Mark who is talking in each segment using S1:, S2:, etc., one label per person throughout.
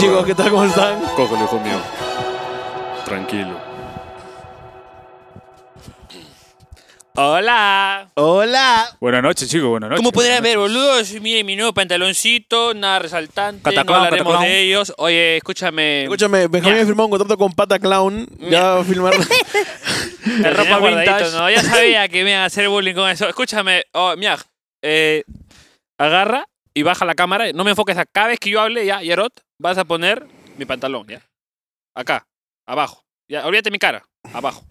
S1: Coco, ¿qué tal? ¿Cómo están?
S2: Coco, hijo mío. Tranquilo.
S3: Hola.
S1: Hola.
S2: Buenas noches, chicos. Buenas noches.
S3: Como podrán ver, boludos, miren mi nuevo pantaloncito, nada resaltante.
S2: Cataclán,
S3: no hablaremos
S2: cataclán.
S3: de ellos. Oye, escúchame.
S1: Escúchame, Benjamín
S3: Ya. Mm.
S1: ha firmado un contrato con Pata Clown. Ya va a filmar.
S3: la
S2: ropa
S3: ropa guardadito,
S2: vintage.
S3: ¿no? Ya sabía que me iban a hacer bullying con eso. Escúchame, oh, mira, eh, agarra y baja la cámara. No me enfoques a cada vez que yo hable, ya, Yarot, vas a poner mi pantalón, ya. Acá, abajo. Ya, olvídate mi cara, abajo.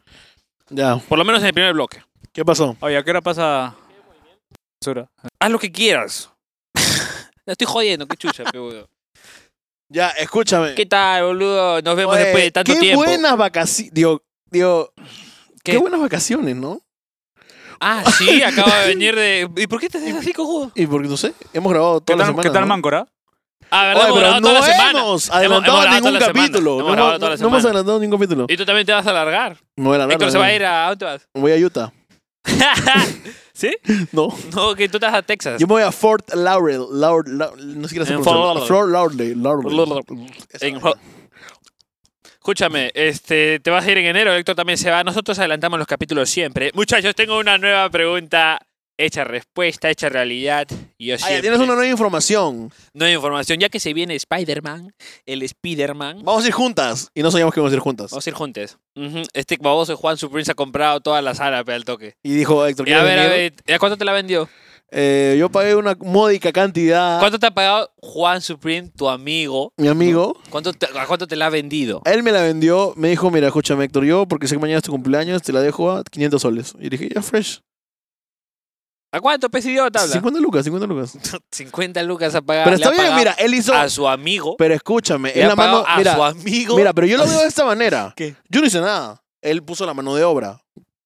S1: ya,
S3: Por lo menos en el primer bloque.
S1: ¿qué pasó?
S2: Oye, ¿a qué hora pasa? Censura.
S3: Haz lo que quieras. No estoy jodiendo, qué chucha, pe, boludo.
S1: Ya, escúchame.
S3: ¿Qué tal, boludo? Nos vemos
S1: Oye,
S3: después de tanto
S1: qué
S3: tiempo.
S1: buenas vacaciones. Digo, digo, ¿Qué?
S3: ¿Qué?
S1: buenas vacaciones, ¿no?
S3: Ah, sí, acaba de venir de. ¿Y por qué te haces así, cojudo?
S1: Y porque no sé, hemos grabado
S2: ¿Qué
S1: toda la
S2: tal,
S1: semana.
S2: ¿qué tal
S1: ¿no?
S2: Máncora?
S3: Ah,
S1: Oye,
S3: ¿verdad?
S1: pero
S3: hemos grabado
S1: no
S3: toda la semana.
S1: hemos
S3: Hemos- hemos
S1: adelantado
S3: grabado
S1: ningún
S3: toda la semana.
S1: capítulo.
S3: Hemos
S1: No
S3: grabado toda la
S1: hemos- No hemos
S3: semana.
S1: adelantado ningún capítulo.
S3: Y tú también te vas a alargar.
S1: Me voy a la
S3: Héctor
S1: larga,
S3: se va a
S1: ¿no?
S3: ir a. ¿a ¿Dónde vas?
S1: Voy a Utah.
S3: ¿Sí?
S1: No.
S3: No, que tú estás a Texas.
S1: Yo me voy a Fort Lauderdale. Laur- Lau- no sé qué
S3: En
S1: hacer.
S3: Fort
S1: Fort Lauderdale. Lauderdale. Esa
S3: En-
S1: vaina.
S3: Escúchame, este, te vas a ir en enero, Héctor también se va. Nosotros adelantamos los capítulos siempre. Muchachos, tengo una nueva pregunta hecha respuesta, hecha realidad. Y yo
S1: Ah, ya
S3: siempre-
S1: tienes una nueva información.
S3: nueva información. Ya que se viene Spider-Man, el Spider-Man.
S1: Vamos a ir juntas. Y no sabíamos que íbamos a ir juntas.
S3: Vamos a ir juntos. Ujú. Este baboso de Juan Supreme se ha comprado toda la sala pe, al toque.
S1: Y dijo Héctor,
S3: Y a
S1: ¿quieres
S3: ver, a
S1: venir?
S3: ver, ¿y ¿a cuánto te la vendió?
S1: Eh, yo pagué una módica cantidad.
S3: ¿Cuánto te ha pagado Juan Supreme, tu amigo?
S1: Mi amigo,
S3: ¿Cuánto te- ¿A cuánto te la ha vendido?
S1: él me la vendió. Me dijo, mira, escúchame Héctor, yo porque sé que mañana es tu cumpleaños, te la dejo a 500 soles. Y dije, ya, fresh.
S3: ¿A cuánto pez idiota habla?
S1: 50 lucas, 50 lucas.
S3: 50 lucas ha pagado.
S1: Pero
S3: le
S1: está
S3: ha
S1: bien,
S3: pagado
S1: mira, él hizo...
S3: A su amigo.
S1: Pero escúchame,
S3: le
S1: es
S3: ha
S1: la
S3: pagado
S1: mano...
S3: a su
S1: Mira,
S3: amigo.
S1: mira, pero yo lo veo de esta manera.
S3: ¿Qué?
S1: Yo no hice nada. Él puso la mano de obra.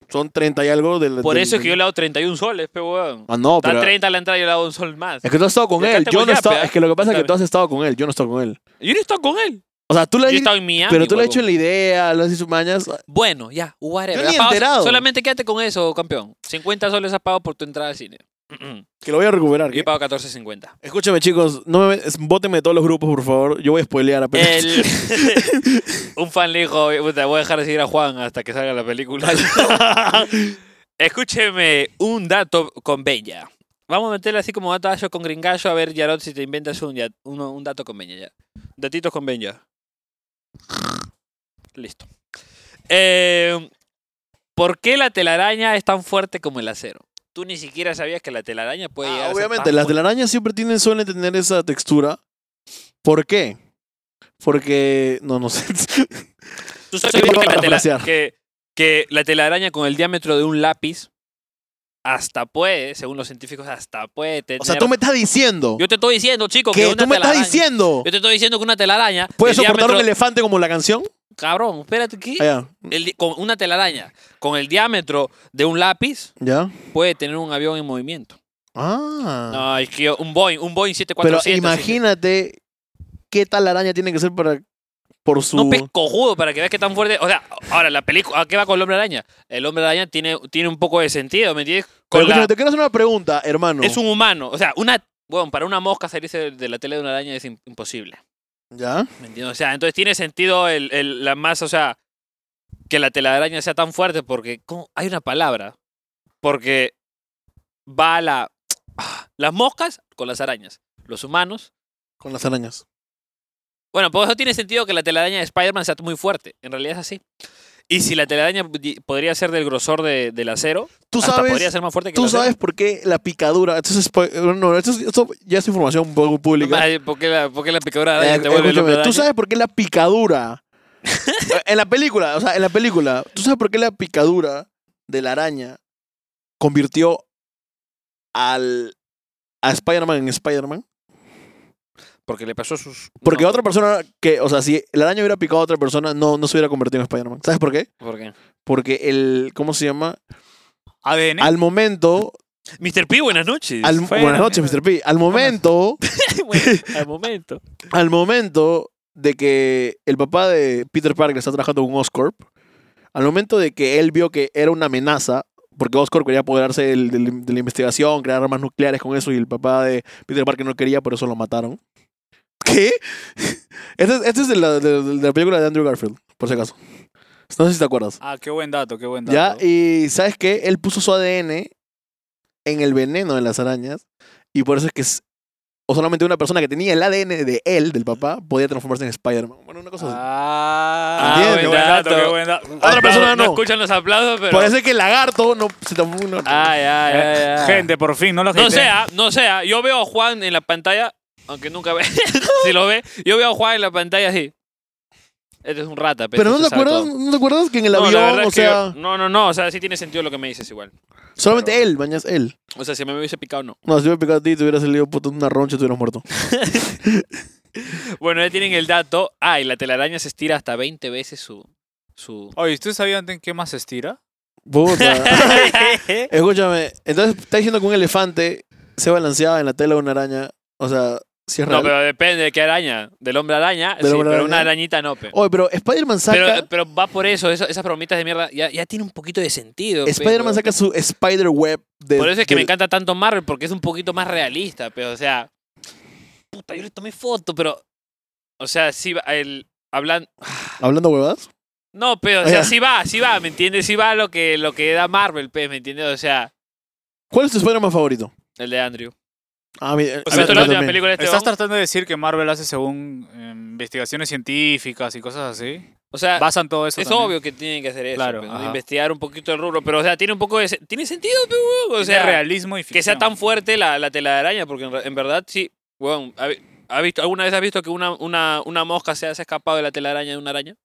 S1: Son 30 y algo del...
S3: Por
S1: del-
S3: eso es que yo le hago 31 soles, pe weón.
S1: Ah, no,
S3: Está
S1: pero...
S3: 30 a la entrada y yo le hago un sol más.
S1: Es que tú has estado con
S3: Yo acá
S1: él.
S3: tengo
S1: Yo no he
S3: yape,
S1: estado...
S3: ¿ah?
S1: Es que lo que pasa es que
S3: Está
S1: tú has estado con él. Yo no he estado con él.
S3: Yo no he estado con él.
S1: O sea, tú
S3: Yo
S1: le...
S3: he estado en Miami.
S1: Pero tú le has
S3: huevón.
S1: hecho la idea, lo has hecho mañas.
S3: Bueno, ya, whatever.
S1: Yo ni
S3: Ha pagado-
S1: enterado.
S3: Solamente quédate con eso, campeón. 50 soles has pagado por tu entrada al cine.
S1: Que lo voy a recuperar.
S3: Yo he pagado 14.50.
S1: Escúchame, chicos, no me, es- bótenme de todos los grupos, por favor. Yo voy a spoilear apenas.
S3: El- un fan le dijo, "Puta, voy a dejar de seguir a Juan hasta que salga la película. Escúcheme un dato con Bella. Vamos a meterle así como dato con gringallo. A ver, Yarot, si te inventas un, ya- uno- un dato con Bella. Ya. Datitos con Bella. Listo. Eh, ¿Por qué la telaraña es tan fuerte como el acero? Tú ni siquiera sabías que la telaraña puede llegar
S1: Ah,
S3: a ser
S1: obviamente,
S3: tan
S1: las
S3: fuerte.
S1: telarañas siempre tienen, suelen tener esa textura. ¿Por qué? Porque. No, no sé.
S3: ¿Tú sabes
S1: Sí,
S3: que,
S1: puedo
S3: la tela-
S1: parafrasear.
S3: que- que la telaraña con el diámetro de un lápiz hasta puede, según los científicos, hasta puede tener...
S1: O sea, tú me estás diciendo.
S3: Yo te estoy diciendo, chico, que,
S1: que
S3: una
S1: tú me estás
S3: telaraña-
S1: diciendo.
S3: Yo te estoy diciendo que una telaraña...
S1: ¿Puedes
S3: el
S1: soportar un
S3: diámetro-
S1: elefante como la canción? Ah,
S3: Cabrón, espérate, ¿qué?
S1: Allá.
S3: El di- con una telaraña con el diámetro de un lápiz
S1: ¿Ya?
S3: puede tener un avión en movimiento.
S1: Ah.
S3: No, es que yo- un Boeing, un Boeing
S1: Pero
S3: 747.
S1: imagínate qué tal araña tiene que ser para. Por su.
S3: No pescojudo para que veas que tan fuerte. O sea, ahora la película. ¿A qué va con el hombre araña? El hombre araña tiene, tiene un poco de sentido, ¿me entiendes?
S1: Pero
S3: Con la-
S1: escúchame, te quiero hacer una pregunta, hermano.
S3: Es un humano. O sea, una. Bueno, para una mosca salirse de- de la tele de una araña es im- imposible.
S1: ¿Ya?
S3: ¿Me entiendes? O sea, entonces tiene sentido el, el- la masa, o sea, que la telaraña sea tan fuerte porque ¿cómo? hay una palabra. Porque va la. ah, Las moscas con las arañas. Los humanos.
S1: Con las arañas.
S3: Bueno, por eso tiene sentido que la telaraña de Spider-Man sea muy fuerte. En realidad es así. Y si la telaraña di- podría ser del grosor de- del acero,
S1: Tú
S3: hasta
S1: sabes.
S3: podría ser más fuerte que
S1: ¿Tú
S3: el acero.
S1: sabes por qué la picadura? Esto, es spo- no, esto, es- esto ya es información un poco pública.
S3: Ay, ¿Por qué la, por qué la picadura de
S1: Eh,
S3: araña te vuelve el
S1: escúchame,
S3: hombre
S1: ¿Tú
S3: araña?
S1: sabes por qué la picadura? en la película, o sea, en la película, ¿tú sabes por qué la picadura de la araña convirtió al a Spider-Man en Spider-Man?
S3: Porque le pasó sus.
S1: Porque
S3: no,
S1: otra persona que, o sea, si la araña hubiera picado a otra persona, no, no se hubiera convertido en Spider-Man. ¿Sabes por qué?
S3: ¿Por qué?
S1: Porque el, ¿cómo se llama?
S2: ADN.
S1: Al momento,
S3: Mr. P, buenas noches.
S1: al,
S2: Fue-
S1: buenas noches, Mr. P. Al momento,
S3: al momento.
S1: al momento de que el papá de Peter Parker está trabajando con Oscorp, al momento de que él vio que era una amenaza, porque Oscorp quería apoderarse del- del- de la investigación, crear armas nucleares con eso, y el papá de Peter Parker no quería, por eso lo mataron. ¿Qué? Este, es- este es de la, de- de la película de Andrew Garfield, por si acaso. No sé si te acuerdas.
S2: Ah, qué buen dato, qué buen
S1: Ya,
S2: dato.
S1: y ¿sabes qué? Él puso su ADN en el veneno de las arañas. Y por eso es que s- o solamente una persona que tenía el ADN de él, del papá, podía transformarse en Spider-Man. Bueno, una cosa así.
S2: Ah,
S1: Entiendo.
S2: qué buen dato,
S3: Dato.
S2: qué buen dato.
S1: Otra persona no.
S3: escuchan los aplausos, pero. Ah,
S1: Por eso Eh, es que el lagarto no se transformó. no, no.
S3: Ay, ay, ay, ay.
S2: Gente, por fin, no lo
S3: No
S2: hateen.
S3: sea, no sea. Yo veo a Juan en la pantalla, aunque nunca ve. si lo ve, yo veo a Juan en la pantalla así. Este es un rata,
S1: Pero no
S3: este
S1: te
S3: sabe
S1: acuerdas,
S3: todo.
S1: no te acuerdas que en el
S3: No, la
S1: avión,
S3: verdad
S1: o
S3: es que yo-
S1: sea,
S3: no, no, no. O sea, sí tiene sentido lo que me dices igual.
S1: solamente él, mañas él.
S3: O sea, si me hubiese picado, no.
S1: No, si te hubiera picado a ti, te hubiera salido puto una roncha y te hubieras muerto.
S3: Bueno, ya tienen el dato. Ah, y la telaraña se estira hasta 20 veces su. su...
S2: Oye, ¿ustedes sabían en qué más se estira?
S1: Puta. Escúchame, entonces está diciendo que un elefante se balanceaba en la tela de una araña. O sea, si es
S3: No,
S1: real.
S3: pero depende de qué araña. Del hombre araña,
S1: Del
S3: sí,
S1: hombre
S3: pero una
S1: araña.
S3: arañita no. pe.
S1: Oye, pero Spider-Man saca.
S3: Pero, pero va por eso, eso- esas bromitas de mierda ya, ya tiene un poquito de sentido. pe,
S1: Spider-Man
S3: weón.
S1: saca su Spider-Web de.
S3: eh, Por eso es que
S1: de-
S3: me encanta tanto Marvel, porque es un poquito más realista, pero, o sea. Puta, yo le tomé foto, pero. O sea, sí va. El, hablan,
S1: Hablando huevadas.
S3: no, pero, o
S1: Ah,
S3: sea,
S1: ya.
S3: sí va, sí va, ¿me entiendes? Sí va lo que, lo que da Marvel, pe, ¿me entiendes? O sea,
S1: ¿Cuál es tu Spider-Man favorito?
S3: el de Andrew.
S1: Ah, mi,
S3: O
S1: a mí- a
S3: sea, tú
S1: mí
S3: Pues, la última
S1: también.
S3: película de este
S2: ¿Estás
S3: hombre,
S2: tratando de decir que Marvel hace según eh, investigaciones científicas y cosas así?
S3: O sea,
S2: Basan todo
S3: Ah,
S2: eso
S3: es
S2: también.
S3: obvio que tienen que hacer eso,
S2: Claro,
S3: pe, ¿no?
S2: ajá.
S3: investigar un poquito el rubro, pero, o sea, tiene un poco de. se- Tiene sentido, pe, weón, O
S2: Tiene
S3: sea,
S2: realismo y ficción.
S3: que sea tan fuerte la, la tela de araña, porque en, re- en verdad sí, weón, ¿ha vi- ha visto, ¿alguna vez has visto que una, una, una mosca se ha se ha escapado de la tela de araña de una araña?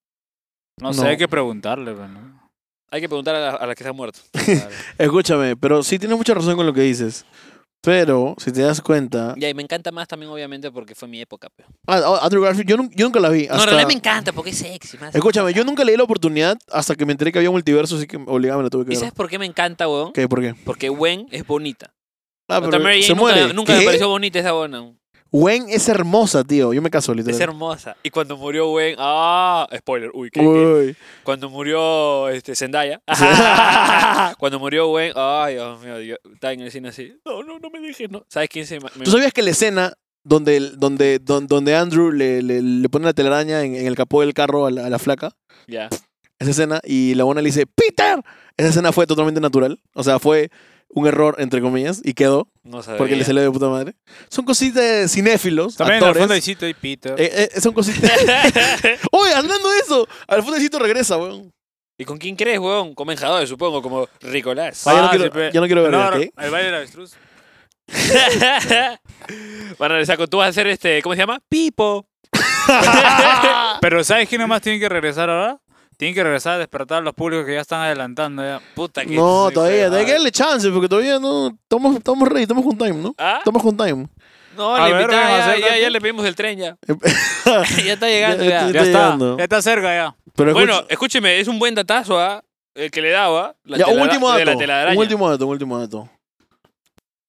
S2: No,
S1: No.
S2: sé, hay que preguntarle, pero ¿no?
S3: Hay que preguntar a, la- a las que se han muerto.
S2: Claro.
S1: Escúchame, pero sí tienes mucha razón con lo que dices. Pero, si te das cuenta.
S3: Ya, y me encanta más también, obviamente, porque fue mi época. Pero.
S1: Ah, oh, Andrew Garfield, yo, nun- yo nunca la vi.
S3: No, en
S1: hasta-
S3: realidad me encanta porque es sexy. Más
S1: Escúchame, yo nunca leí la oportunidad hasta que me enteré que había multiverso, así que obligado me la tuve
S3: ¿Y
S1: que ver.
S3: sabes por qué me encanta, weón?
S1: ¿Qué? ¿Por qué?
S3: Porque Gwen es bonita.
S1: Ah,
S3: Otra
S1: pero
S3: Mary Jane
S1: se
S3: nunca,
S1: muere.
S3: nunca
S1: ¿Qué?
S3: me pareció bonita esa buena.
S1: Gwen es hermosa, tío. Yo me caso,
S3: Es
S1: literal.
S3: hermosa. Y cuando murió Gwen, ah, spoiler, uy, ¿qué, qué?
S1: Uy.
S3: Cuando murió este, Zendaya. Cuando murió Gwen. Ay, Dios mío. Yo estaba en el cine así. No, no, no me dejes. No. ¿Sabes quién se ma- me-
S1: ¿Tú sabías que la escena donde, el- donde, don- donde Andrew le, le- le pone la telaraña en, en el capó del carro a la, a la flaca?
S3: Ya.
S1: Esa escena, y la buena le dice, ¡Peter! Esa escena fue totalmente natural. O sea, fue un error, entre comillas, y quedó,
S3: No sabía.
S1: porque le salió de puta madre. Son cositas de cinéfilos,
S2: También en el
S1: actores.
S2: fondo hay Cito y Peter.
S1: Eh, eh, son cositas... Oye, hablando de eso, al fundecito regresa, weón.
S3: ¿Y con quién crees, weón? Con Menjadores, supongo, como Ricolás.
S1: Ah, ya no
S2: Ah,
S1: quiero-
S2: sí, pe-
S1: ya no quiero ver, ¿ok?
S2: el baile del avestruz.
S3: Van a regresar con tú vas a hacer este. ¿Cómo se llama? Pipo.
S2: Pero ¿sabes quién más tienen que regresar ahora? Tienen que regresar a despertar a los públicos que ya están adelantando. Ya. Puta que
S1: No,
S2: sí, ah.
S1: todavía,
S2: pero-
S1: hay que darle chance, porque todavía no... Estamos, estamos ready, estamos con time, ¿no?
S3: ¿Ah?
S1: Estamos con time.
S3: No,
S2: A
S3: le
S2: ver,
S3: invitaba,
S2: ven,
S3: ya, ya,
S2: acércate.
S3: ya le pedimos el tren ya. ya está llegando
S1: Ya-
S3: ya.
S1: ya-
S2: Ya está,
S1: llegando.
S2: ya está cerca ya.
S1: Pero
S3: Bueno,
S1: escucha-
S3: escúcheme, es un buen datazo, ¿ah? El que le daba. La
S1: ya, un
S3: telada-
S1: último
S3: de la
S1: dato.
S3: telaraña.
S1: Un último dato, un último dato.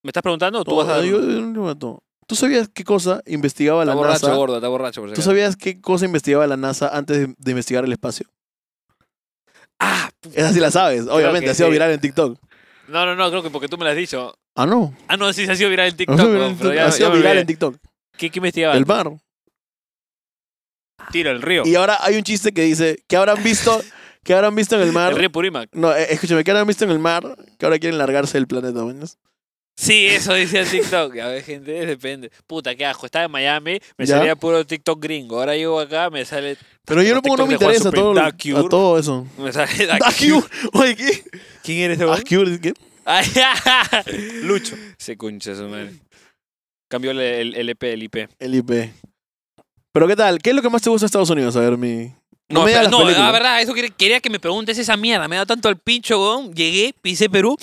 S3: ¿Me estás preguntando o tú
S1: Oh,
S3: vas a dar
S1: yo-
S3: uno?
S1: yo- un rato. ¿Tú sabías qué cosa investigaba
S3: Está
S1: la
S3: borracho,
S1: NASA?
S3: gordo, está borracho. Por si
S1: ¿Tú
S3: acaso.
S1: sabías qué cosa investigaba la NASA antes de, de investigar el espacio?
S3: Ah,
S1: Esa sí la sabes, obviamente,
S3: que
S1: ha sido
S3: sí.
S1: viral en TikTok.
S3: no, no, no, creo que porque tú me lo has dicho.
S1: Ah, no.
S3: Ah, no, sí, se ha sido viral en
S1: Ha
S3: TikTok.
S1: sido
S3: weón,
S1: viral,
S3: pero
S1: en-
S3: ya-
S1: ha
S3: ya
S1: sido
S3: me
S1: viral
S3: olvidé.
S1: en TikTok.
S3: ¿Qué, qué investigaba?
S1: El mar.
S2: Tira el río.
S1: Y ahora hay un chiste que dice, ¿qué habrán visto? ¿Qué habrán visto en el
S3: El
S1: mar?
S3: río Purímac.
S1: No, eh, escúchame, ¿qué habrán visto en el mar? Que ahora quieren largarse del planeta, ¿me entiendes?
S3: Sí, eso decía TikTok. A ver, gente, depende. Puta, qué asco. Estaba en Miami, me
S1: ¿Ya?
S3: salía puro TikTok gringo. Ahora llego acá, me sale.
S1: Pero yo
S3: Los
S1: no pongo, no
S3: TikToks
S1: me
S3: de Juan
S1: interesa a todo, lo-
S2: Superdacure.
S1: a todo eso.
S3: Me sale
S1: Dacure. Oye, ¿qué?
S3: ¿Quién eres tú?
S1: Dacure, ¿qué?
S3: Lucho. Se concha su madre. Cambió el, el, el EP, el IP.
S1: El IP. Pero ¿qué tal? ¿Qué es lo que más te gusta de Estados Unidos? A ver, mi... No,
S3: No,
S1: me digas
S3: espera,
S1: las
S3: no,
S1: películas.
S3: la verdad, eso quería, quería que me preguntes esa mierda. Me ha dado tanto al pincho, weón. Llegué, pisé Perú.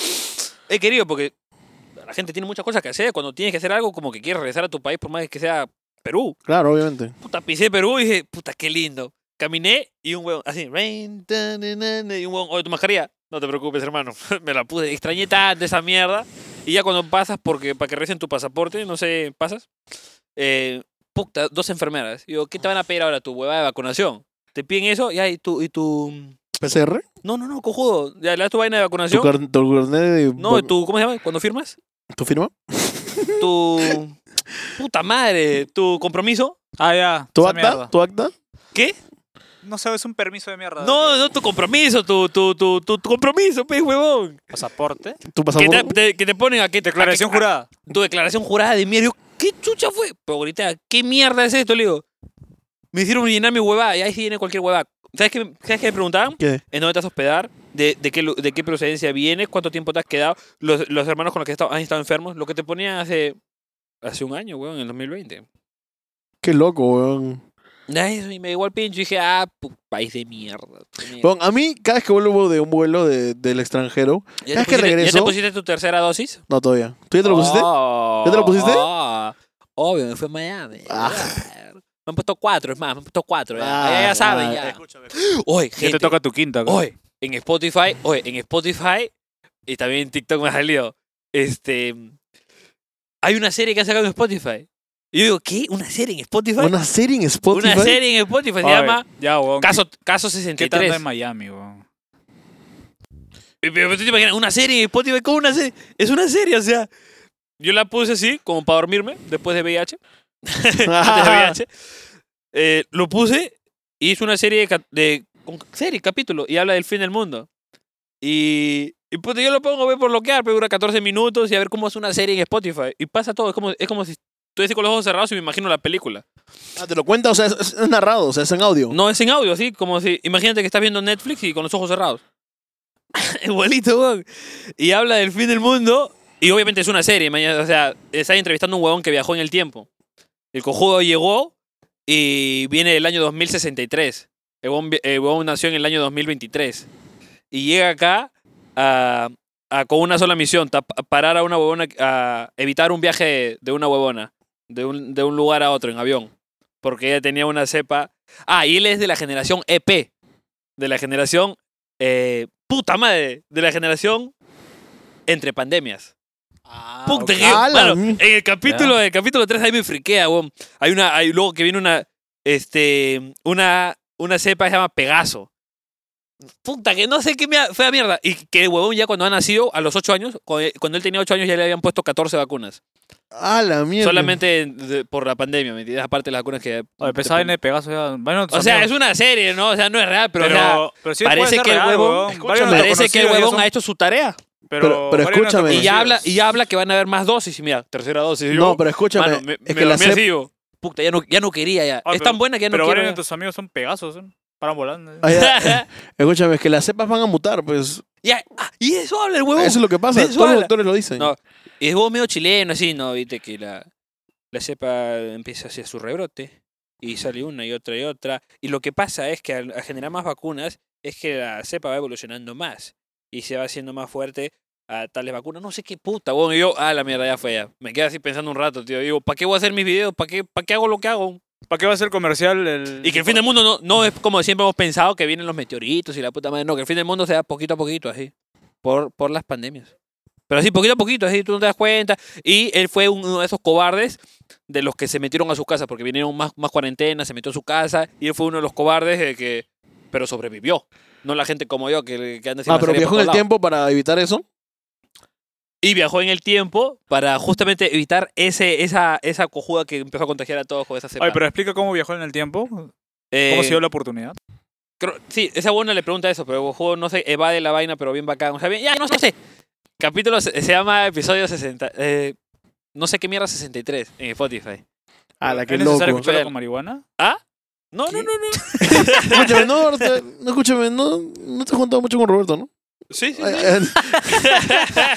S3: He querido, porque la gente tiene muchas cosas que hacer. Cuando tienes que hacer algo, como que quieres regresar a tu país, por más que sea Perú.
S1: Claro, obviamente.
S3: Puta, pisé Perú y dije, puta, qué lindo. Caminé y un weón, así, rain, ta, na, na, na, y un weón, oye, tu mascarilla. No te preocupes, hermano. me la puse. Extrañé tanto esa mierda. Y ya cuando pasas, porque para que revisen tu pasaporte, no sé, pasas. eh, puta, dos enfermeras. Digo, ¿qué te van a pedir ahora? Tu hueva de vacunación. Te piden eso y, ahí tu, y tu.
S1: PCR,
S3: No, no, no, cojudo. Ya le das tu vaina de
S1: tu,
S3: vacunación.
S1: car- tu carnet de-
S3: no, tu. ¿Cómo se llama? Cuando firmas?
S1: tu firma.
S3: Tu. puta madre. Tu compromiso.
S2: Ah, ya.
S1: ¿Tu
S2: esa
S1: acta?
S2: mierda.
S1: ¿Tu acta?
S3: ¿Qué?
S2: No sabes un permiso de mierda.
S3: No, no, tu compromiso, tu, tu, tu, tu, tu compromiso, pues, huevón.
S2: Pasaporte.
S1: ¿Tu
S3: Que te,
S1: pasaporte?
S3: te- que te ponen aquí.
S2: Declaración
S3: a que- Ah,
S2: jurada.
S3: tu declaración jurada de mierda. Yo, ¿qué chucha fue? Pero ahorita, ¿qué mierda es esto? Le digo, me hicieron llenar mi huevada y ahí sí viene cualquier huevada. ¿Sabes qué, ¿Sabes qué me preguntaban?
S1: ¿Qué?
S3: ¿En dónde te vas a hospedar? ¿De, de qué, lu- ¿De qué procedencia vienes? ¿Cuánto tiempo te has quedado? ¿Los, los hermanos con los que has estado- han estado enfermos? Lo que te ponían hace, hace un año, weón, en el 2020.
S1: Qué loco, weón.
S3: Ay, eso, y me igual pincho y dije, ah, pu- país de mierda. tu mierda.
S1: Weón, a mí, cada vez que vuelvo de un vuelo de- del extranjero, ¿sabes que
S3: ¿Ya, te pusiste, ¿Ya te
S1: regreso?
S3: pusiste tu tercera dosis?
S1: no todavía. ¿Tú ya te lo pusiste? ¿Ya te lo pusiste?
S3: Ah, obvio, me fui a Miami.
S1: Ah.
S3: Me han puesto cuatro, es más, me han puesto cuatro. Ya,
S1: Ah,
S3: ya, ya saben,
S1: ah,
S3: ya.
S2: Escúchame.
S3: Oye,
S2: Ya te
S3: gente,
S2: toca tu quinta. creo.
S3: oye, en Spotify, oye, en Spotify y también en TikTok me ha salido. Este. Hay una serie que han sacado en Spotify. Y yo digo, ¿qué? ¿Una serie en Spotify? Una,
S1: ¿Una serie en Spotify?
S3: serie en Spotify se
S2: Oye,
S3: llama
S2: Ya, weón.
S3: Caso, Caso
S2: ¿Qué tanto
S3: 63.
S2: en Miami, weón?
S3: Y- Pero tú te imaginas, una serie en Spotify, ¿cómo una serie? Es una serie, o sea. Yo la puse así, como para dormirme, después de VIH. antes de
S1: Ah,
S3: VIH. Eh, lo puse y hice una serie de, cap- de- con- serie, capítulo, y habla del fin del mundo. Y, y puta, yo lo pongo ve, por bloquear, pero dura 14 minutos y a ver cómo es una serie en Spotify. Y pasa todo, es como, es como si estuviese con los ojos cerrados y me imagino la película.
S1: Ah, ¿Te lo cuenta? O sea, es, es narrado, o sea, es en audio.
S3: No es en audio, así como si, imagínate que estás viendo Netflix y con los ojos cerrados. Igualito, weón. Y habla del fin del mundo. Y obviamente es una serie, mañana, o sea, está entrevistando a un huevón que viajó en el tiempo. El cojudo llegó y viene del año 2063. El huevón, vi- el huevón nació en el año 2023. Y llega acá a, a- con una sola misión, tap- a parar a una huevona, a evitar un viaje de, una huevona, de un, de un lugar a otro en avión. Porque ella tenía una cepa. Ah, y él es de la generación EP. De la generación eh, puta madre, de la generación entre pandemias.
S2: Ah,
S3: Puta, que-
S1: ¡Hala!
S3: mano, en el capítulo, en el capítulo 3 ahí me friquea, weón. Hay una, hay luego que viene una, este, una, una cepa que se llama Pegaso. Puta, que no sé qué mea- fea mierda. Y que el huevón ya cuando ha nacido, a los 8 años, cuando cuando él tenía 8 años ya le habían puesto 14 vacunas.
S1: ¡A la mierda!
S3: Solamente de- por la pandemia, ¿me entiendes? Aparte de las vacunas que...
S2: Oye, pensaba en el Pegaso ya. Bueno,
S3: O sea, es una serie, ¿no? O sea, no es real, pero... o sea,
S2: pero sí
S3: parece
S2: puede ser
S3: que el
S2: real,
S3: huevón-
S2: weón.
S1: escúchame,
S2: Varios nuestros
S3: Parece que el
S2: conocidos ya
S3: huevón
S2: son-
S3: ha hecho su tarea.
S1: Pero-
S2: Pero,
S1: pero
S2: varios nuestros
S1: escúchame.
S3: Y ya,
S2: conocidos.
S3: habla, y ya habla que van a haber más dosis. Y mira, tercera dosis.
S1: No, pero escúchame.
S3: Mano, me,
S1: es
S3: me
S1: que la
S3: dormí
S1: CEP-
S3: así, yo. Puta, ya no, ya no quería ya.
S2: Ah,
S3: es tan buena que ya no
S2: Pero
S3: quiero.
S2: varios de
S3: ya.
S2: tus amigos son Pegasos. ¿eh? Paran volando. ¿eh?
S1: Ah, ya, eh, escúchame, es que las cepas van a mutar, pues.
S3: Ya, ah, y eso habla el huevón.
S1: Eso es lo que pasa.
S3: de
S1: Todos
S3: eso
S1: los
S3: habla.
S1: doctores lo dicen.
S3: No, Y es huevón medio chileno, así, ¿no? Viste que la, la cepa empieza hacia su rebrote. Y sale una y otra y otra. Y lo que pasa es que al, al generar más vacunas, es que la cepa va evolucionando más. Y se va haciendo más fuerte a tales vacunas. No sé qué puta, huevón. Y yo, ah, la mierda, ya fue ya. Me quedé así pensando un rato, tío. Digo, ¿para qué voy a hacer mis videos? ¿Para qué, ¿Para qué hago lo que hago?
S2: ¿Para qué va a ser comercial el.?
S3: Y que el fin del mundo no, no es como siempre hemos pensado que vienen los meteoritos y la puta madre. No, que el fin del mundo sea poquito a poquito, así. Por, por las pandemias. Pero así, poquito a poquito, así tú no te das cuenta. Y él fue uno de esos cobardes de los que se metieron a sus casas, porque vinieron más, más cuarentenas, se metió a su casa. Y él fue uno de los cobardes de que. Pero sobrevivió. No la gente como yo que, que anda sin
S1: ah, pero
S3: mascarilla
S1: viajó
S3: por
S1: en el
S3: todos lados.
S1: tiempo para evitar eso.
S3: Y viajó en el tiempo para justamente evitar ese, esa, esa cojuda que empezó a contagiar a todos con esa cepa.
S2: Oye, pero explica cómo viajó en el tiempo. ¿Cómo
S3: Eh,
S2: se dio la oportunidad?
S3: Creo- sí, esa buena le pregunta eso, pero el juego no sé, evade la vaina, pero bien bacán. O sea, bien, ya, no, no sé. Capítulo se, se llama episodio 60. eh, no sé qué mierda 63 en Spotify.
S1: A la que
S2: ¿Es
S1: loco.
S2: necesario escucharlo
S3: Oye.
S2: con marihuana?
S3: No, no, no, no.
S1: Escúchame, no, Roberto, no, escúchame, no, no te has juntado mucho con Roberto, ¿no?
S3: Sí, sí. sí.
S1: Eh,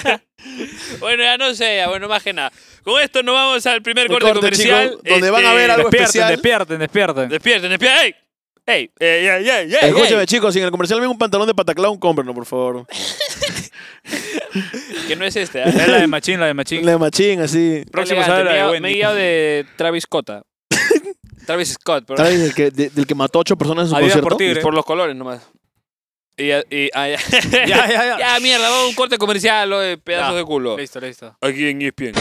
S1: eh,
S3: bueno, ya no sé, ya, bueno, más que nada. Con esto nos vamos al primer
S1: Un
S3: corte,
S1: corte,
S3: comercial. Este,
S1: chicos, donde van a ver algo-
S2: Despierten,
S1: especial.
S2: despierten, despierten.
S3: Despierten, despierten. ¡Ey! ¡Ey! ¡Ey, ey, ey, ey!
S1: Escúchame, chicos, si en el comercial ven un pantalón de pataclown, cómprenlo, por favor.
S3: ey! Que no es este.
S2: Es
S3: ¿eh?
S2: la de Machín, la de Machín.
S1: La de machín, así.
S3: Próximo
S2: Próximo sábado la de
S3: Me he
S2: Wendy.
S3: guiado de Travis Scotta. Travis Scott, pero.
S1: ¿Sabes del que, de- del que mató a ocho personas en su
S2: Adidas por
S1: concierto?
S2: tigre.
S3: Por los colores nomás. Y, y- ah, ya.
S2: Ya, ya, ya.
S3: Ya, mierda, vamos a un corte comercial, lo de pedazos
S2: Ya.
S3: de culo.
S2: Listo, listo.
S3: Aquí en ESPN.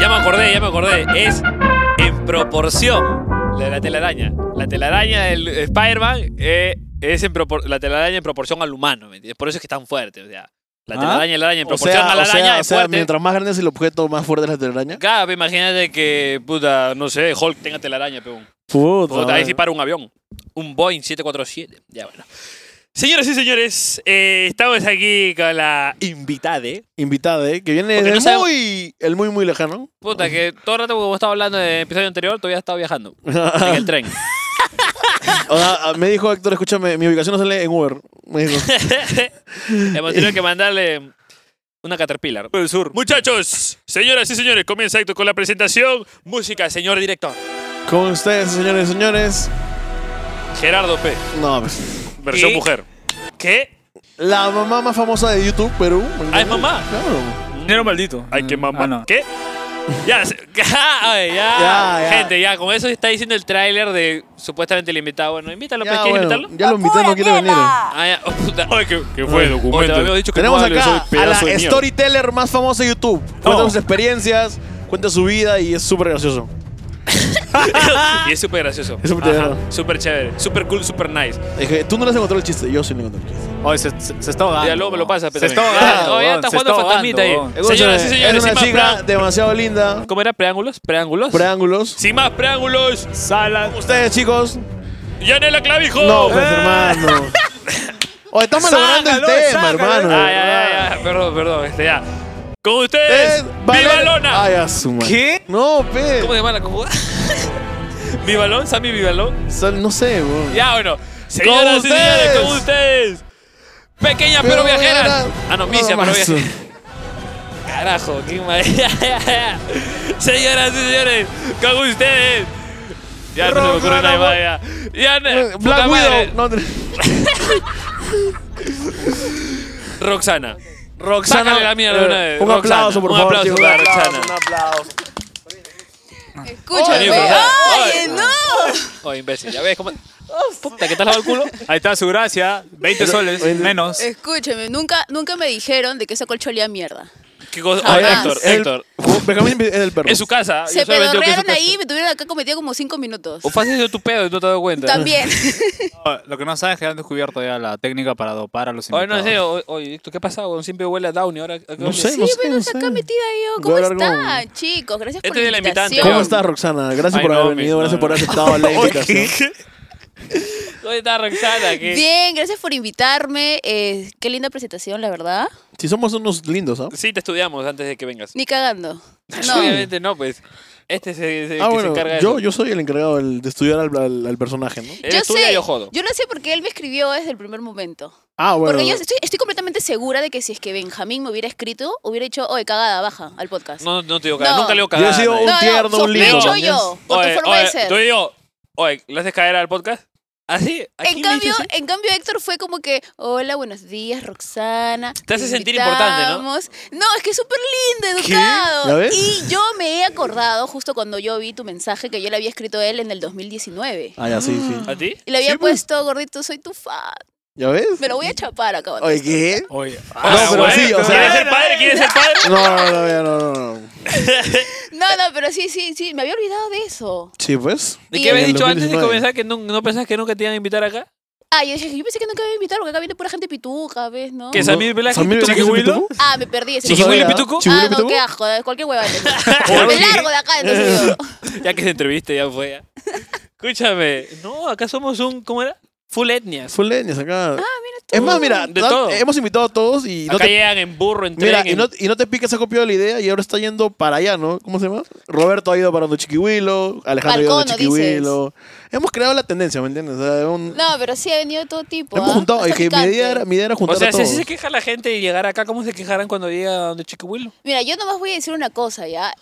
S3: Ya me acordé, ya me acordé. Es en proporción la de la telaraña. La telaraña del Spider-Man eh, es en propor- la telaraña en proporción al humano, ¿me entiendes? Por eso es que es tan fuerte, o sea, la
S2: Ah.
S3: telaraña y la araña en
S1: O
S3: proporción
S1: sea,
S3: a la
S1: o sea,
S3: araña
S1: o
S3: es
S1: sea,
S3: fuerte.
S1: mientras más grande es el objeto, más fuerte es la telaraña.
S3: Claro, pero imagínate que, puta, no sé, Hulk tenga telaraña, peón.
S1: Puta.
S3: Puta, ahí
S1: madre.
S3: sí para un avión. Un Boeing 747. Ya, bueno. Señoras y señores, eh, estamos aquí con la invitada.
S1: Invitada, ¿eh? Que viene
S3: Porque
S1: del
S3: no sabemos-
S1: muy, el muy, muy lejano.
S3: Puta, que todo el rato que hemos estado hablando del episodio anterior, todavía he estado viajando en el tren.
S1: O sea, me dijo Héctor, escúchame, mi ubicación no sale en Uber. Me dijo.
S3: Hemos tenido que mandarle una Caterpillar. Del sur. Muchachos, señoras y señores, comienza acto con la presentación. Música, señor director.
S1: Con ustedes, señores y señores.
S3: Gerardo P.
S1: No, pues.
S3: Versión
S2: ¿Y?
S3: mujer. ¿Qué?
S1: La mamá más famosa de YouTube, Perú. ¿me
S3: Ah, es
S1: entiendes?
S3: mamá.
S1: Claro.
S2: Dinero maldito.
S3: Ay, qué mamá.
S2: Ah, no.
S3: ¿Qué? Ya, se- Ay, ya.
S1: Ya, ya.
S3: Gente, ya, con eso está diciendo el tráiler de supuestamente el invitado. Bueno, invítalo, pues,
S1: Ya,
S3: ¿quieres
S1: bueno,
S3: invitarlo?
S1: ya lo invitó, no quiere venir. eh.
S3: Ah, ya. Oh, puta.
S2: Ay, ¿qué, qué fue
S1: Ay.
S3: Oye, te
S2: documento?
S3: habíamos dicho que
S1: Tenemos
S3: no hables,
S1: acá
S3: soy
S1: a la
S3: pedazo de mierda.
S1: storyteller más famosa de YouTube. Cuenta
S2: No.
S1: sus experiencias, cuenta su vida y es súper gracioso.
S3: y es súper gracioso.
S1: Es súper
S3: Ajá,
S1: chévere.
S3: Súper chévere. Súper cool, súper nice.
S1: Dije, tú no le has encontrado el chiste, yo sí le encontré el chiste.
S2: Oye, se, se, se está ahogando.
S3: Ya luego me lo
S2: weón.
S3: pasa,
S2: Se
S3: pero
S2: está
S3: también.
S2: ahogando.
S3: Ah, oh, ya
S2: weón,
S3: está
S2: se
S3: jugando fantasmita ahí.
S2: ahogando, weón.
S3: Señoras y
S1: Escúchame,
S3: señores,
S1: es una
S3: sin más
S1: chica
S3: preá-
S1: demasiado linda.
S3: ¿Cómo era? ¿Preángulos? ¿Preángulos?
S1: Preángulos.
S3: Sin más preángulos.
S2: Sala.
S1: Ustedes, chicos.
S3: la Clavijo.
S1: No, pues,
S3: Ah,
S1: hermano. Oye, estamos logrando el
S2: Sácalo,
S1: tema,
S2: sácalo.
S1: hermano.
S3: Ah, ya, ya, ya. Perdón, perdón. Este, ya. Con ustedes,
S1: Es
S3: Viva
S1: Valer-
S3: Lona.
S1: Ay, a su madre.
S2: ¿Qué?
S1: No, pues. pe.
S3: ¿Cómo se llama la conjuga? ¿Vivalón? ¿Sammy Vivalón?
S1: Sal- No sé, weón.
S3: Ya, bueno. Señoras y señores,
S1: ustedes.
S3: con ustedes. Pequeñas pero,
S1: Pero
S3: viajeras.
S1: era-
S3: Ah, no, misia
S1: no,
S3: pero
S1: más.
S3: viajeras. Carajo, qué mal. Señoras y señores, con ustedes. Ya no se me ocurre nada más. Ya, ya no-
S1: Eh,
S3: puta
S1: Black
S3: madre.
S1: Widow. No,
S3: Roxana.
S1: Roxana.
S3: Sácale la mierda de una vez.
S1: Un eh,
S3: Roxana,
S1: aplauso, por
S3: un
S1: favor.
S3: aplauso
S1: chicos.
S3: para Roxana.
S1: Un aplauso.
S4: Escúchame.
S3: Oye,
S4: ¡Ay,
S3: oye.
S4: no!
S3: Oh, imbécil, ya ves cómo. Oh, Puta, ¿qué te has lavado el culo?
S2: Ahí está su gracia. 20 soles
S1: el-
S2: menos.
S4: eh. Escúchame, nunca, nunca me dijeron de que esa colcha olía a mierda.
S3: ¿Qué cosa?
S4: Ah,
S3: Oye,
S4: ya.
S3: Héctor,
S1: El-
S3: Héctor.
S1: Benjamín es el perro.
S3: Es su casa. yo
S4: Se
S3: solamente digo que es su
S4: pedorrearon
S3: casa.
S4: ahí y me tuvieron acá cometida como cinco minutos.
S3: O fácil sido tu pedo y no te has dado cuenta.
S4: También.
S2: No, Lo que no sabes es que han descubierto ya la técnica para dopar a los
S3: Oye,
S2: invitados.
S3: no sé, o- oye, Víctor, ¿qué ha pasado? weón? Siempre huele a Downey ahora. ¿a qué
S1: No
S3: huele?
S1: sé,
S4: Sí,
S1: no sé.
S4: bueno,
S1: no
S4: está
S1: sé.
S4: acá metida yo.
S1: Voy
S4: ¿Cómo
S1: a hablar con-
S4: están, chicos? Gracias
S3: Este
S4: por
S3: es
S4: la
S3: el invitante.
S4: invitación.
S1: ¿Cómo estás, Roxana? Gracias
S3: Ay,
S1: por
S3: no,
S1: haber
S3: mi-
S1: venido, gracias
S3: no,
S1: por
S3: no.
S1: haber aceptado la invitación.
S3: ¿Dónde está Roxana? ¿Qué?
S4: Bien, gracias por invitarme. Eh, qué linda presentación, la verdad.
S1: Si somos unos lindos, ¿ah?
S3: Sí, te estudiamos antes de que vengas.
S4: Ni cagando. No.
S3: Obviamente no, pues. Este es el, es el
S1: Ah,
S3: que
S1: bueno,
S3: se encarga
S1: yo,
S3: de. eso.
S1: yo soy el encargado del- de estudiar al, al- al personaje, ¿no?
S3: Él
S4: Yo
S3: estudia
S4: sé,
S3: y yo jodo.
S4: yo no sé por qué él me escribió desde el primer momento.
S1: Ah, bueno.
S4: Porque yo estoy, estoy completamente segura de que si es que Benjamín me hubiera escrito, hubiera dicho, oye, cagada, baja al podcast.
S3: No, no te digo cagada,
S4: No.
S3: nunca leo
S1: Yo he
S3: cagada.
S1: sido
S3: a
S1: un
S3: nadie.
S4: no,
S1: tierno, un lindo.
S4: sospecho
S1: ¿no?
S4: yo, por
S3: Oye,
S4: tu forma
S3: oye,
S4: de ser.
S3: Tú y yo, oye, ¿le haces caer al podcast? ¿Ah, Así.
S4: En cambio, en cambio, Héctor fue como que, hola, buenos días, Roxana.
S3: Te hace sentir importante, ¿no?
S4: invitamos". No, es que es súper lindo, educado.
S1: ¿Ya ves?
S4: Y yo me he acordado justo cuando yo vi tu mensaje que yo le había escrito a él en el 2019.
S1: Ah, ya, sí, sí.
S3: ¿A ti?
S4: Y le había
S1: Sí, pues.
S4: puesto, gordito, soy tu fan.
S1: ¿Ya ves?
S4: Me lo voy a chapar acá. cuando
S1: Oye,
S4: esto.
S1: ¿qué?
S2: Oye.
S1: Ah, No, pero
S3: bueno,
S1: sí, o sea-
S3: ¿Quieres ser padre? ¿Quieres ser padre?
S1: No, no, no, ya, no, no, no.
S4: No, no, pero sí, sí, sí, me había olvidado de eso.
S1: Sí, pues.
S3: ¿Y
S4: Y
S3: qué
S4: en
S3: habías
S1: el
S3: dicho antes de
S1: 2019.
S3: comenzar que no, no pensás que nunca te iban a invitar acá?
S4: Ah, yo dije, yo pensé que nunca me iba a invitar porque acá viene pura gente pituca, ¿ves? ¿No?
S3: ¿Qué es Samir Velázquez,
S1: Samir Velázquez es
S3: Chiquihuilo?
S1: Pituco?
S4: Ah, me perdí ese.
S3: ¿Chiquihuilo y
S1: ¿Sabía?
S3: Pituco?
S1: ¿Chiquihuilo
S4: Ah,
S1: y
S4: no,
S1: Pituco?
S4: qué asco, de cualquier hueva. me largo de acá, entonces yo.
S3: Ya que se entreviste, ya fue. ya. Escúchame. No, acá somos un. ¿Cómo era? Full etnias.
S1: Full leñas acá.
S4: Ah, tú.
S1: Es más, mira,
S3: De
S1: no-
S3: todo.
S1: hemos invitado a todos y no
S3: acá
S1: te...
S3: llegan en burro, en tren.
S1: Mira, y
S3: en-
S1: no, y no te piques, se ha copiado la idea y ahora está yendo para allá, ¿no? ¿Cómo se llama? Roberto ha ido para donde Chiquihuilo, Alejandro ha ido donde
S4: Balcono,
S1: Chiquihuilo. Hemos creado la tendencia, ¿me entiendes? O sea, un-
S4: No, pero sí ha venido de todo tipo.
S1: hemos
S4: ¿ah?
S1: juntado,
S4: Hasta
S1: es que mi
S4: picante.
S1: idea, era, mi idea era juntar
S3: o sea,
S1: a
S3: si
S1: todos.
S3: así se queja la gente y llegar acá, ¿cómo se quejarán cuando llega donde Chiquihuilo?
S4: Mira, yo nomás voy a decir una cosa, ¿ya?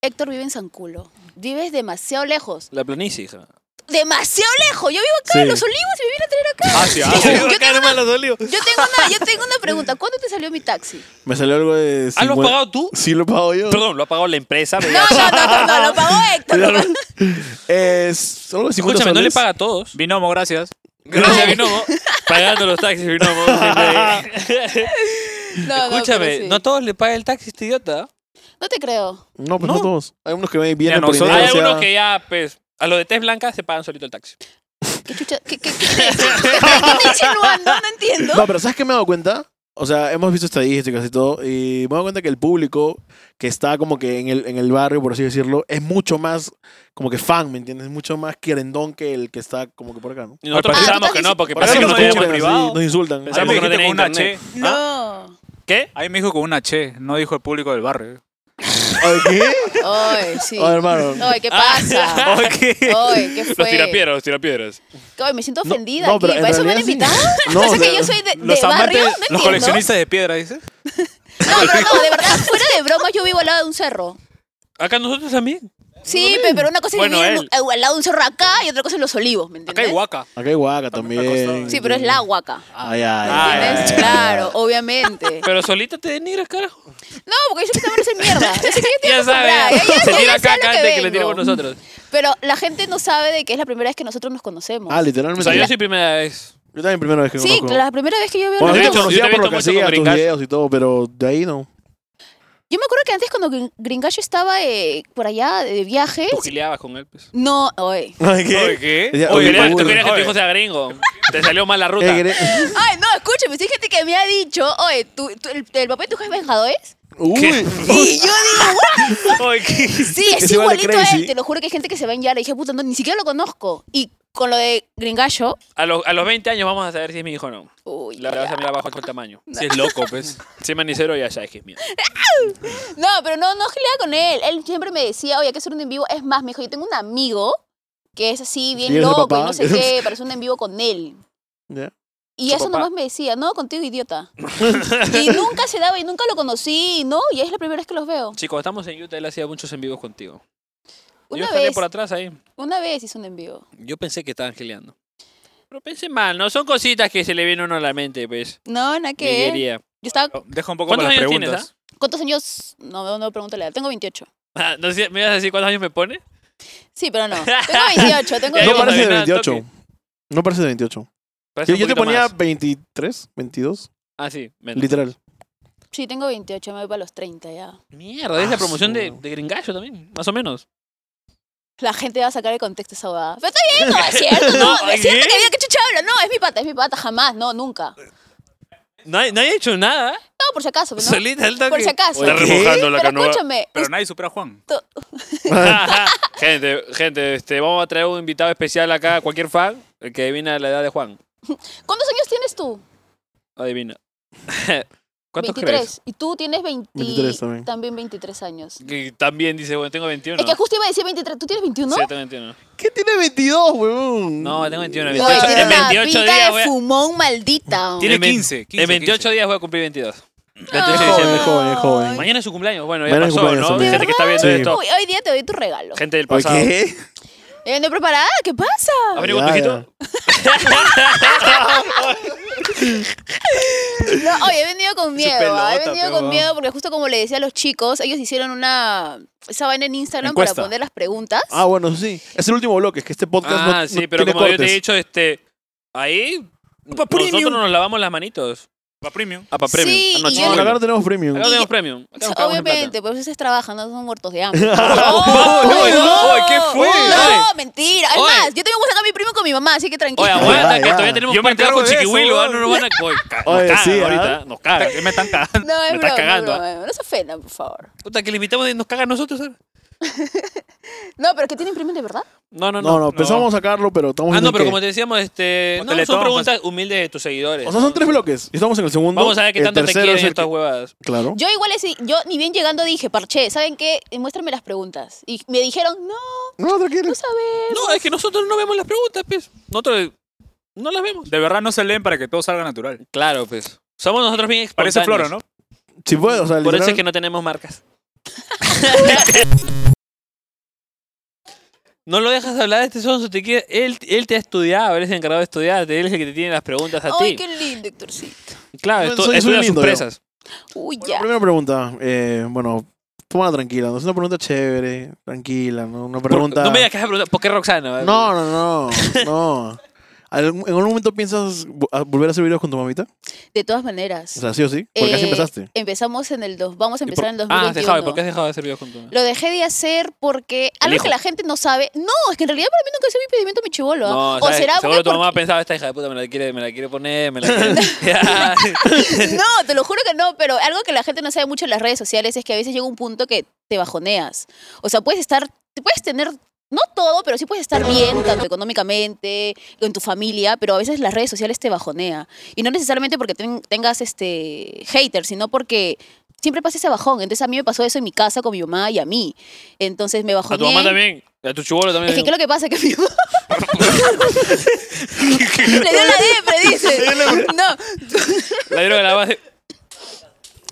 S4: Héctor vive en San Culo. Vives demasiado lejos.
S3: La planicie, hija.
S4: ¡Demasiado lejos! Yo vivo acá en
S1: Sí.
S4: Los Olivos y me viene a traer acá.
S3: Ah, sí, ah,
S4: sí. Yo
S3: acá nomás los dolió.
S4: Yo tengo una, yo tengo una pregunta. ¿Cuándo te salió mi taxi?
S1: Me salió algo de...
S3: ¿Ah, lo has
S1: 50
S3: pagado tú?
S1: Sí, lo he pagado yo.
S3: Perdón, lo ha pagado la empresa.
S4: No,
S3: ¿verdad?
S4: no, no, no, no, lo pagó Héctor. lo pagó-
S1: Es algo de 50
S3: Escúchame, no le
S1: soles.
S3: paga a todos.
S2: Binomo, gracias.
S3: Gracias, Binomo. Pagando los taxis, Binomo.
S4: No, no, pero
S3: Escúchame,
S4: sí.
S3: no a todos le paga el taxi este idiota.
S4: No te creo.
S1: No, pues no,
S3: No.
S1: todos. Hay unos que vienen
S2: Ya,
S1: por
S2: nosotros-
S1: inercia.
S3: Hay algunos que ya, pues, a los de tez blanca se pagan solito el taxi.
S4: ¿Qué chucha? ¿Qué, qué, qué, crees? ¿Qué está insinuando? No entiendo.
S1: No, pero ¿sabes qué me he dado cuenta? O sea, hemos visto estadísticas y todo, y me he dado cuenta que el público que está como que en el, en el barrio, por así decirlo, es mucho más como que fan, ¿me entiendes? Mucho más querendón que el que está como que por acá, ¿no?
S3: Y nosotros
S4: Ah, tú
S3: pensábamos
S4: estás
S3: que no,
S4: dici-
S3: porque
S2: Por eso
S3: pensábamos
S2: no
S3: que no
S2: tiene
S3: teníamos privado.
S1: nos insultan.
S2: Ahí me
S3: Pensamos que no
S2: dijiste
S3: tenía
S2: con una
S3: internet.
S2: che.
S4: No.
S3: ¿Qué?
S2: Ahí me dijo con una che, no dijo el público del barrio.
S1: Ay, ¿Qué?
S4: Ay, sí.
S1: Ay, hermano. Ah.
S4: Ay, ¿qué pasa?
S3: Ok.
S4: Ay, ¿qué
S3: Los
S4: fue?
S3: tirapiedras, los tirapiedras.
S4: Ay, me siento
S1: No,
S4: ofendida
S1: no,
S4: aquí.
S1: pero en
S4: ¿Para eso me han
S1: realidad sí.
S4: invitado?
S1: No,
S4: o sea, que
S1: pero-
S4: yo soy de,
S2: Los
S4: de barrio.
S2: amantes,
S4: No
S2: los
S4: entiendo.
S2: coleccionistas de piedra, dices.
S4: No, no, no, de verdad, fuera de broma, yo vivo al lado de un cerro.
S3: Acá nosotros también.
S4: Sí, pe- pero una cosa es
S3: Bueno,
S4: vivir en
S3: él.
S4: un- al lado de un cerro acá y otra cosa es los olivos, ¿me
S2: Acá hay
S4: entiendes?
S2: huaca.
S1: Acá hay huaca
S2: También está
S1: también.
S2: acostado.
S4: Sí, pero es la huaca.
S1: Ay, ay,
S2: Ah,
S1: ay,
S4: ¿Entiendes?
S1: ay,
S4: Claro, obviamente.
S3: Pero solita te denigras, carajo.
S4: No, porque yo siempre me hacer mierda. Yo sé que yo tengo
S3: Ya
S4: que
S3: sabes.
S4: comprar, ya- ya-
S3: Se
S4: ya
S3: tira
S4: sé
S3: acá
S4: lo que
S3: antes que le
S4: vengo.
S3: tiremos nosotros.
S4: Pero la gente no sabe de que es la primera vez que nosotros nos conocemos.
S1: Ah,
S3: O
S1: literalmente.
S3: sea, yo
S1: yo,
S3: soy primera vez.
S1: también primera vez que
S4: sí,
S1: conozco.
S4: la primera vez que yo veo a
S1: Bueno,
S3: Yo
S1: yo
S3: he
S1: te
S4: Lorenzo-
S3: visto- yo
S1: conocía
S3: te he
S1: por lo
S3: visto
S1: que
S3: mucho
S1: hacía,
S3: con
S1: tus
S3: Gringas.
S1: videos y todo, pero de ahí no.
S4: Yo me acuerdo que antes cuando Gring- Gringallo estaba eh, por allá de viaje.
S3: Tú gileabas con él, pues.
S4: No, oye.
S1: Ay,
S2: Oye, ¿qué?
S1: Ya,
S3: Tú
S1: Oye,
S3: querías tú
S1: Raúl,
S3: querías que tu
S2: oye.
S3: hijo sea gringo. Te salió mal la ruta.
S1: Eh, Gre-
S4: Ay, no, escúchame, sí hay gente que me ha dicho, oye, ¿tú, tú- el, el papá de tu jefe es Vengadores?
S1: Uy.
S4: Y yo digo, "What?".
S3: Oye, ¿qué?
S4: Sí, es,
S1: Es igual de
S4: igualito a él.
S1: crazy.
S4: Te lo juro que hay gente que se va a enviar. Y dije, puta, no, ni siquiera lo conozco. Y con lo de Gringallo,
S3: A los, a los 20 años vamos a saber si es mi hijo o no.
S4: uy,
S3: Le vas a mirar abajo el tamaño.
S2: Si es loco, pues.
S3: Si es manicero, ya sabes que es mío.
S4: No, pero no, no gileaba con él. Él siempre me decía, oye, hay que hacer un en vivo. Es más, me dijo, yo tengo un amigo que es así,
S1: ¿Y
S4: bien
S1: es el
S4: loco y
S1: papá?
S4: no sé qué, parece un en vivo con él.
S1: Ya.
S4: Y
S3: ¿Su
S4: eso
S3: papá?
S4: nomás me decía, no, contigo idiota. y nunca se daba y nunca lo conocí, ¿no? Y es la primera vez que los veo.
S3: Chicos, estamos en Utah, él hacía muchos en vivos contigo.
S4: Una
S3: Yo
S4: vez,
S3: por atrás ahí.
S4: una vez hizo un en vivo.
S3: Yo pensé que estaban gileando. Pero pensé mal, ¿no? Son cositas que se le viene a uno a la mente, pues.
S4: No, nada que ver. Yo
S3: Miguelía.
S4: estaba,
S3: Oh.
S2: Deja un poco
S3: ¿Cuántos
S2: para las
S3: años
S2: preguntas.
S3: tienes,
S4: ¿cuántos años? No, no, no pregunto la edad. Tengo 28.
S3: Ah, no sé, ¿Me ibas a decir cuántos años me pone?
S4: Sí, pero no. Tengo 28, tengo
S3: Ya,
S1: No
S3: yo
S4: 28.
S1: parece de
S3: también, ah,
S1: 28.
S3: toque.
S1: No parece de 28.
S3: Parece
S1: Yo,
S3: un
S1: yo te
S3: poquito
S1: ponía
S3: más.
S1: 23, 22,
S3: Ah, sí. menos.
S1: literal.
S4: Sí, tengo 28, me voy para los 30 ya.
S3: Mierda, es la
S1: Ah,
S3: promoción
S1: su-
S3: de, de Gringallo también, más o menos.
S4: La gente va a sacar el contexto esa huevada. Pero está bien, no, es cierto, no, no es
S3: ¿qué?
S4: cierto que diga que chucha habla. No, es mi pata, es mi pata, jamás, no, nunca. No,
S3: Nadie, nadie ha hecho nada. ¿eh?
S4: por si acaso, pero no.
S3: Solita el toque.
S4: Por si acaso.
S3: Está
S1: ¿Qué?
S3: remojando la
S4: Pero
S3: canoa.
S4: escúchame,
S2: Pero nadie supera a Juan.
S3: Ajá. gente, gente, este, vamos a traer un invitado especial acá, cualquier fan, el que adivina la edad de Juan.
S4: ¿cuántos años tienes tú?
S3: Adivina. ¿Cuántos
S4: 23.
S3: crees?
S4: Y tú tienes 20
S1: 23 también.
S4: 23 años.
S3: Que también dice, bueno, tengo 21.
S4: Es que justo iba a decir 23. ¿Tú tienes 21?
S3: Sí, tengo 21.
S1: ¿Qué tiene 22, huevón?
S3: No, tengo 21.
S4: Oye,
S3: 28,
S4: tiene
S3: en
S4: una
S3: 28
S4: pinta
S3: días,
S4: de
S3: güey.
S4: fumón maldita.
S2: Tiene
S3: En ve-
S2: 15, 15,
S3: en 28
S2: 15.
S3: días voy a cumplir 22. 28 de
S1: Es joven,
S3: diciembre.
S1: es joven, es joven.
S3: Mañana es su cumpleaños. Bueno, ya
S1: Mañana es su
S3: pasó,
S1: cumpleaños,
S3: ¿no?
S1: hombre.
S3: Gente que está viendo
S1: Sí.
S3: esto.
S4: Uy, hoy día te doy tu regalo.
S3: Gente del
S1: ¿Por
S3: pasado.
S1: qué?
S4: Eh, no he preparada, ¿qué pasa?
S3: ¿Ha venido con tu
S1: Ya,
S3: hijito?
S4: No, oye, he venido con miedo.
S2: pelota,
S4: he venido
S2: pero-
S4: con miedo porque justo como le decía a los chicos, ellos hicieron una... Esa vaina en Instagram
S2: Encuesta.
S4: para poner las preguntas.
S1: Ah, bueno, eso sí. Es el último bloque, es que este podcast no,
S3: Ah,
S1: no
S3: sí, pero
S1: tiene
S3: como yo te he
S1: cortes.
S3: dicho, este. Ahí.
S2: Pa' premium.
S3: Nosotros nos lavamos las manitos.
S2: Para premium.
S3: Ah, para
S4: Sí,
S3: premium.
S4: y
S3: Ah, no,
S4: yo-
S1: No,
S3: chingón.
S1: acá no tenemos premium.
S3: Acá
S4: Y-
S3: tenemos premium. Acá nos cagamos en plata.
S4: Obviamente, pues ustedes trabajan, no son muertos de hambre.
S3: ¡Uy,
S4: ¡Uy,
S3: no! ¡Uy, qué fue!
S4: No, mentira. Es
S3: ¡Uy!
S4: más, yo también voy a sacar a mi primo con mi mamá, así que tranquilo.
S3: Oye, aguanta,
S1: Ya,
S3: que
S1: ya.
S3: todavía tenemos
S2: Yo me
S3: partido
S2: encargo
S3: con
S2: de eso,
S3: Chiquihuilo. ah, No nos van a. Oye, ca- nos
S1: Oye,
S3: cagan
S1: sí, ¿ah?
S3: ahorita. Nos cagan.
S2: Me están cagando.
S4: No, es
S3: Me estás
S4: broma,
S3: cagando, ¿ah?
S4: es broma. No se ofendan, por favor.
S3: Puta, que le invitamos y nos cagan nosotros. ¿sabes?
S4: No, pero que tienen premium de verdad.
S3: No, no,
S1: No,
S3: no.
S1: no, pensábamos sacarlo, pero estamos
S3: Ah,
S1: viendo
S3: no, pero
S1: que- pues.
S3: como te decíamos, este.
S2: O
S3: No,
S2: Teletón,
S3: son preguntas humildes de tus seguidores.
S1: O sea, son tres bloques. y Estamos en el segundo.
S3: Vamos a ver qué
S1: el
S3: tanto te
S1: tercero
S3: quieren
S1: es el
S3: estas
S1: que-
S3: huevadas.
S1: Claro.
S4: Yo igual, así- yo ni bien llegando dije, parche, ¿saben qué? Eh, Muéstrame las preguntas. Y me dijeron, no,
S1: No, tranquilo.
S4: no sabemos.
S3: No, es que nosotros no vemos las preguntas, pues. Nosotros no las vemos.
S2: De verdad no se leen para que todo salga natural.
S3: Claro, pues. Somos nosotros bien
S2: Parece
S3: espontáneos.
S2: floro, ¿no?
S1: Si puedes, o sea,
S3: Por eso
S1: literal-
S3: es que no tenemos marcas. No lo dejas hablar de este sonso, te quiere- él, él te ha estudiado, él es el encargado de estudiarte, él es el que te tiene las preguntas a ti.
S4: Ay, qué lindo, Héctorcito.
S3: Claro,
S1: Soy-
S3: estu-
S1: soy
S3: estudia sus
S1: lindo, yo.
S3: presas.
S4: Uy,
S1: Bueno,
S4: ya.
S1: Primera pregunta. Eh, bueno, tómala tranquila. No es una pregunta chévere, tranquila. No, una
S3: Por-
S1: pregunta.
S3: No me digas que es pregunta, ¿por qué Roxana?
S1: No, no, no. No. ¿Algún- ¿En algún momento piensas vo- a volver a hacer videos con tu mamita?
S4: De todas maneras.
S1: O sea, sí o sí. Porque así
S4: Eh,
S1: empezaste.
S4: Empezamos en el 2. Vamos a empezar en el
S3: Ah, has
S4: 2021.
S3: dejado, ¿por qué has dejado de hacer videos con tu
S4: Lo dejé de hacer porque algo
S3: hijo.
S4: que la gente no sabe. No, es que en realidad para mí nunca ha sido mi pedimento mi chivolo. ¿ah?
S3: No,
S4: o
S3: ¿sabes?
S4: será
S3: seguro
S4: porque-
S3: tu mamá pensaba esta hija de puta me la quiere, me la quiere poner, me la quiere.
S4: No, te lo juro que no, pero algo que la gente no sabe mucho en las redes sociales es que a veces llega un punto que te bajoneas. O sea, puedes estar, te puedes tener, no todo, pero sí puedes estar bien, tanto económicamente, en tu familia, pero a veces las redes sociales te bajonea. Y no necesariamente porque ten- tengas este haters, sino porque siempre pasa ese bajón. Entonces a mí me pasó eso en mi casa con mi mamá y a mí. Entonces me
S3: a
S4: bajoneé.
S3: tu mamá también, a tu chubolo también.
S4: Es que ¿qué es lo que pasa? Que mi mamá... Le dio la depre, dice. No,
S3: La dieron a la base.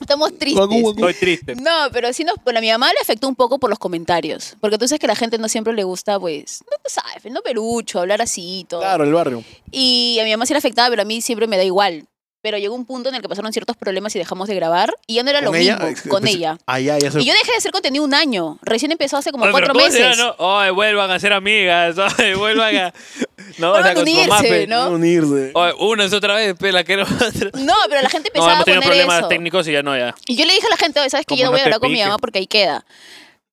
S4: estamos
S1: Guacu,
S4: tristes.
S1: guacu.
S3: Estoy triste.
S4: No, pero sí nos... Bueno, a mi mamá le afectó un poco por los comentarios. Porque tú sabes que a la gente no siempre le gusta, pues... No tú sabes, no perucho, hablar así y todo.
S1: Claro, el barrio.
S4: Y a mi mamá sí le afectaba, pero a mí siempre me da igual. Pero llegó un punto en el que pasaron ciertos problemas y dejamos de grabar. Y ya no era lo mismo
S1: Ex-
S4: con
S1: pues,
S4: ella.
S1: Ah, ya, ya se...
S4: Y yo dejé de hacer contenido un año. Recién empezó hace como
S3: Oye, pero
S4: cuatro
S3: ¿cómo será,
S4: meses.
S3: no? Oye, vuelvan a ser amigas, oye, vuelvan a. No,
S4: Vuelvan a
S3: con tu mamá,
S4: unirse,
S3: pe.
S4: ¿no?
S1: Unirse.
S3: Oye, una es otra vez, pe, la quiero otra.
S4: No, pero la gente
S3: No,
S4: empezaba
S3: hemos
S4: a
S3: tenido
S4: poner
S3: problemas
S4: eso.
S3: técnicos y ya no, ya.
S4: Y yo le dije a la gente, "Oye, ¿sabes que
S3: Como
S4: Yo no
S3: no
S4: voy a
S3: te
S4: hablar con mi
S3: pique.
S4: mamá porque ahí queda.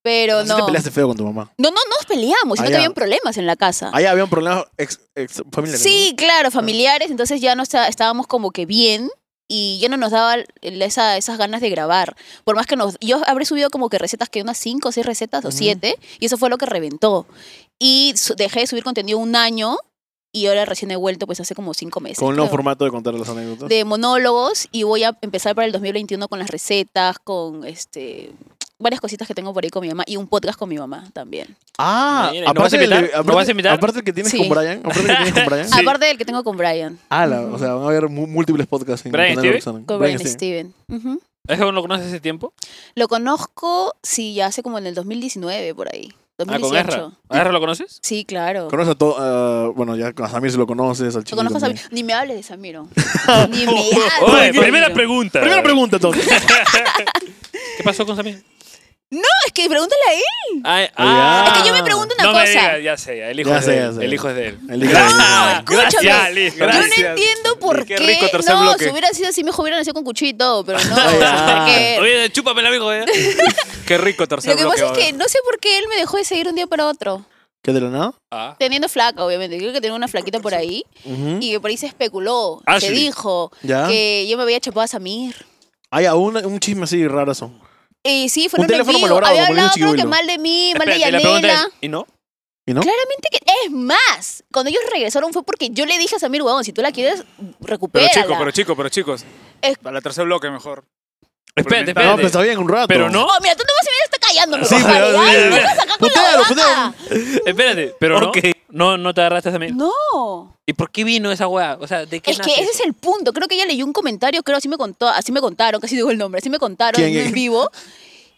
S4: Pero
S1: Así te
S4: no.
S1: peleaste feo con tu mamá.
S4: No, no nos peleamos, sino
S1: Ah,
S4: que
S1: ya.
S4: habían problemas en la casa.
S1: Allá había un problema ex, ex- familiar.
S4: Ah. Sí, claro, familiares, entonces ya no está- estábamos como que bien y ya no nos daba el- esa- esas ganas de grabar. Por más que nos... Yo habré subido como que recetas, que unas cinco o seis recetas o
S1: Ujú.
S4: siete, y eso fue lo que reventó. Y su- dejé de subir contenido un año y ahora recién he vuelto pues hace como cinco meses.
S1: ¿no? Con un nuevo
S4: creo
S1: formato de contar las anécdotas.
S4: de monólogos y voy a empezar para el 2021 con las recetas, con este varias cositas que tengo por ahí con mi mamá y un podcast con mi mamá también.
S1: Ah,
S3: Mira, ¿y no
S1: aparte
S3: vas a
S1: del de-
S3: invitar? ¿No
S1: aparte-
S3: vas a invitar?
S1: Aparte el que tienes
S4: Sí.
S1: con Brian. Aparte el que tienes con Brian.
S3: Sí.
S4: Aparte del que tengo con Brian,
S1: Ah, la- o sea, van a haber mu- múltiples podcasts. en
S3: Brian
S1: Canal
S3: Steven.
S1: Roxana.
S4: con Brian,
S1: Brian Steven.
S4: Steven. Ujú.
S3: ¿Es que uno lo conoces hace tiempo?
S4: Lo conozco, sí, ya hace como en el 2019 por ahí,
S3: Ah, con Erra.
S4: 2018.
S3: ¿A Erra lo conoces?
S4: Sí, claro.
S1: Conoces a todo. ah, bueno, ya a Samir se lo conoces. Al
S4: Lo
S1: chico.
S4: conozco a
S1: también.
S4: Samir. Ni me hables de Samiro. Ni me hables.
S3: Oye,
S4: de
S3: primera
S4: Samiro.
S3: pregunta.
S1: Primera pregunta, entonces.
S3: ¿Qué pasó con Samir?
S4: Es que pregúntale a él.
S3: Ay,
S1: Ah, ya.
S4: Es que yo me pregunto una
S3: no
S4: cosa.
S3: Me digas, ya sé, ya, el hijo
S1: Ya
S3: es
S1: sé,
S3: de
S1: ya
S3: él.
S1: sé.
S3: El hijo es de él.
S1: El hijo de él.
S3: Ah,
S4: Escúchame,
S3: Gracias, listo.
S4: Yo no
S2: gracias.
S4: entiendo por qué.
S2: Qué rico tercer
S4: no,
S2: bloque.
S4: si hubiera sido así, mejor hubiera nacido con cuchito, pero no.
S1: Ay,
S4: o sea,
S1: ah.
S4: porque-
S3: Oye, chúpame el amigo, ¿eh?
S2: Qué rico tercer
S4: Lo que pasa es
S2: bloque,
S4: que no sé por qué él me dejó de seguir un día para otro.
S1: ¿Qué de la nada?
S3: Ah.
S4: Teniendo flaca, obviamente. Creo que tenía una flaquita por ahí.
S1: Ujú.
S4: Y que por ahí se especuló. Se
S3: Ashley.
S4: dijo
S3: Ah.
S1: Ya.
S4: que yo me había chapado a Samir.
S1: Hay aún un chisme así raro son.
S4: Y Eh, sí, fue
S1: Un
S4: un
S1: teléfono
S4: enemigo.
S1: malogrado,
S4: Había
S1: como le
S4: hablado
S1: dice
S4: creo que
S1: Chibuelo.
S4: mal de mí, mal de
S3: Espérate, la pregunta
S4: Yanela.
S3: es, ¿y no?
S1: ¿Y no?
S4: Claramente que es más. Cuando ellos regresaron fue porque yo le dije a Samir, huevón, si tú la quieres,
S2: Pero
S4: recupérala.
S2: chicos, pero chicos, pero chicos.
S4: Es-
S2: Para el tercer bloque mejor.
S3: Espérate,
S1: No,
S3: espérate.
S1: pero está bien un rato.
S3: Pero no,
S4: Oh, mira, tú no vas a venir hasta callando, mi
S1: Sí,
S4: compadre,
S1: pero-
S4: ¿ah?
S1: sí,
S4: No
S1: sí.
S4: vas a sacar con la
S1: Putealo,
S4: guaca.
S1: putealo.
S3: espérate, pero no.
S2: Ok.
S3: No, no te agarraste a Samir.
S4: No.
S3: ¿Y por qué vino esa weá? O sea, ¿de qué
S4: Es que
S3: nace
S4: ese
S3: eso?
S4: es el punto. Creo que ella leyó un comentario, creo, así me contó, así me contaron, casi digo el nombre, así me contaron
S1: ¿Quién
S4: en
S1: es?
S4: un vivo.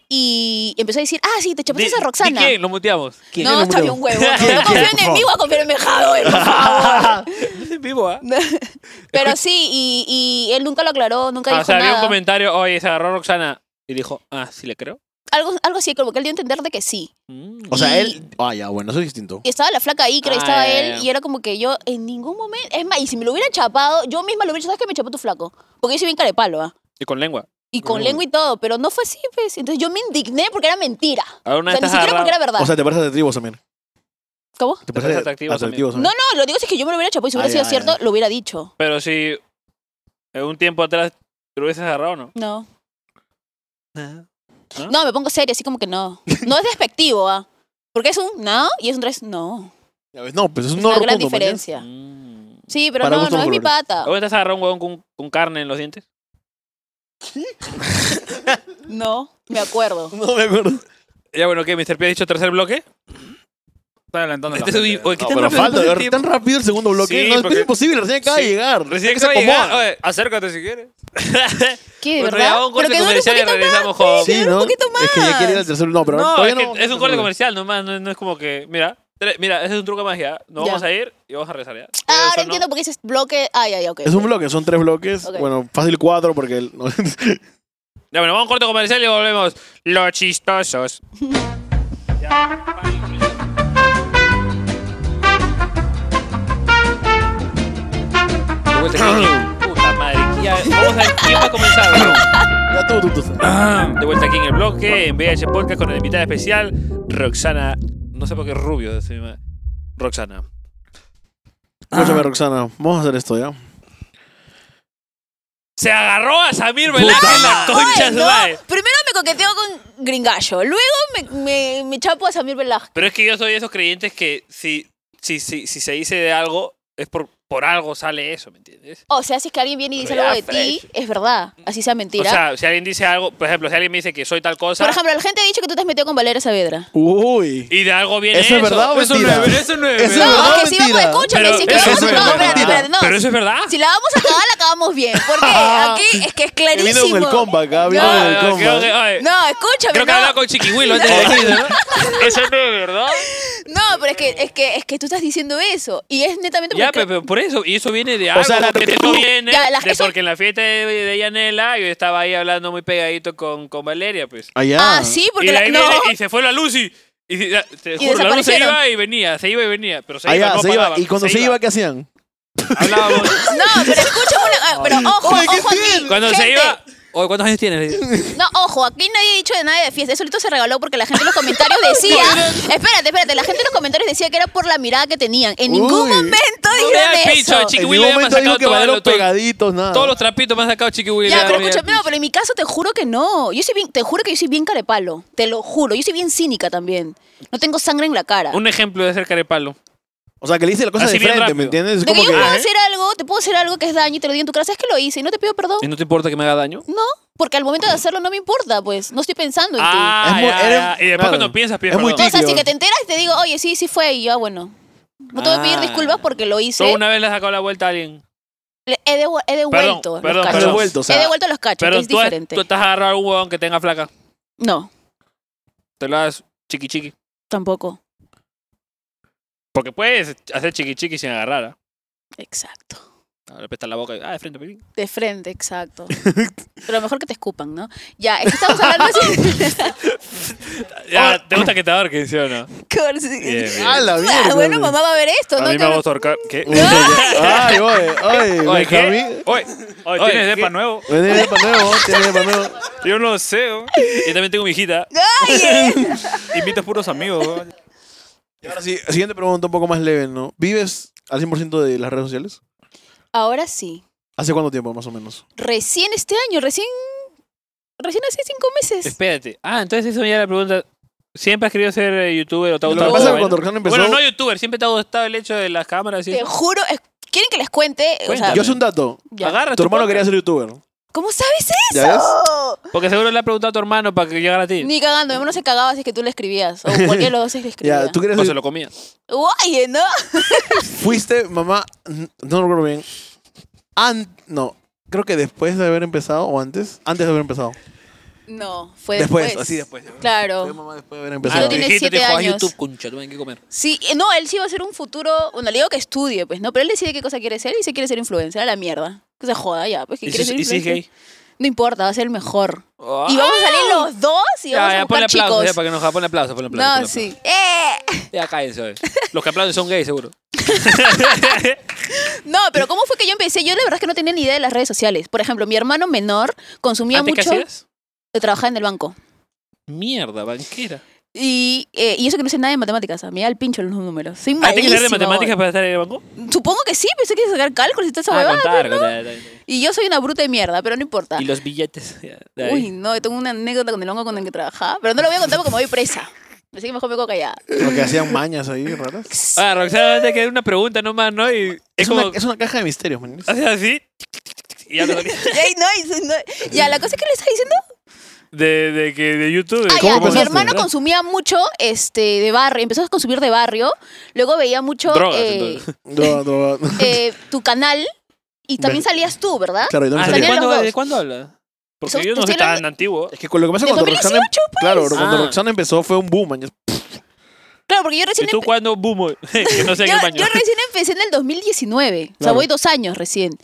S4: Y empezó a decir, ah, sí, te
S3: ¿Di-
S4: chapaste a
S3: di
S4: Roxana.
S3: quién? ¿Lo muteamos?
S1: ¿Quién?
S4: No,
S1: ¿Quién
S4: está
S1: lo
S4: bien un huevo. No,
S1: ¿Quién?
S4: no confío en el
S1: ¿Quién?
S4: vivo, a confiar en mi Jadwe, por favor.
S3: Es en vivo, ¿ah?
S4: Pero sí, y, y él nunca lo aclaró, nunca
S3: Ah, o
S4: dijo
S3: sea, había un
S4: nada.
S3: comentario, oye, se agarró Roxana. Y dijo, ah, sí le creo.
S4: Algo, algo así, como que él dio a entender de que sí.
S3: Mm.
S1: O sea, él. Ah, ya, bueno, eso es distinto.
S4: Y estaba la flaca ahí, creo, y
S3: Ah,
S4: estaba
S3: ya, ya,
S4: él,
S3: ya.
S4: y era como que yo en ningún momento. Es más, y si me lo hubieran chapado, yo misma lo hubiera dicho, ¿sabes que me chapó tu flaco? Porque yo soy bien carepalo, ¿ah?
S3: Y con lengua.
S4: Y
S3: Mm.
S4: con lengua y todo, pero no fue así, pues. Entonces yo me indigné porque era mentira. O
S3: ¿Alguna
S4: sea,
S3: vez
S4: ni
S3: te has
S4: siquiera porque era
S3: agarrado?
S4: verdad.
S1: O sea, te pareces atractivo también.
S4: ¿Cómo?
S1: Te
S3: pareces
S1: pareces
S3: atractivo,
S1: atractivo,
S3: Samir.
S1: Samir.
S4: No, no, lo digo es que yo me lo hubiera chapado y si hubiera
S1: Ah,
S4: sido
S1: ya,
S4: cierto,
S1: ya.
S4: lo hubiera dicho.
S3: Pero si eh, un tiempo atrás te lo hubieses agarrado, ¿no?
S4: No.
S3: No.
S4: No, me pongo seria, así como que no. No es despectivo, ¿ah? Porque es un no y es un tres no.
S1: Ya ves, No, pues es un
S4: Es una
S1: no
S4: gran
S1: rotundo, ¿me entiendes?
S4: diferencia.
S3: Mm.
S4: Sí, pero
S1: Para
S4: no,
S1: gustos
S4: no es mi
S1: colores.
S4: pata.
S3: ¿Alguna vez te has agarrado un huevón con, con carne en los dientes?
S4: No, me acuerdo.
S1: No me acuerdo.
S3: Ya, bueno, ¿qué? ¿Mr. P ha dicho tercer bloque?
S2: Está adelantando la
S3: Este es un-
S2: gente.
S3: oye, ¿qué
S1: No,
S3: tan
S1: pero
S3: rápido
S1: falta,
S3: pasa el
S1: ¿verdad?
S3: tiempo?
S1: tan rápido el segundo bloque.
S3: Sí,
S1: no,
S3: porque-
S1: es imposible, recién acaba de
S3: Sí.
S1: llegar.
S3: Recién que
S1: se
S3: se va a llegar.
S1: acomoda.
S3: Oye,
S2: Acércate si quieres.
S4: ¿Qué, de
S3: Bueno,
S4: verdad?
S3: hago un
S4: Pero
S3: corte
S4: que dure un
S3: comercial y
S4: poquito más.
S3: regresamos con...
S1: Sí,
S4: Quiero un
S1: ¿no?
S4: poquito
S1: Es que ya quiere ir
S4: más.
S1: al tercer. No, pero
S3: No, es,
S1: todavía
S3: que
S1: no.
S3: es un corte comercial nomás, no, no es como que... Mira, tre- mira, ese es un truco de magia. Nos
S4: Ya.
S3: vamos a ir y vamos a regresar, ¿ya?
S4: Ah,
S3: Eso
S4: ahora
S3: no.
S4: entiendo por qué ese bloque. Ay, ay, ok.
S1: Es un bloque, son tres bloques.
S4: Ok.
S1: Bueno, fácil cuatro porque. el- no.
S3: Ya, bueno, vamos a un corte comercial y volvemos. Los chistosos. vuelta aquí. Puta madre. Ya, vamos a ver quién va a comenzar. bro.
S1: Ya tú, tú,
S4: Ah.
S1: tú.
S2: Ah.
S3: De vuelta aquí en el bloque, en VH Podcast, con la invitada especial, Roxana. No sé por qué rubio se llama. Roxana.
S1: Escúchame, Roxana. Vamos a hacer esto, ¿ya?
S3: Se agarró a Samir Velázquez en la concha de su
S4: Ay, no.
S3: madre.
S4: Primero me coqueteo con Gringallo, luego me, me- me chapo a Samir Velázquez.
S3: Pero es que yo soy de esos creyentes que si, si, si, si se dice de algo, es por, por algo sale eso, ¿me entiendes?
S4: O sea, si es que alguien viene y dice
S3: Pero
S4: algo
S3: ya,
S4: de ti,
S3: fresh.
S4: es verdad, así sea mentira.
S3: O sea, si alguien dice algo, por ejemplo, si alguien me dice que soy tal cosa
S4: Por ejemplo, la gente ha dicho que tú te has metido con Valeria Saavedra.
S1: Uy.
S3: y de algo viene
S1: ¿Eso es verdad o
S2: Eso no
S1: mentira?
S2: es- eso no es
S1: Eso
S4: No,
S2: verdad.
S1: verdad o
S4: es que si vamos,
S1: mentira?
S4: escúchame,
S3: Pero
S4: si
S3: eso
S4: queremos-
S1: es
S4: no,
S1: verdad.
S4: espérate, espérate, no.
S3: Pero eso es verdad.
S4: Si la vamos a cagar, la cagamos bien. Porque aquí es que es
S1: Que vino
S4: clarísimo.
S1: con el comeback, ¿ah? Vino
S3: No,
S1: con el
S3: no, creo que,
S1: comeback.
S3: oye,
S4: No, escúchame.
S3: creo que
S4: no.
S3: hablaba con Chiquihuilo antes de venir, ¿no? Eso no es verdad.
S4: No, pero es que, es que es que tú estás diciendo eso. Y es netamente
S3: Ya,
S4: porque.
S3: pero, pero por eso, y eso viene de algo,
S1: sea, la-
S3: porque esto viene
S4: Ya, la-
S3: de
S4: eso-
S3: porque en la fiesta de, de Yanela yo estaba ahí hablando muy pegadito con, con Valeria, pues.
S1: Allá.
S4: ah, sí,
S3: Y,
S4: porque
S3: de
S4: la,
S3: ahí
S4: no.
S3: viene- y se fue la luz y, y, y- te juro, la luz se
S4: desaparecieron.
S3: iba y venía, se iba y venía, pero se iba,
S1: Allá,
S3: no
S1: Ah, se iba.
S3: paraba,
S1: Y cuando se iba, ¿qué hacían?
S3: hablábamos.
S4: No, pero escúchame una. ah, Pero ojo,
S1: Oye, ¿qué
S4: ojo aquí.
S1: tiene?
S3: Cuando se
S4: gente.
S3: iba, Oye, ¿cuántos años tienes?
S4: No, ojo, aquí nadie ha dicho de nada de fiesta. Eso ahorita se regaló porque la gente en los comentarios decía. espérate, espérate. La gente en los comentarios decía que era por la mirada que tenían. En ningún
S1: Uy.
S4: momento
S3: No
S4: dijeron
S3: veas,
S4: eso.
S3: picho, chico.
S1: En ningún
S3: Willy ya me ha
S1: momento dijo
S3: sacado
S1: que
S3: todo
S1: valieron
S3: lo- todo-
S1: pegaditos, nada.
S3: Todos los trapitos me han sacado Chiquihuilo.
S4: Ya, pero escúchame, no, pero en mi caso te juro que no. Yo soy bien, te juro que yo soy bien carepalo. Te lo juro. Yo soy bien cínica también. No tengo sangre en la cara.
S3: Un ejemplo de ser carepalo.
S1: O sea, que le hice la cosa de
S3: Así bien
S1: frente,
S3: rápido.
S1: ¿me entiendes?
S4: De que
S1: Como
S4: yo
S1: que...
S4: puedo
S3: ¿eh?
S4: hacer algo, te puedo hacer algo que es daño y te lo digo en tu cara. ¿Sabes que lo hice y no te pido perdón?
S3: ¿Y no te importa que me haga daño?
S4: No, porque al momento de hacerlo no me importa, pues. No estoy pensando en
S3: Ah,
S1: Es muy-
S3: ya,
S1: eres-
S3: ya. Y después
S1: claro.
S3: cuando piensas, pides
S1: Es muy
S4: ti. O
S3: perdón.
S1: tic-
S4: sea, si
S1: tío.
S4: que te enteras y te digo, oye, sí, sí fue, y yo, ah, bueno. No tengo que pedir
S3: Ah.
S4: disculpas porque lo hice.
S3: Tú una vez le has sacado la vuelta a alguien.
S4: Le- He, devu- he devuelto
S3: perdón,
S1: Has
S4: los cachos.
S3: perdón.
S1: devuelto, o sea,
S4: he devuelto los cachos, que
S3: Pero
S4: es
S3: tú, has-
S4: diferente.
S3: tú te has agarrado a algún huevón que tenga flaca.
S4: No,
S3: Te lo das chiqui chiqui.
S4: tampoco.
S3: Porque puedes hacer chiqui chiqui sin agarrar. ¿ah?
S4: Exacto.
S3: Ahora apesta la boca y. Ah, de frente, pipín.
S4: De frente, exacto. Pero mejor que te escupan, ¿no? Ya, es que estamos hablando así.
S3: Ah, Ya, ¿Te gusta que te ahorquen, sí o no? Bien, bien.
S1: ¡Ah, la
S4: Ah,
S1: mierda!
S4: bueno, mamá va a ver esto,
S3: A
S4: ¿no?
S3: mí me
S4: Claro.
S3: va a ahorcar. ¿Qué?
S1: Uy, ¡Ay, oye! ¡Ay,
S3: Oye,
S1: Benjamín!
S3: ¿qué? Oh. Oye,
S2: Oye,
S3: Oye,
S2: tienes
S3: ¿qué?
S2: depa nuevo.
S1: Tiene depa nuevo, tiene depa nuevo.
S2: Yo no sé. ¿no?
S3: Yo también tengo mi hijita.
S4: Ay, eh.
S2: Invitas puros amigos. ¿no?
S1: Y ahora sí, siguiente pregunta un poco más leve, ¿no? ¿Vives al 100% de las redes sociales?
S4: Ahora sí.
S1: ¿Hace cuánto tiempo, más o menos?
S4: Recién este año, recién. Recién hace cinco meses.
S1: Este,
S3: Espérate. Ah, entonces eso ya la pregunta. ¿Siempre has querido ser eh, youtuber o te ha
S1: Lo que
S3: gustado
S1: pasa es
S3: esa
S1: que cuando
S3: vaina?
S1: Roxana empezó...
S3: Bueno, no youtuber, siempre te ha gustado el hecho de las cámaras. y
S4: Te
S3: eso.
S4: juro. es- ¿Quieren que les cuente? O sea,
S3: Cuéntame.
S1: Yo sé un dato.
S4: ya.
S3: Agarra
S1: Tu hermano
S3: podcast.
S1: quería ser youtuber.
S4: ¿Cómo sabes
S1: ¿Ya ves?
S4: eso?
S3: Porque seguro le ha preguntado a tu hermano para que llegara a ti.
S4: Ni cagando, mi hermano se cagaba si es que tú le escribías. O cualquiera de los dos se le escribía.
S1: Ya, tú querías
S3: O
S1: ser...
S3: se lo comía.
S4: Guay, ¿no?
S1: Fuiste, mamá... n- No recuerdo bien. An... No. Creo que después de haber empezado, o antes. Antes de haber empezado.
S4: No, fue después.
S1: Después, así después. Fue
S4: Claro.
S1: mamá después de haber
S4: Ah,
S1: empezado.
S4: no tiene siete años.
S3: YouTube, concha, tú que comer.
S4: Sí, eh, no, él sí va a ser un futuro. Bueno, le digo que estudie, pues, ¿no? Pero él decide qué cosa quiere ser y se quiere ser influencer. A la mierda. Que se joda ya, pues, que
S3: ¿Y
S4: quiere
S3: si
S4: ser
S3: y si es
S4: influencer.
S3: gay?
S4: No importa, va a ser el mejor. Y vamos a salir los dos y vamos
S3: Ah, Ya,
S4: a
S3: ya, ponle
S4: buscar
S3: aplauso,
S4: chicos.
S3: ya, para que nos ponle aplauso, ponle aplauso.
S4: no,
S3: ponle
S4: sí. ¡Eh!
S3: aplauso. Ya cállense, oye. Los que aplauden son gays, seguro.
S4: No, pero ¿cómo fue que yo empecé? Yo la verdad es que no tenía ni idea de las redes sociales. Por ejemplo, mi hermano menor consumía
S3: ¿Antes qué
S4: mucho
S3: hacías?
S4: de trabajar en el banco.
S3: Mierda, banquera.
S4: Y, eh, y eso que no sé nada de matemáticas. A mí al pincho los números. Soy
S3: ¿Ah, tienes que saber de
S4: malísima,
S3: matemáticas para estar en el banco?
S4: weón. Supongo que sí, pensé que sacar cálculos y toda esa
S3: Ah,
S4: huevada,
S3: contar,
S4: pues, ¿no?
S3: contar, contar.
S4: Y yo soy una bruta de mierda, pero no importa.
S3: Y los billetes. ya, de ahí.
S4: Uy, no, tengo una anécdota con el hongo con el que trabajaba. Pero no lo voy a contar porque me voy presa. Así que mejor me quedo callada.
S1: Porque hacían mañas ahí raras.
S3: Ah, Roxana, te queda una pregunta nomás, ¿no? Y
S1: Es,
S3: es
S1: una,
S3: como,
S1: es una caja de misterios, man.
S4: Ah,
S3: haces así, y ya te lo
S4: Y ahí no, y eso no. Ya, la cosa es que le estaba diciendo.
S3: de, de, que de YouTube.
S4: Ah,
S1: ¿Cómo
S4: ya, mi
S1: empezaste?
S4: hermano consumía mucho este, de barrio. Empezó a consumir de barrio. Luego veía mucho
S3: Drogas,
S4: eh,
S3: entonces.
S1: No, no, no.
S4: eh, tu canal. Y también salías tú, ¿verdad?
S1: Claro, y no me
S3: Ah,
S4: salían
S3: ¿de,
S1: salía.
S4: los
S3: cuándo,
S4: dos.
S3: ¿De cuándo hablas? Porque
S4: Eso-
S3: yo
S4: te
S3: no soy
S4: estoy
S3: tan
S4: hablando-
S3: antiguo.
S1: Es que con lo que pasa
S4: ¿De
S1: cuando Roxana, em-
S4: 2018, pues?
S1: claro, cuando
S3: Ah.
S1: Roxana empezó fue un boom, man.
S4: Claro, porque yo
S3: ¿Y
S4: recién,
S3: tú
S4: empe-
S3: cuándo, bumo? que no sé en
S4: yo,
S3: el baño.
S4: yo recién empecé en el 2019. O sea,
S1: Claro.
S4: voy dos años recién.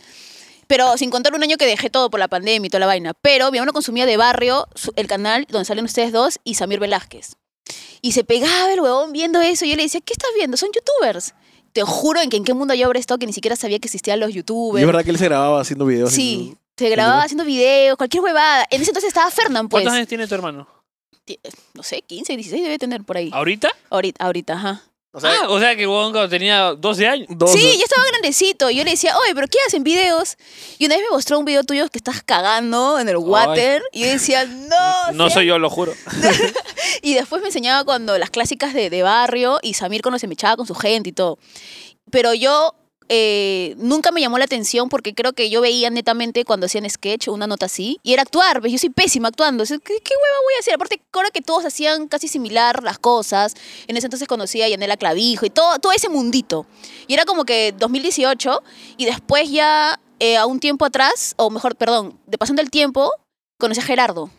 S4: Pero sin contar un año que dejé todo por la pandemia y toda la vaina. Pero mi hermano consumía de barrio su- el canal donde salen ustedes dos y Samir Velázquez. Y se pegaba el huevón viendo eso. Y yo le decía, ¿qué estás viendo? Son youtubers. te juro en que en qué mundo yo habré estado que ni siquiera sabía que existían los
S1: Y es
S4: youtubers.
S1: verdad que él se grababa haciendo videos.
S4: Sí, se grababa haciendo videos, cualquier huevada. En ese entonces estaba Fernán, pues.
S3: ¿Cuántos años tiene tu hermano?
S4: No sé, 15, 16 debe tener por
S1: Ah.
S4: ahí.
S3: ¿Ahorita?
S4: Ahorita, ahorita, ajá.
S1: O sea,
S3: ah, o sea que Wong cuando tenía 12 años.
S1: dos-
S4: Sí, yo estaba grandecito. Yo le decía, oye, pero ¿qué hacen videos? Y una vez me mostró un video tuyo que estás cagando en el water. Y yo decía, no.
S3: No
S4: ¿sí?".
S3: soy yo, lo juro.
S4: Y después me enseñaba cuando las clásicas de, de barrio y Samir cuando se me echaba con su gente y todo. Pero yo eh, nunca me llamó la atención porque creo que yo veía netamente cuando hacían sketch o una nota así. Y era actuar, ¿ves? Yo soy pésima actuando. O sea, ¿Qué, qué hueva voy a hacer? Aparte, ahora que todos hacían casi similar las cosas. En ese entonces conocí a Yanela Clavijo y todo, todo ese mundito. Y era como que 2018 y después ya eh, a un tiempo atrás, o mejor, perdón, de pasando el tiempo, conocí a Gerardo.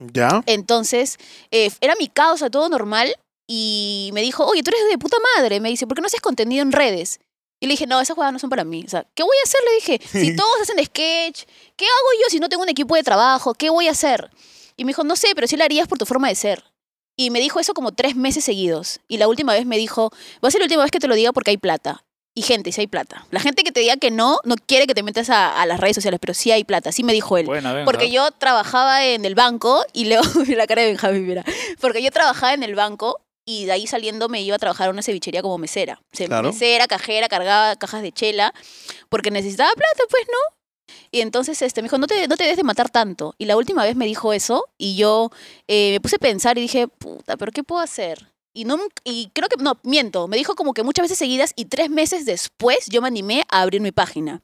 S1: ¿Ya?
S4: Entonces, eh, era mi causa, todo normal. Y me dijo, oye, tú eres de puta madre. Me dice, ¿por qué no haces contenido en redes? Y le dije, no, esas jugadas no son para mí. O sea, ¿qué voy a hacer? Le dije, si todos hacen sketch, ¿qué hago yo si no tengo un equipo de trabajo? ¿Qué voy a hacer? Y me dijo, no sé, pero sí lo harías por tu forma de ser. Y me dijo eso como tres meses seguidos. Y la última vez me dijo, va a ser la última vez que te lo diga porque hay plata. Y gente, si hay plata. La gente que te diga que no, no quiere que te metas a, a las redes sociales, pero sí hay plata. Así me dijo él.
S2: Buena, venga.
S4: Porque yo trabajaba en el banco y leo la cara de Benjamín, mira. Porque yo trabajaba en el banco y de ahí saliendo me iba a trabajar a una cevichería como mesera. O sea,
S1: Claro.
S4: Mesera, cajera, cargaba cajas de chela porque necesitaba plata, pues, ¿no? Y entonces este, me dijo, no te, no te des de matar tanto. Y la última vez me dijo eso y yo eh, me puse a pensar y dije, puta, ¿pero qué puedo hacer? Y, no, y creo que, no, miento, me dijo como que muchas veces seguidas y tres meses después yo me animé a abrir mi página.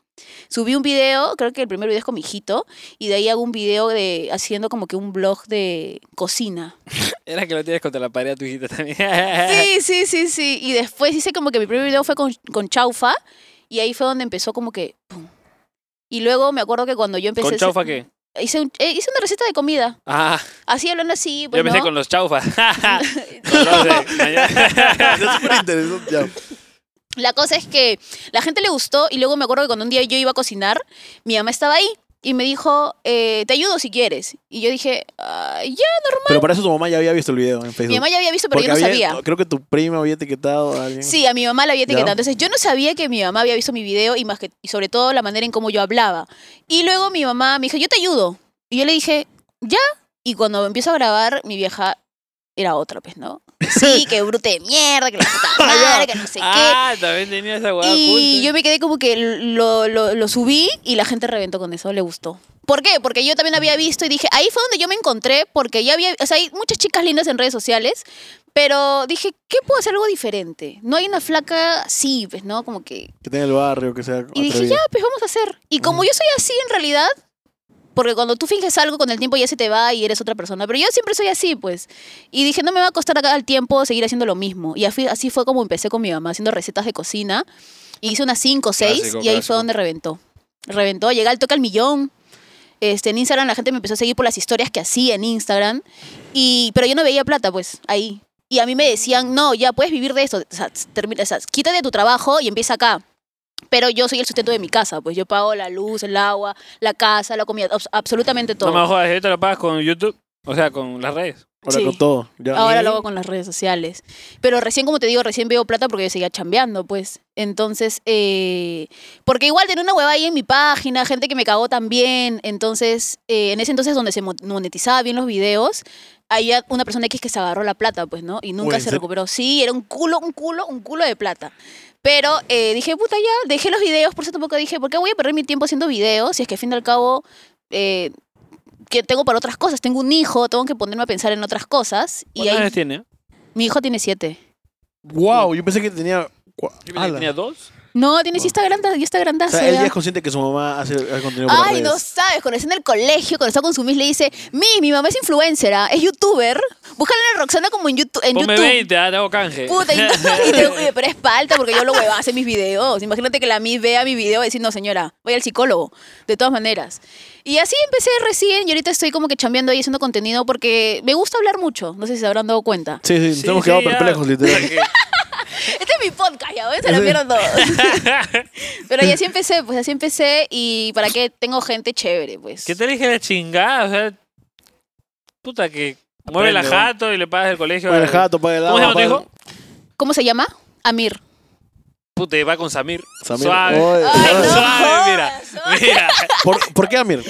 S4: Subí un video, creo que el primer video es con mi hijito, y de ahí hago un video de haciendo como que un blog de cocina.
S3: Era que lo tienes contra la pared a tu hijita también.
S4: Sí, sí, sí, sí. Y después hice como que mi primer video fue con, con Chaufa, y ahí fue donde empezó como que... pum. Y luego me acuerdo que cuando yo empecé...
S3: ¿Con chaufa qué?
S4: Hice, un- eh, hice una receta de comida,
S3: Ah,
S4: así hablando así.
S3: yo
S4: Pues,
S3: empecé
S4: ¿no?
S3: con los chaufas. Con los de-
S1: Es súper interesante. Ya.
S4: La cosa es que la gente le gustó y luego me acuerdo que cuando un día yo iba a cocinar, mi mamá estaba ahí y me dijo, eh, te ayudo si quieres. Y yo dije, "Ah, ya.
S1: Pero para eso tu mamá ya había visto el video en Facebook.
S4: Mi mamá ya había visto, pero yo no
S1: había-
S4: sabía.
S1: Creo que tu prima había etiquetado a alguien.
S4: Sí, a mi mamá la había
S1: Ya.
S4: etiquetado. Entonces yo no sabía que mi mamá había visto mi video y, más que, y sobre todo la manera en cómo yo hablaba. Y luego mi mamá me dijo, yo te ayudo. Y yo le dije, ya. Y cuando empiezo a grabar, mi vieja era otra, pues, ¿no? Sí, que brute de mierda, que la puta madre, que no sé qué.
S3: Ah, también tenía esa hueá
S4: Y
S3: oculta.
S4: yo me quedé como que lo, lo- lo subí y la gente reventó con eso, le gustó. ¿Por qué? Porque yo también había visto y dije, ahí fue donde yo me encontré, porque ya había, o sea, hay muchas chicas lindas en redes sociales, pero dije, ¿qué puedo hacer algo diferente? No hay una flaca así, pues, ¿no? Como que...
S1: Que tenga el barrio, que sea.
S4: Y dije,
S1: atrevida.
S4: ya, pues vamos a hacer. Y
S2: Mm.
S4: como yo soy así en realidad, porque cuando tú finges algo con el tiempo ya se te va y eres otra persona, pero yo siempre soy así, pues. Y dije, no me va a costar acá el tiempo seguir haciendo lo mismo. Y así, así fue como empecé con mi mamá, haciendo recetas de cocina. Y hice unas 5 o 6 y ahí
S2: Clásico,
S4: fue
S2: clásico.
S4: donde reventó. Reventó, llegué al toque al millón. Este, en Instagram la gente me empezó a seguir por las historias que hacía en Instagram. Y, pero yo no veía plata, pues, ahí. Y a mí me decían, no, ya puedes vivir de esto. O sea, termina, o sea, quítate tu trabajo y empieza acá. Pero yo soy el sustento de mi casa, pues yo pago la luz, el agua, la casa, la comida, abs- absolutamente todo.
S3: No me jodas, yo te lo pagas con YouTube. O sea, con las redes.
S1: Ahora
S4: sí.
S1: con todo. Ya.
S4: Ahora lo hago con las redes sociales. Pero recién, como te digo, recién veo plata porque yo seguía chambeando, pues. Entonces, eh, porque igual tenía una hueva ahí en mi página, gente que me cagó también. Entonces, eh, en ese entonces donde se mo- monetizaba bien los videos, había una persona X que se agarró la plata, pues, ¿no? Y nunca
S1: Uy, ¿en
S4: se
S1: serio?
S4: recuperó. Sí, era un culo, un culo, un culo de plata. Pero eh, dije, puta, ya, dejé los videos, por eso tampoco dije, ¿por qué voy a perder mi tiempo haciendo videos? Si es que al fin y al cabo... eh, que tengo para otras cosas, tengo un hijo, tengo que ponerme a pensar en otras cosas. Y
S3: ¿Cuántos
S4: ahí
S3: años tiene?
S4: mi hijo tiene siete.
S1: Wow, yo pensé que tenía. cua- ala.
S3: Yo pensé que ¿Tenía dos?
S4: No, tiene, sí está grande, ya está
S1: O
S4: grandazo.
S1: sea, él
S4: ya.
S1: ya es consciente que su mamá hace, hace contenido por
S4: Ay, no
S1: redes.
S4: sabes, cuando está en el colegio, cuando está con su miss, le dice, mi, mi mamá es influencer, ¿ah? es youtuber, búscala en Roxana como en YouTube. En
S3: Ponme
S4: YouTube.
S3: 20, ah, te hago canje.
S4: Puta, y, y te- oye, pero es palta porque yo lo huevas en mis videos. Imagínate que la Miss vea mi video y decir, no, señora, voy al psicólogo, de todas maneras. Y así empecé recién y ahorita estoy como que chambeando ahí haciendo contenido porque me gusta hablar mucho, no sé si se habrán dado cuenta.
S1: Sí, sí, nos hemos
S3: sí,
S1: quedado
S3: ya.
S1: perplejos, literal.
S4: Este es mi podcast, ya ven, se lo vieron todos. Pero y así empecé, pues así empecé y para qué tengo gente chévere, pues.
S3: ¿Qué te dije la chingada? O sea, puta, que mueve la
S1: Aprende,
S3: jato y le pagas el colegio.
S1: Paga el
S3: al-
S1: jato, paga el
S3: ¿Cómo se
S1: agua,
S3: llama tu
S1: paga-
S3: hijo?
S4: ¿Cómo se llama? Amir.
S3: Puta, y va con Samir.
S1: Samir.
S3: Suave.
S1: Oye,
S4: Ay, no.
S3: Suave, mira.
S4: Suave.
S3: Mira,
S1: ¿Por, por qué Amir?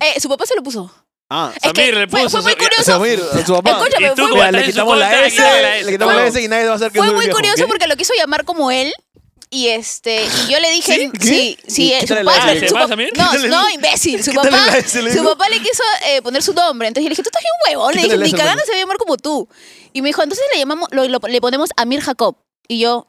S4: Eh, su papá se lo puso.
S1: Ah,
S4: Es que
S3: Samir le
S4: fue-
S3: puso
S4: Fue, muy
S3: su- ya,
S4: curioso.
S1: Samir, su papá.
S4: Escúchame,
S3: Y tú,
S4: fue
S3: como
S1: Mira,
S3: estás
S1: le
S3: en su
S1: quitamos la
S3: contra,
S1: S,
S3: quítale la S.
S1: le quitamos la
S4: Fue-
S1: S y nadie va a hacer que
S4: Fue
S1: es un
S4: muy
S1: viejo,
S4: curioso
S1: ¿ok?
S4: porque lo quiso llamar como él. Y este, y yo le dije,
S1: ¿Sí?
S4: sí,
S1: ¿Qué?
S4: sí,
S1: Y
S4: eh, su
S1: quítale la
S4: papá,
S1: S.
S4: su
S3: ¿Vas,
S4: papá-
S3: Samir?
S1: Quítale
S4: no,
S1: la-
S4: no, imbécil, su
S1: quítale
S4: papá,
S1: la S, le
S4: su
S1: digo.
S4: papá le quiso eh, poner su nombre, entonces yo le dije, tú estás bien huevón, le dije,
S1: Quítale la
S4: ni
S1: S,
S4: cagando
S1: hermano.
S4: se va a llamar como tú, y me dijo, entonces le llamamos, lo- lo- le ponemos Amir Jacob, y yo,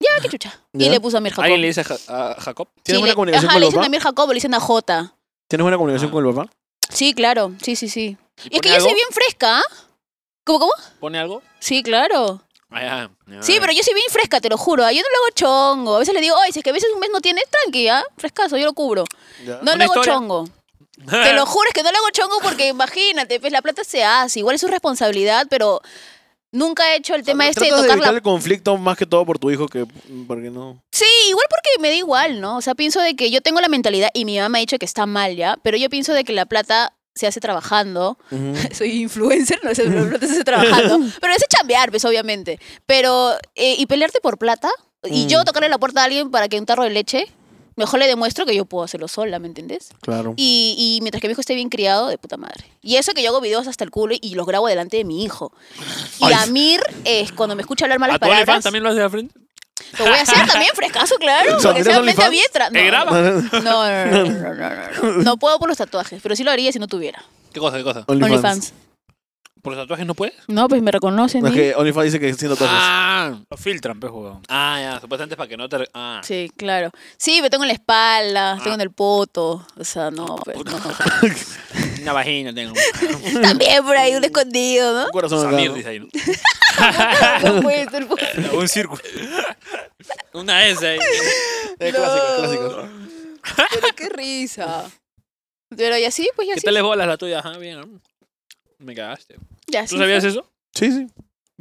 S4: ya, qué chucha,
S1: Ya.
S4: y le puso Amir Jacob.
S3: ¿Alguien le dice a, Ja- a Jacob?
S4: Sí,
S1: ¿Tienes
S4: le-
S1: buena comunicación
S4: ajá,
S1: con
S4: le
S1: el
S4: dicen
S1: papá?
S4: Amir Jacob, le dicen a J.
S1: ¿Tienes buena comunicación
S3: Ah.
S1: con el papá?
S4: Sí, claro, sí, sí, sí. Y es que
S3: pone
S4: yo soy
S3: algo?
S4: bien fresca, ¿ah? ¿Cómo, cómo?
S3: ¿Pone algo?
S4: Sí, claro.
S3: Ah, ya.
S4: Sí, pero yo soy bien fresca, te lo juro. ah, Yo no lo hago chongo. A veces le digo, ay, si es que a veces un mes no tiene, tranqui, ¿ah? Frescazo, yo lo cubro.
S1: Ya.
S4: No
S3: Una
S4: lo hago
S3: historia.
S4: chongo. Te lo juro, es que no lo hago chongo porque imagínate, pues la plata se hace. Igual es su responsabilidad, pero nunca he hecho el tema este de
S1: Tratas
S4: tocar
S1: evitar
S4: la...
S1: el conflicto más que todo por tu hijo que porque no.
S4: Sí, igual porque me da igual, ¿no? O sea, pienso de que yo tengo la mentalidad, y mi mamá me ha dicho que está mal, ¿ya? Pero yo pienso de que la plata se hace trabajando. soy influencer, no sé, no te estoy trabajando. Pero es chambear, pues, obviamente. Pero, eh, y pelearte por plata, y
S1: Mm.
S4: yo tocarle la puerta a alguien para que un tarro de leche, mejor le demuestro que yo puedo hacerlo sola, ¿me entiendes?
S1: Claro.
S4: Y, y mientras que mi hijo esté bien criado, de puta madre. Y eso que yo hago videos hasta el culo y- y los grabo delante de mi hijo. Y
S1: Ay.
S4: Amir, eh, cuando me escucha hablar
S3: ¿A
S4: malas
S3: tu OnlyFans
S4: palabras,
S3: también lo hace de frente?
S4: lo voy a hacer también, frescazo, claro.
S1: ¿Son-
S4: Porque
S1: eres
S4: sea mente
S1: OnlyFans?
S4: abierta.
S3: ¿Te graba?
S4: No, no, no, no, no, no, no, no. No puedo por los tatuajes, pero sí lo haría si no tuviera.
S3: ¿Qué cosa, qué cosa?
S1: OnlyFans.
S4: OnlyFans.
S3: ¿Por los tatuajes no puedes?
S4: No, pues me reconocen.
S1: No, es
S4: y-
S1: que OnlyFans dice que siento tatuajes.
S3: Ah,
S2: Lo filtran, pues, huevón.
S3: ah, ya, supuestamente es para que no te... re- Ah,
S4: Sí, claro. Sí, me tengo en la espalda, tengo en el poto. O sea, no, pues, no.
S3: una vagina tengo.
S4: También por ahí un escondido, ¿no?
S1: Un corazón acá,
S3: Samir
S1: ¿no?
S3: dice ahí. ¿no?
S4: No puede ser posible.
S2: Un círculo.
S3: Una S ahí.
S1: Eh, clásica,
S4: No.
S1: clásica.
S4: Pero qué risa. Pero y así, pues ya
S3: ¿Qué
S4: así.
S3: tal les bolas la tuya? Ajá, Ah, bien. ¿no? Me cagaste.
S4: ya así
S3: ¿Tú sabías
S4: fue.
S3: eso?
S1: Sí, sí.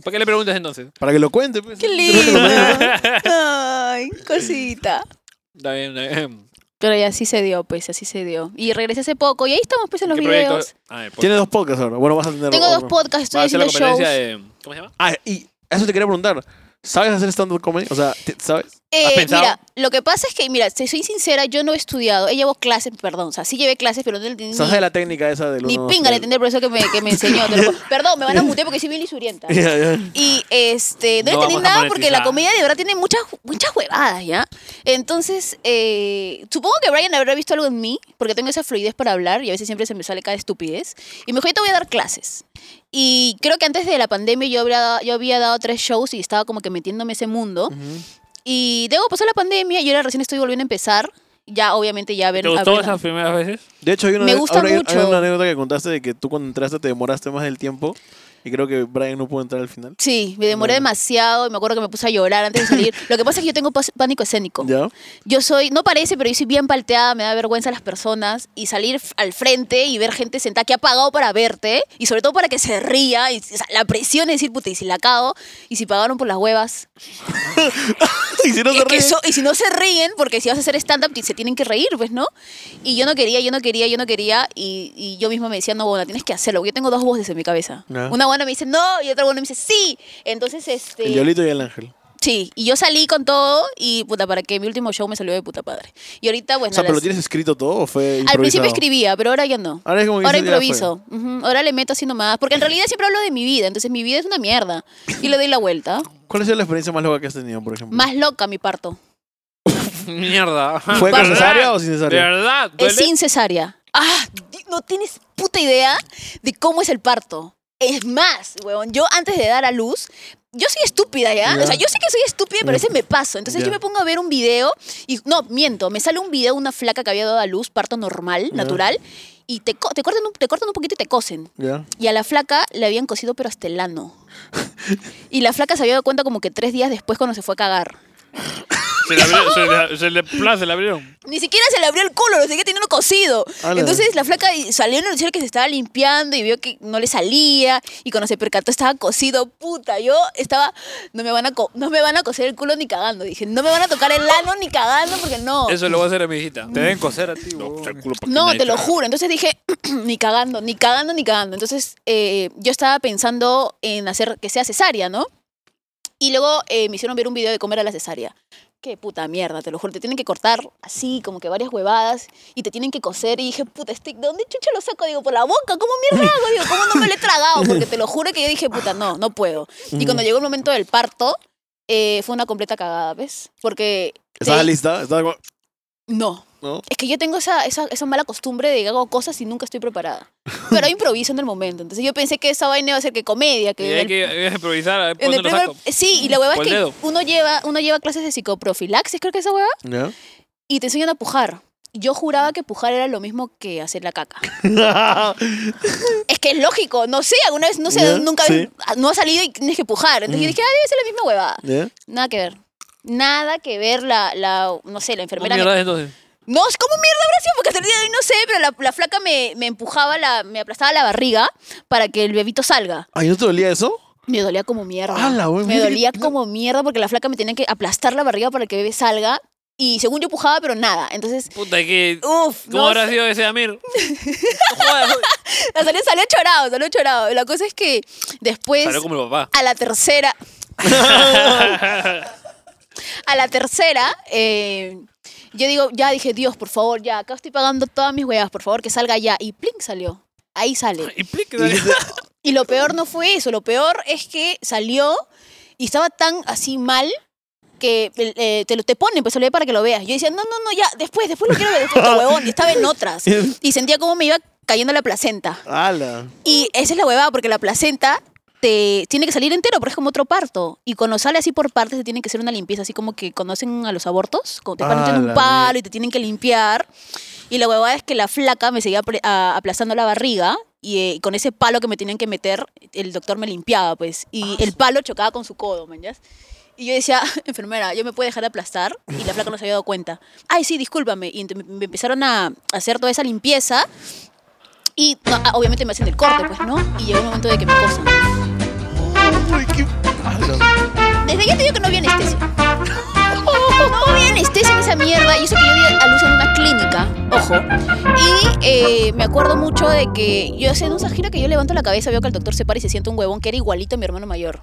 S3: ¿Para qué le preguntas entonces?
S1: Para que lo cuente, pues.
S4: Qué
S1: Creo que lo
S4: lindo. Ay, cosita.
S3: Está bien, está bien.
S4: Pero ya así se dio, pues, así se dio. Y regresé hace poco y ahí estamos, pues, en los
S3: ¿Qué proyecto?
S4: videos.
S3: Ah, el podcast.
S1: Tiene dos podcasts ahora. Bueno, vas a tener
S4: Tengo dos
S1: otro.
S4: podcasts, estoy
S3: Va a hacer
S4: haciendo
S3: la
S4: shows.
S3: competencia de... ¿Cómo se llama?
S1: Ah, y eso te quería preguntar. ¿Sabes hacer stand-up comedy? O sea, ¿te- ¿sabes?
S4: Eh,
S3: ¿Has pensado?
S4: mira, lo que pasa es que, mira, te soy sincera, yo no he estudiado. He llevado clases, perdón, o sea, sí llevé clases, pero no el
S1: ¿Sabes de la técnica esa del
S4: Ni
S1: uno,
S4: pinga le
S1: del-
S4: entendí el profesor que me, que me enseñó. te lo juro. Perdón, me van a mutear porque soy bien lisurienta.
S1: Ya, ya.
S4: Y este, no,
S3: No
S4: entendí
S3: vamos a
S4: nada porque la
S3: monetizar.
S4: comedia de verdad tiene muchas, muchas huevadas, ¿ya? Entonces, eh, supongo que Brian habrá visto algo en mí, porque tengo esa fluidez para hablar y a veces siempre se me sale cada estupidez. Y mejor yo te voy a dar clases. Y creo que antes de la pandemia yo, habría dado- yo había dado tres shows y estaba como que metiéndome ese mundo. Y luego pasó la pandemia y ahora recién estoy volviendo a empezar. Ya, obviamente, ya ver.
S3: ¿Te gustó esas primeras veces?
S1: De hecho, hay una,
S4: Me gusta
S1: ahora hay-
S4: mucho.
S1: hay una anécdota que contaste de que tú cuando entraste te demoraste más del tiempo y creo que Brian no pudo entrar al final.
S4: Sí, me demoré
S1: Bueno.
S4: demasiado y me acuerdo que me puse a llorar antes de salir. Lo que pasa es que yo tengo pas- pánico escénico.
S1: ¿Ya?
S4: Yo soy, no parece, pero yo soy bien palteada, me da vergüenza las personas y salir f- al frente y ver gente sentada que ha pagado para verte y sobre todo para que se ría. Y, o sea, la presión es decir, puta, y si la cago y si pagaron por las huevas.
S1: y si no
S4: Es
S1: se
S4: que
S1: ríe.
S4: eso- y si no se ríen, porque si vas a hacer stand-up ti- se tienen que reír, pues, ¿no? Y yo no quería, yo no quería, yo no quería y, y yo misma me decía, no, bueno, tienes que hacerlo. porque Yo tengo dos voces en mi cabeza.
S1: Ya.
S4: Una buena me dice no y otra buena me dice sí. Entonces, este...
S1: El Yolito y el Ángel.
S4: Sí, y yo salí con todo y puta, para que mi último show me salió de puta padre. Y ahorita, pues
S1: O sea,
S4: nada,
S1: ¿pero lo
S4: las-
S1: tienes escrito todo o fue
S4: al principio
S1: improvisado? Ah,
S4: escribía, pero ahora ya no.
S1: Ahora es como que
S4: Ahora
S1: dices, ya fue.
S4: improviso. Ujú, Ahora le meto así nomás. Porque en realidad siempre hablo de mi vida, entonces mi vida es una mierda. Y le doy la vuelta.
S1: ¿Cuál ha sido la experiencia más loca que has tenido, por ejemplo?
S4: Más loca mi parto.
S3: Mierda.
S1: ¿Fue con
S3: ¿Verdad?
S1: cesárea o sin
S3: Ah, ¿De
S1: cesárea?
S3: verdad?
S4: Es
S3: ¿Duele?
S4: sin cesárea. Ah, di- no tienes puta idea de cómo es el parto. Es más, weón, yo antes de dar a luz, yo soy estúpida, ¿ya?
S1: Ya.
S4: O sea, yo sé que soy estúpida, pero a veces me paso. Entonces
S1: Ya.
S4: yo me pongo a ver un video y, no, miento, me sale un video de una flaca que había dado a luz, parto normal,
S1: Ya.
S4: natural, y te, co- te, cortan un, te cortan un poquito y te cosen.
S1: Ya.
S4: Y a la flaca le habían cosido pero hasta el ano. Y la flaca se había dado cuenta como que tres días después cuando se fue a cagar.
S3: Se le abrió, se le, se le, plas, se le abrieron.
S4: Ni siquiera se le abrió el culo, lo seguía teniendo cosido.
S1: Ala.
S4: Entonces la flaca y- salió en el cielo que se estaba limpiando y vio que no le salía. Y cuando se percató estaba cosido, puta. Yo estaba, no me van a, co- no me van a coser el culo ni cagando. Dije, no me van a tocar el ano ni cagando porque no.
S3: Eso lo voy a hacer a mi hijita.
S2: Te deben coser a ti,
S3: No,
S2: huevón.
S3: pues, el culo, ¿para qué
S4: No,
S3: nadie
S4: te lo
S3: caga?
S4: juro. Entonces dije, ni cagando, ni cagando, ni cagando. Entonces eh, yo estaba pensando en hacer que sea cesárea, ¿no? Y luego eh, me hicieron ver un video de comer a la cesárea. Qué puta mierda, te lo juro. Te tienen que cortar así, como que varias huevadas, y te tienen que coser. Y dije, puta, este, ¿dónde chucha lo saco? Digo, por la boca, ¿cómo mierda hago? Digo, ¿cómo no me lo he tragado? Porque te lo juro que yo dije, puta, no, no puedo. Y cuando llegó el momento del parto, eh, fue una completa cagada, ¿ves? Porque.
S1: ¿Estaba
S4: te-
S1: lista? ¿Estaba como-
S4: No.
S1: ¿No?
S4: Es que yo tengo esa, esa, esa mala costumbre de que hago cosas y nunca estoy preparada. Pero improviso en el momento. Entonces yo pensé que esa vaina iba a ser que comedia,
S3: Y
S4: que
S3: hay
S4: el-
S3: que hay que improvisar, a ver por
S4: en el
S3: dónde lo
S4: primer,
S3: saco.
S4: sí, y la hueva es
S3: Por el
S4: que
S3: dedo.
S4: uno lleva, uno lleva clases de psicoprofilaxis, creo que es esa hueva,
S1: ¿Ya?
S4: y te enseñan a pujar. Yo juraba que pujar era lo mismo que hacer la caca. es que es lógico, no sé, alguna vez, no sé,
S1: Ya,
S4: nunca
S1: sí.
S4: no ha salido y tienes que pujar. Entonces yo
S1: Mm.
S4: dije, ah, debe ser la misma huevada.
S1: ¿Ya?
S4: Nada que ver. Nada que ver la, la no sé, la
S3: ¿Cómo
S4: enfermera. me-
S3: mierda es entonces?
S4: no, es como mierda habrá sido? porque hasta el día de hoy no sé, pero la, la flaca me, me empujaba, la, me aplastaba la barriga para que el bebito salga.
S1: ¿Ay, ¿Ah, no te dolía eso?
S4: Me dolía como mierda.
S1: ¡Hala, güey!
S4: me
S1: Mira
S4: dolía
S1: que-
S4: como mierda porque la flaca me tenía que aplastar la barriga para que el bebé salga. Y según yo pujaba, pero nada. Entonces,
S3: Puta, que...
S4: uff,
S3: ¿Cómo habrá sido ese Amir? No jodas, güey.
S4: salió, salió chorado, salió chorado. La cosa es que después,
S3: Salió como el papá.
S4: a la tercera. a la tercera, eh, yo digo, ya dije, Dios, por favor, ya, acá estoy pagando todas mis huevas, por favor, que salga ya. Y plink salió. Ahí sale.
S3: Y plic,
S1: Y dice,
S4: Y lo peor no fue eso, lo peor es que salió y estaba tan así mal que eh, te, lo, te ponen, pues se lo ve para que lo veas. Yo decía, no, no, no, ya, después, después lo quiero ver, después, este huevón. Y estaba en otras. Y sentía como me iba cayendo la placenta.
S1: ¡Hala!
S4: Y esa es la huevada, porque la placenta te tiene que salir entero, porque es como otro parto. Y cuando sale así por partes, te tienen que hacer una limpieza, así como que conocen a los abortos, como te
S1: Ah,
S4: ponen en
S1: la
S4: un palo y te tienen que limpiar. Y la huevada es que la flaca me seguía apre- a- aplastando la barriga. Y eh, con ese palo que me tenían que meter, el doctor me limpiaba, pues.
S1: Ah,
S4: Y el palo chocaba con su codo, man, ¿ya? Y yo decía, enfermera, ¿yo me puedo dejar aplastar? Y la flaca no se había dado cuenta. Ay, sí, discúlpame. Y ent- me empezaron a hacer toda esa limpieza. Y no, ah, obviamente me hacen el corte, pues, ¿no? Y llegó el momento de que me cosan.
S1: ¡Uy, qué... ¡Hala!
S4: Desde ya te digo que no había anestesia. No había anestesia en esa mierda. Y eso que yo di a luz en una clínica, ojo. Y eh, me acuerdo mucho de que yo hacía en un sajira que yo levanto la cabeza, veo que el doctor se para y se siente un huevón que era igualito a mi hermano mayor.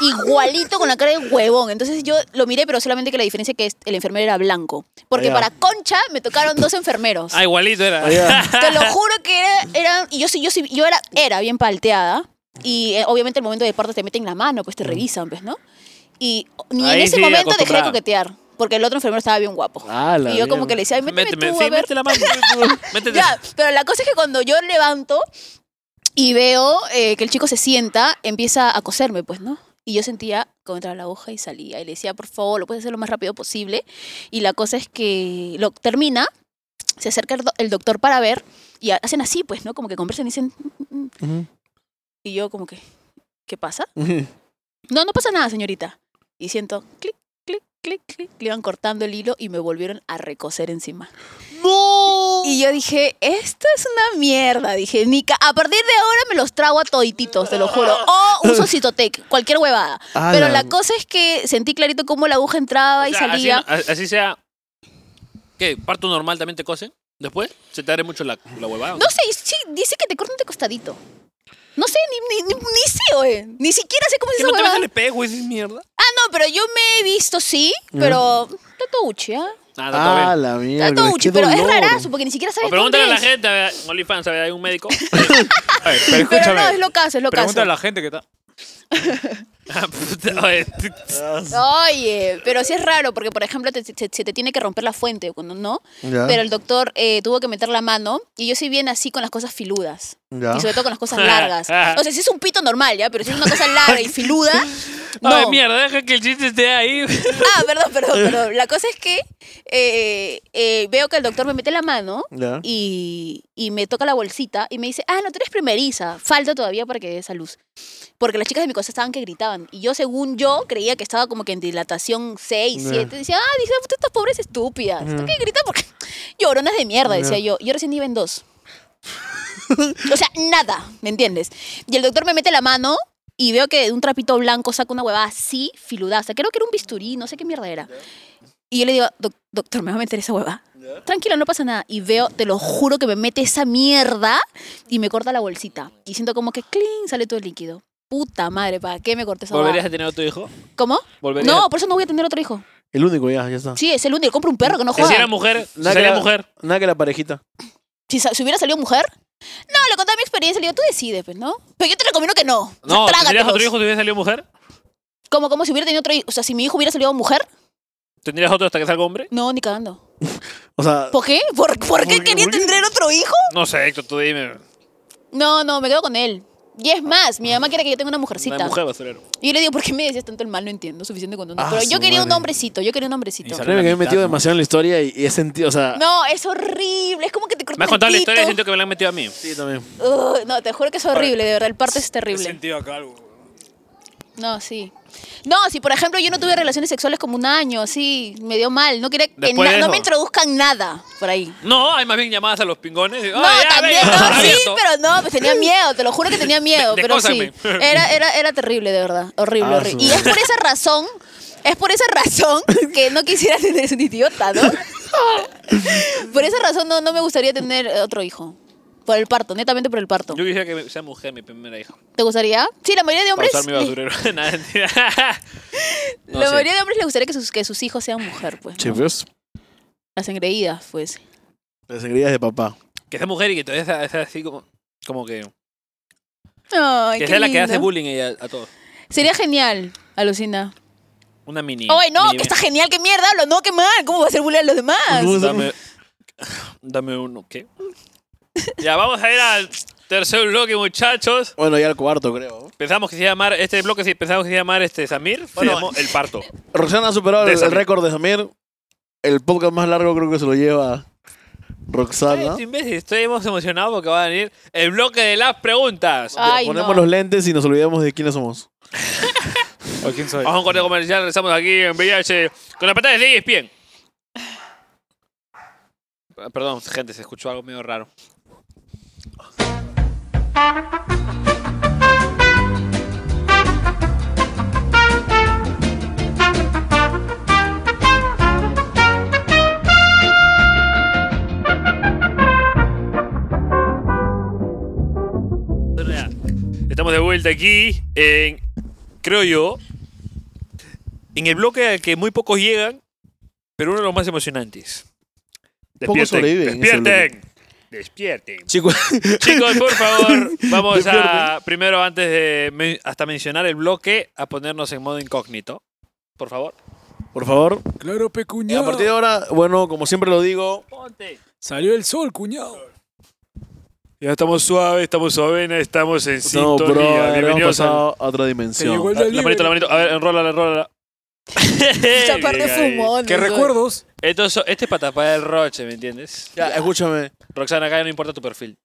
S4: Igualito con la cara de huevón. Entonces yo lo miré, pero solamente que la diferencia es que el enfermero era blanco. Porque
S1: Ya.
S4: para Concha me tocaron dos enfermeros.
S3: Ah, igualito era.
S1: Allá.
S4: Te lo juro que era, eran- y yo sí, yo sí, yo era, era bien palteada. Y eh, obviamente el momento de parto te meten la mano, pues te revisan, pues, ¿no? Y ni
S3: Mm. Ahí
S4: en ese
S3: sí,
S4: momento dejé de
S3: acostumbrada.
S4: coquetear, porque el otro enfermero estaba bien guapo.
S1: Ah, la
S4: y yo como
S1: mierda.
S4: que le decía, ay, méteme,
S3: Méteme,
S4: tú,
S3: sí,
S4: a ver.
S3: métete la mano. Métete.
S4: Ya, pero la cosa es que cuando yo levanto y veo eh, que el chico se sienta, empieza a coserme, pues, ¿no? Y yo sentía como entraba la aguja y salía. Y le decía, por favor, lo puedes hacer lo más rápido posible. Y la cosa es que lo termina, se acerca el, do- el doctor para ver y ha- hacen así, pues, ¿no? Como que conversan y dicen, "Mm, mm".
S1: Ujú.
S4: y yo como que, ¿qué pasa? No, no pasa nada, señorita. Y siento, clic, clic, clic, clic, le iban cortando el hilo y me volvieron a recoser encima.
S1: ¡No!
S4: Y yo dije, esto es una mierda. Dije, Nica, a partir de ahora me los trago a todititos, te lo juro. O uso Citotec, cualquier huevada.
S1: Ah,
S4: Pero la cosa es que sentí clarito cómo la aguja entraba y
S3: O sea, así
S4: salía.
S3: no- a- Así, sea. ¿Qué? ¿Parto normal también te cosen? ¿Después? ¿Se te abre mucho la, la huevada?
S4: No sé, sí, dice que te cortan de costadito. No sé, ni, ni, ni, ni sé, oye. Ni siquiera sé cómo se
S3: ¿Que
S4: hizo
S3: no te ves
S4: huevada.
S3: al espejo y dices mierda?
S4: Ah, no, pero yo me he visto, sí, pero... Está todo uchi, ¿ah?
S3: Nada, todo
S1: Ah,
S3: bien.
S1: la mierda.
S4: Está todo uchi,
S1: qué
S4: pero es
S1: dolor.
S4: rarazo porque ni siquiera sabes
S3: O pregúntale a
S4: dónde
S3: la
S4: es.
S3: gente, a ver, en OnlyFans, a ver, hay un médico.
S2: A ver, pero
S4: Pero
S2: escúchame.
S4: no, es lo caso, es lo
S2: Pregunta
S4: caso.
S2: a la gente que está.
S3: Ah, puta, oye, t-
S4: Oye, pero sí es raro, porque por ejemplo te- te- se te tiene que romper la fuente, cuando no.
S1: Ya,
S4: Pero el doctor eh, tuvo que meter la mano y yo soy bien así con las cosas filudas.
S1: ya.
S4: Y sobre todo con las cosas largas. O sea, si es un pito normal, ¿ya? Pero si es una cosa larga y filuda. No.
S3: Ay, mierda, deja que el chiste esté ahí.
S4: Ah, perdón, perdón, perdón. La cosa es que eh, eh, veo que el doctor me mete la mano
S1: Ya.
S4: y, y me toca la bolsita y me dice, ah, no, tú eres primeriza, falta todavía para que des a luz. Porque las chicas de mi cosa estaban que gritaban. Y yo, según yo, creía que estaba como que en dilatación 6,
S1: Ya.
S4: 7. Decía, ah, dice, "Puta, estas pobres estúpidas. ¿Están que gritan porque lloronas de mierda, decía yo. Yo recién iba en dos. o sea, nada, ¿me entiendes? Y el doctor me mete la mano y veo que de un trapito blanco saca una huevada así, filudaza. Creo que era un bisturí, no sé qué mierda era. Y yo le digo, "Doc- doctor, me va a meter esa hueva. Tranquilo, no pasa nada. Y veo, te lo juro que me mete esa mierda y me corta la bolsita. Y siento como que clean sale todo el líquido. puta madre, ¿para qué me corté esa
S3: ¿Volverías
S4: huevada?
S3: a tener otro hijo?
S4: ¿Cómo?
S3: ¿Volverías?
S4: No, por eso no voy a tener otro hijo.
S1: El único ya, ya está.
S4: Sí, es el único. Compro un perro que no
S3: Que si
S4: juega.
S3: era mujer, si
S1: Nada
S3: sería
S1: que-
S3: mujer.
S1: Nada que la parejita.
S4: Si, sa- si hubiera salido mujer. No, le contaba mi experiencia. Le digo, tú decides, pues, ¿no? Pero yo te recomiendo que no. O sea,
S3: No, si
S4: trágatelos.
S3: ¿tendrías otro hijo si hubiera salido mujer?
S4: Como, como si hubiera tenido otro hijo. O sea, si mi hijo hubiera salido mujer,
S3: ¿Tendrías otro hasta que salga hombre?
S4: no, ni cagando.
S1: O sea,
S4: ¿Por qué? ¿Por, por qué
S1: ¿Por qué?
S4: quería
S1: ¿Por qué?
S4: tener otro hijo?
S3: No sé, Héctor, tú dime.
S4: No, no, me quedo con él. Y es más, mi mamá quiere que yo tenga una
S3: Una
S4: mujercita.
S3: mujer basurero.
S4: Y yo le digo, ¿por qué me decías tanto el mal? No entiendo, suficiente con uno.
S1: Ah,
S4: Pero yo
S1: su
S4: quería un
S1: madre.
S4: hombrecito, yo quería un hombrecito.
S2: Y sale-
S1: créeme que me he
S2: mitad,
S1: metido
S2: ¿no?
S1: demasiado en la historia y, y he sentido, o sea...
S4: No, es horrible, es como que te cortan
S3: Me has contado la
S4: el
S3: historia y
S4: pito.
S3: siento que me la han metido a mí.
S1: Sí, también.
S4: Uy, no, te juro que es horrible, de verdad, el parto es
S2: He
S4: terrible.
S2: sentido acá algo.
S4: No, sí. No, si por ejemplo yo no tuve relaciones sexuales como un año, así, me dio mal. No quería que
S3: Después
S4: na-
S3: de
S4: no
S3: eso.
S4: me introduzcan nada por ahí.
S3: No, hay más bien llamadas a los pingones. y,
S4: No,
S3: "Ay, ya,
S4: también,
S3: ven,
S4: no,
S3: está
S4: sí,
S3: abierto".
S4: pero no, pues tenía miedo, te lo juro que tenía miedo,
S3: De-
S4: pero sí.
S3: descósame.
S4: Era, era, era terrible, de verdad, horrible,
S1: Ah,
S4: horrible.
S1: su-
S4: Y es por esa razón, es por esa razón que no quisiera tener, es un idiota, ¿no? por esa razón no, no me gustaría tener otro hijo. Por el parto, netamente por el parto.
S3: Yo quisiera que sea mujer mi primera hija.
S4: ¿Te gustaría? Sí, la mayoría de
S3: Para
S4: hombres.
S3: usar mi basurero. Nada, mentira. No,
S4: la
S3: sí.
S4: mayoría de hombres les gustaría que sus, que sus hijos sean mujer, pues. ¿no?
S1: Chifres.
S4: Las engreídas, pues.
S1: Las alegrías de papá.
S3: Que sea mujer y que todavía sea, sea así como, como que...
S4: Ay,
S3: que
S4: qué
S3: sea la que hace
S4: lindo.
S3: bullying ella a todos.
S4: Sería genial, alucina.
S3: Una mini.
S4: Ay, no,
S3: mini-
S4: que está genial, qué mierda, hablo, no, qué mal, ¿cómo va a ser bullying a los demás?
S1: No,
S3: Dame, dame uno, ¿qué? ya, vamos a ir al tercer bloque, muchachos.
S1: Bueno, ya el cuarto, creo.
S3: Pensamos que se iba a llamar, este bloque sí, pensamos que se iba a llamar este Samir, se
S1: Bueno,
S3: llamó El Parto.
S1: Roxana ha superado
S3: De
S1: el, el
S3: Samir.
S1: récord de Samir. El podcast más largo creo que se lo lleva Roxana.
S3: Ay, imbécil, estoy emocionado porque va a venir el bloque de las preguntas.
S4: Ay,
S1: Ponemos
S4: no.
S1: los lentes y nos olvidamos de quiénes somos.
S2: ¿O quién soy?
S3: Vamos a un corte comercial, regresamos aquí en VH con la pantalla de ESPN. Ah, Perdón, gente, se escuchó algo medio raro. Estamos de vuelta aquí en, creo yo, en el bloque al que muy pocos llegan, pero uno de los más emocionantes.
S1: Pocos sobreviven en ese
S3: despierten, despierten.
S1: Chicos,
S3: Chicos, por favor, vamos a
S1: Despierten.
S3: primero antes de men- hasta mencionar el bloque a ponernos en modo incógnito, por favor.
S1: por favor.
S2: Claro, pe
S1: A partir de ahora, bueno, como siempre lo digo,
S3: Ponte.
S2: Salió el sol, cuñado.
S3: Ya estamos suaves, estamos suavenas, estamos en
S1: no, bro, hemos
S3: Bienvenidos al-
S1: pasado a otra dimensión.
S2: llegó el-
S3: La, la manito, la manito. A ver, enrólala, enrólala.
S4: Esa parte
S3: Bien ahí.
S4: fumón.
S2: ¿Qué
S4: ¿no?
S2: recuerdos?
S3: Esto es- este es para tapar el roche, ¿me entiendes?
S1: Ya, escúchame.
S3: Roxana, acá no importa tu perfil.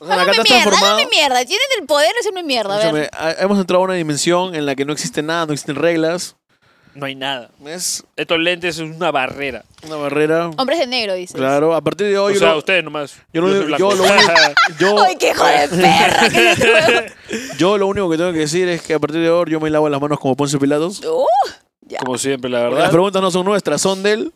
S1: O sea, acá
S4: Hágame
S1: te has
S4: mierda,
S1: transformado.
S4: hágame mierda. Tienen el poder de hacerme mierda, a ver.
S1: Escúchame, a- hemos entrado a una dimensión en la que no existe nada, no existen reglas.
S3: No hay nada.
S1: Es
S3: Estos lentes es una barrera.
S1: una barrera.
S4: Hombres de negro, dices.
S1: Claro, a partir de
S3: O
S1: hoy.
S3: sea,
S1: lo-
S3: ustedes nomás.
S1: yo no-
S3: soy blanco.
S1: yo lo único- yo,
S4: ¡Ay, qué hijo de perra! que le tuve!
S1: yo lo único que tengo que decir es que a partir de ahora yo me lavo las manos como Poncio Pilatos.
S4: Uh,
S3: Como siempre, la
S1: Porque Las
S3: verdad.
S1: preguntas no son nuestras, son del.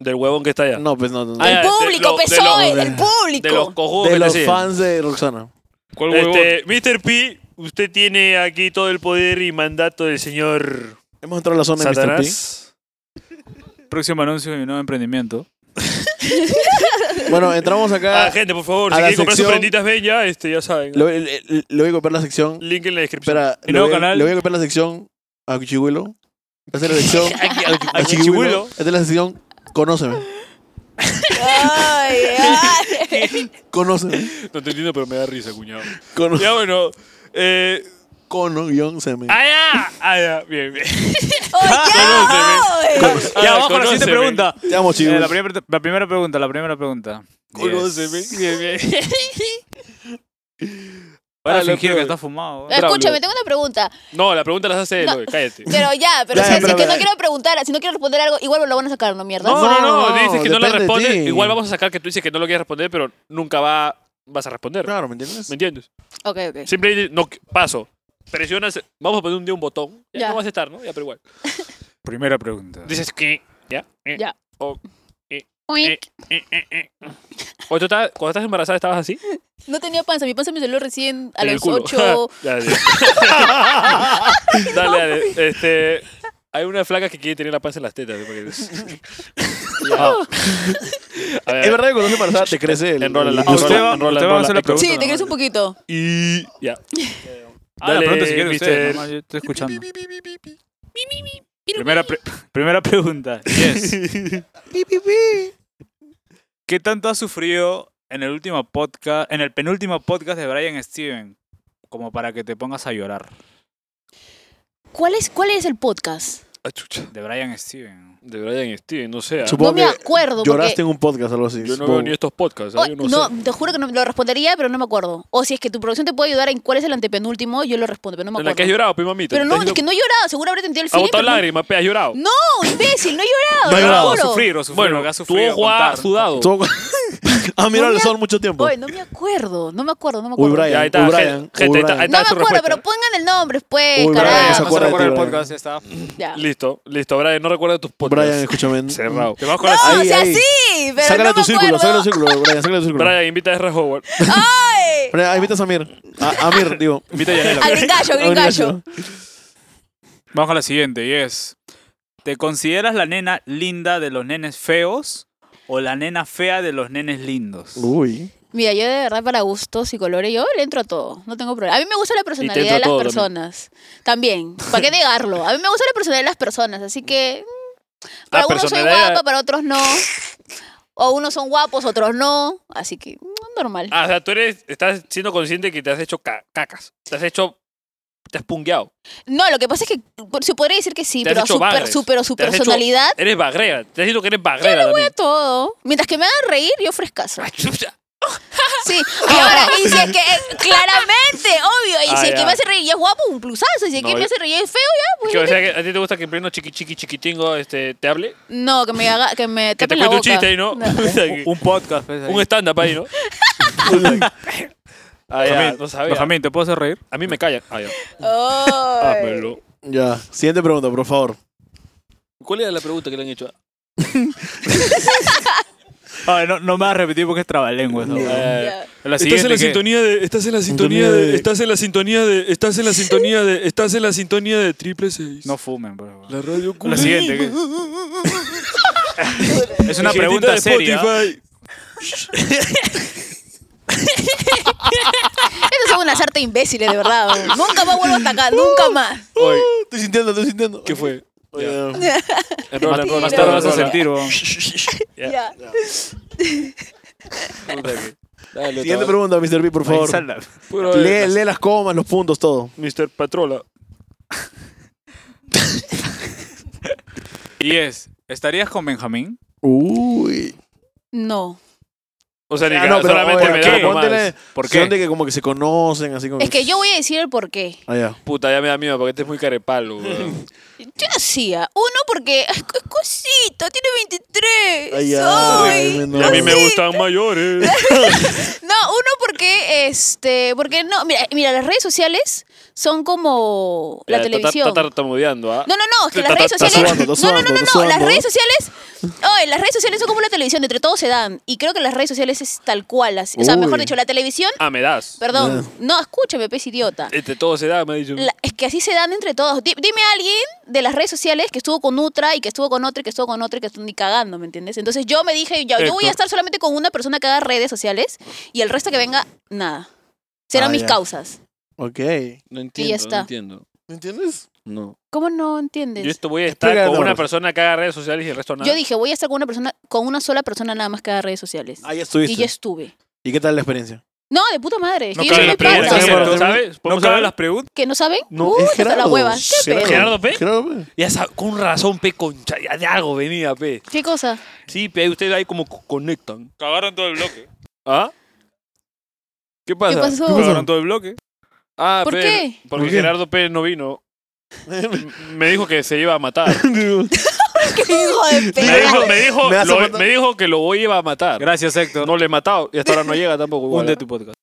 S3: Del huevón que está allá.
S1: No, pues no. no, no.
S3: Ah,
S4: ¡Del
S3: de lo-
S4: público,
S3: de
S4: PSOE!
S3: lo-
S4: ¡Del
S3: De los
S4: público!
S3: cojudos
S1: de
S3: que te
S1: los
S3: siguen.
S1: fans de Roxana.
S2: ¿Cuál
S3: Este, Mr. P, usted tiene aquí todo el poder y mandato del señor
S1: Hemos entrado a la zona de Mr.
S3: Satanás.
S2: Próximo anuncio de mi nuevo emprendimiento.
S1: P. Bueno, entramos acá.
S3: Ah, gente, por favor,
S1: a
S3: si
S1: la
S3: quieren comprar sus
S1: sección-
S3: prenditas bella, este, ya saben.
S1: le, voy- le- le- le voy a copiar la sección.
S3: Link en la descripción.
S1: Espera,
S2: Mi
S1: le
S2: nuevo
S1: voy, a-
S2: canal.
S1: le voy a copiar la sección a Cuchihuilo. Esta es la sección. a
S3: Cuchihuilo.
S1: Cuchihuilo. Esta es la sección. Conóceme.
S4: ¡Ay, ay!
S1: Conóceme.
S3: No te entiendo, pero me da risa, cuñado.
S1: Cono,
S3: ya, bueno. Eh,
S1: cono guión seme.
S3: ¡Ah, ya! ¡Ah, ya! Bien, bien.
S4: ¡Ay, ya! ay!
S3: Ah,
S2: Ya, vamos con la siguiente
S3: conóceme.
S2: pregunta.
S1: Te amo,
S2: Eh,
S1: Chihuilo.
S2: la, primera, la primera pregunta, la primera pregunta.
S1: Conóceme.
S2: Bien, bien. Para
S1: Ah, lo
S2: fingir
S1: peor.
S2: que está fumado. güey.
S4: Escúchame, tengo una pregunta.
S3: No, la pregunta la hace él,
S4: No.
S3: oye, cállate.
S4: Pero ya, pero
S1: Ya,
S4: o
S1: ya,
S4: sea, si
S1: pero
S4: es que
S1: a
S4: no
S1: ver.
S4: quiero preguntar, si no quiero responder algo, igual me lo van a sacar, ¿no, mierda?
S3: No, no, no,
S1: No,
S3: dices que no la
S1: depende de
S3: responde.
S1: ti.
S3: Igual vamos a sacar que tú dices que no lo quieres responder, pero nunca va, vas a responder.
S1: Claro, ¿me entiendes?
S3: ¿Me entiendes?
S4: Ok, ok.
S3: Siempre no, paso. Presionas, vamos a poner un día un botón. Ya,
S4: Ya.
S3: no vas a estar, ¿no? Ya, pero igual.
S2: Primera pregunta.
S3: Dices que. Ya. eh,
S4: Ya.
S3: o- eh,
S4: Uy.
S3: eh, eh, eh, eh. O tú estabas- cuando estás embarazada estabas así.
S4: No tenía panza, mi panza me salió recién a
S3: En el
S4: los
S3: culo.
S4: 8.
S3: Ya, ya. dale, dale. Este, hay una flaca que quiere tener la panza en las tetas. ¿eh? Porque- Ya. A ver,
S1: Ah. Es verdad que cuando se embarazada te crece el.
S3: Enrólala,
S1: el-
S2: Usted va,
S3: Roland, Roland,
S2: usted va a hacer la
S3: Roland,
S2: pregunta.
S4: Sí, te crees un poquito.
S3: Y ya.
S2: Ah, la
S3: Dale,
S2: pregunta si quiere
S3: mister.
S2: usted. nomás, yo estoy escuchando. Primera, pre- primera pregunta. Yes. ¿Qué tanto ha sufrido en el último podcast, en el penúltimo podcast de Brian Steven? Como para que te pongas a llorar.
S4: ¿Cuál es, cuál es el podcast?
S3: Ah, chucha.
S2: De Brian Steven.
S3: De Brian Steven, no sé. ah.
S1: Supongo
S4: no me
S1: que
S4: acuerdo.
S1: Lloraste
S4: porque...
S1: en un podcast o algo así.
S3: Yo no
S1: supongo.
S3: veo ni estos podcasts. ah,
S4: Oh,
S3: yo no,
S4: no,
S3: sé.
S4: te juro que no lo respondería, pero no me acuerdo. O si es que tu producción te puede ayudar en cuál es el antepenúltimo, yo lo respondo, pero no me
S3: En
S4: acuerdo.
S3: la que has llorado, pues, mamita.
S4: Pero no,
S3: Te has
S4: es que no he llorado, seguro habré tenido el
S3: Ha
S4: feeling.
S3: botado
S4: pero no-
S3: lágrimas, pe, has llorado.
S4: No, imbécil, no he llorado.
S1: No he
S4: te
S1: llorado.
S4: juro.
S2: A sufrir, o sufrir, lo que
S3: Bueno,
S2: ha
S3: tu
S2: sufrido.
S3: ojo ha
S2: contar.
S3: sudado.
S1: Supongo- Ah, mira,
S4: No
S1: le
S4: me-
S1: son mucho tiempo.
S4: Oye, no me acuerdo, no me acuerdo, no me
S1: Uy,
S4: acuerdo.
S1: Brian.
S3: Ya, ahí está,
S1: uy,
S3: gente,
S1: Brian, uy,
S3: gente, ahí está,
S1: Brian.
S3: ahí está.
S4: No me
S3: su
S4: acuerdo,
S3: respuesta.
S4: pero pongan el nombre, pues,
S1: Uy,
S4: carajo.
S1: Brian, se
S2: No se
S1: acuerda de ti,
S2: recuerda el
S1: Brian.
S2: podcast, ya está.
S4: Ya.
S3: Listo, listo, Brian, no recuerda tus podcasts.
S1: Brian, escúchame.
S3: Cerrado. Te vas con
S4: No,
S3: la-
S1: Ahí,
S4: o sea,
S1: ahí.
S4: sí, pero
S1: Sácala
S4: no
S1: de tu
S4: me
S1: círculo, sácala de
S4: acuerdo.
S1: tu círculo, Brian, sácala de tu círculo.
S3: Brian, invita a R. Howard.
S4: ¡Ay!
S1: Brian, ah, invita a Samir. A, a Mir, digo.
S3: Invita a Yanela.
S4: A gringallo, gringallo.
S2: Vamos a la siguiente, y es. ¿Te consideras la nena linda de los nenes feos o la nena fea de los nenes lindos?
S1: Uy.
S4: Mira, yo de verdad para gustos y colores, yo le entro a todo, no tengo problema. A mí me gusta la personalidad
S3: entro a
S4: de las
S3: todo también.
S4: personas. También, ¿para qué negarlo? A mí me gusta la personalidad de las personas, así que mm, para
S3: Ah,
S4: algunos soy
S3: personalidad.
S4: guapa, para otros no. O unos son guapos, otros no. Así que mm, normal.
S3: Ah, o sea, tú eres, estás siendo consciente que te has hecho ca- cacas. Te has hecho. Te has pungueado.
S4: No, lo que pasa es que por- se podría decir que sí,
S3: Te has
S4: pero a
S3: hecho
S4: su, per-
S3: bagres.
S4: su- pero su
S3: Te has hecho-
S4: personalidad,
S3: Eres bagrera. Te has dicho que eres bagrera también.
S4: todo. Mientras que me hagan reír, yo frescaso.
S3: Ah, chucha.
S4: Sí. Y ahora, y si es que, eh, claramente, obvio, y
S3: Ah,
S4: si es
S3: ya.
S4: que me hace reír y es guapo, un plusazo, y si es que
S3: No,
S4: me
S3: yo-
S4: hace reír y es feo, ya, pues.
S3: Que, o sea, que ¿A ti te gusta que en pleno chiqui chiqui chiquitingo este, te hable?
S4: No, que me haga, que me
S3: Que te
S4: tapen la
S3: cuente un chiste
S4: boca.
S3: ahí, ¿no? O sea, que-
S2: Un, un podcast. pues, ahí.
S3: un stand-up ahí, ¿no? ah, ya,
S2: Benjamín,
S3: no sabía.
S2: Benjamín, ¿te puedo hacer reír?
S3: A mí me callan. Ah, ya.
S4: Ay.
S3: Ah, pero-
S1: Ya. Siguiente pregunta, por favor.
S3: ¿Cuál era la pregunta que le han hecho?
S2: Ay, no, no me vas a repetir porque es trabalengua. esa huevada.
S4: Ya.
S2: La
S5: Estás
S2: siguiente,
S5: en la
S2: ¿qué?
S5: sintonía de. Estás en la
S1: Sintonía
S5: sintonía
S1: de-
S5: de. Estás en la sintonía de. Estás en la sintonía de. Estás en la sintonía de triple seis.
S2: No fumen, pues, bro.
S5: La radio cool.
S2: La siguiente, ¿qué? es una pregunta
S5: de
S2: seria.
S5: Spotify.
S4: Esos son unas artes imbéciles, de verdad. bro. Nunca más vuelvo hasta acá, nunca más.
S3: Oye,
S1: Estoy sintiendo, estoy sintiendo.
S3: ¿qué fue?
S1: Oye, eh,
S3: Enrola, enrola,
S2: Más tarde
S3: enrola,
S2: vas a
S3: enrola.
S2: sentir, bro.
S3: Ya.
S4: Ya.
S3: Puta que- Dale,
S1: Siguiente
S3: otra vez.
S1: pregunta, Mr. B, por favor.
S2: Salda.
S3: Puro-
S1: Lee, lee las comas, los puntos, todo.
S3: Mr. Patrola.
S2: Y es, ¿estarías con Benjamín?
S1: Uy.
S4: No.
S3: O sea, ni
S1: Ah,
S3: que
S1: no, pero
S3: solamente
S1: oye,
S3: me
S2: ¿qué?
S3: da
S1: pero
S2: nomás.
S1: póntele-
S2: ¿Por
S1: son de
S2: qué?
S1: que como que se conocen, así como.
S4: Es que yo voy a decir el por qué.
S1: Ah, ya.
S3: Puta, ya me da miedo porque este es muy carepalo, weón.
S4: Yo hacía. Uno porque ay, es cosita, tiene 23.
S1: Ay, ya, ay,
S4: Ay,
S1: me
S3: Y a mí me
S4: cosita.
S3: gustan mayores.
S4: No, uno porque este, porque no, mira, mira, las redes sociales son como la
S3: Ya, está-
S4: televisión.
S3: Está tartamudeando, ¿ah?
S4: No, no, no, que
S3: Está-
S4: las redes
S3: está- está
S4: sociales.
S1: sudando, está
S4: no, no, no,
S1: sudando,
S4: no,
S1: está
S4: no, las
S1: sudando.
S4: redes sociales. Oye, las redes sociales son como la televisión, entre todos se dan. Y creo que las redes sociales es tal cual. así- o sea,
S1: Uy.
S4: mejor dicho, la televisión.
S3: Ah, me das.
S4: Perdón, no, escúchame, pez idiota.
S3: Este todo se da, me ha dicho.
S4: La- es que así se dan entre todos. Di- dime a alguien de las redes sociales que estuvo con otra y que estuvo con otra y que estuvo con otra y que estuvo ni cagando, ¿me entiendes? Entonces yo me dije, ya, yo voy
S3: Héctor.
S4: a estar solamente con una persona que haga redes sociales y el resto que venga, nada. Serán
S1: Ah,
S4: mis
S1: ya.
S4: causas.
S1: Ok.
S3: No entiendo,
S4: está.
S3: no entiendo.
S1: ¿Me entiendes?
S3: No.
S4: ¿Cómo no
S3: Yo
S4: entiendes?
S3: esto voy a estar
S1: Explícanos.
S3: con una persona que haga redes sociales y el resto
S4: Yo,
S3: nada.
S4: dije, voy a estar con una persona, con una sola persona nada más que haga redes sociales.
S1: Ah, ya
S4: y
S1: estuviste.
S4: ya
S1: ¿Y,
S4: estuve.
S1: qué tal la experiencia?
S4: No, de puta madre. Es
S2: No
S4: que yo
S2: cabe
S4: soy
S2: la
S4: muy
S2: pregunta,
S4: pata.
S2: Gerardo.
S3: Gerardo, ¿sabes?
S2: No
S3: ¿Podemos
S2: caben
S3: hablar?
S2: las preguntas.
S4: ¿Que no saben?
S1: No,
S4: Uy,
S1: es
S4: hasta Uh, la
S1: Gerardo.
S4: hueva. ¿Qué,
S1: Gerardo.
S4: pedo?
S3: Gerardo P. Uh,
S1: Gerardo, pe.
S3: Ya sab- con razón, pe, concha. Ya de algo venía, pe.
S4: ¿Qué cosa?
S3: Sí, pe, ahí ustedes ahí como co- conectan.
S2: Cagaron todo el bloque.
S3: ¿Ah? ¿Qué
S4: ¿Qué
S3: pasa?
S4: pasó?
S2: Cagaron todo el bloque.
S3: Ah,
S4: ¿Por
S3: pe,
S4: qué?
S3: Porque
S1: ¿Por qué?
S3: Gerardo P no vino. M- me dijo que se iba a matar.
S4: ¿Qué hijo de
S3: Me dijo,
S4: perra?
S3: me dijo,
S1: Me vas a
S3: lo-
S1: matar.
S3: me dijo que lo iba a matar.
S2: Gracias, Héctor.
S3: No le he matado y hasta ahora no llega tampoco. igual. ¿eh?
S2: Hunde tu podcast.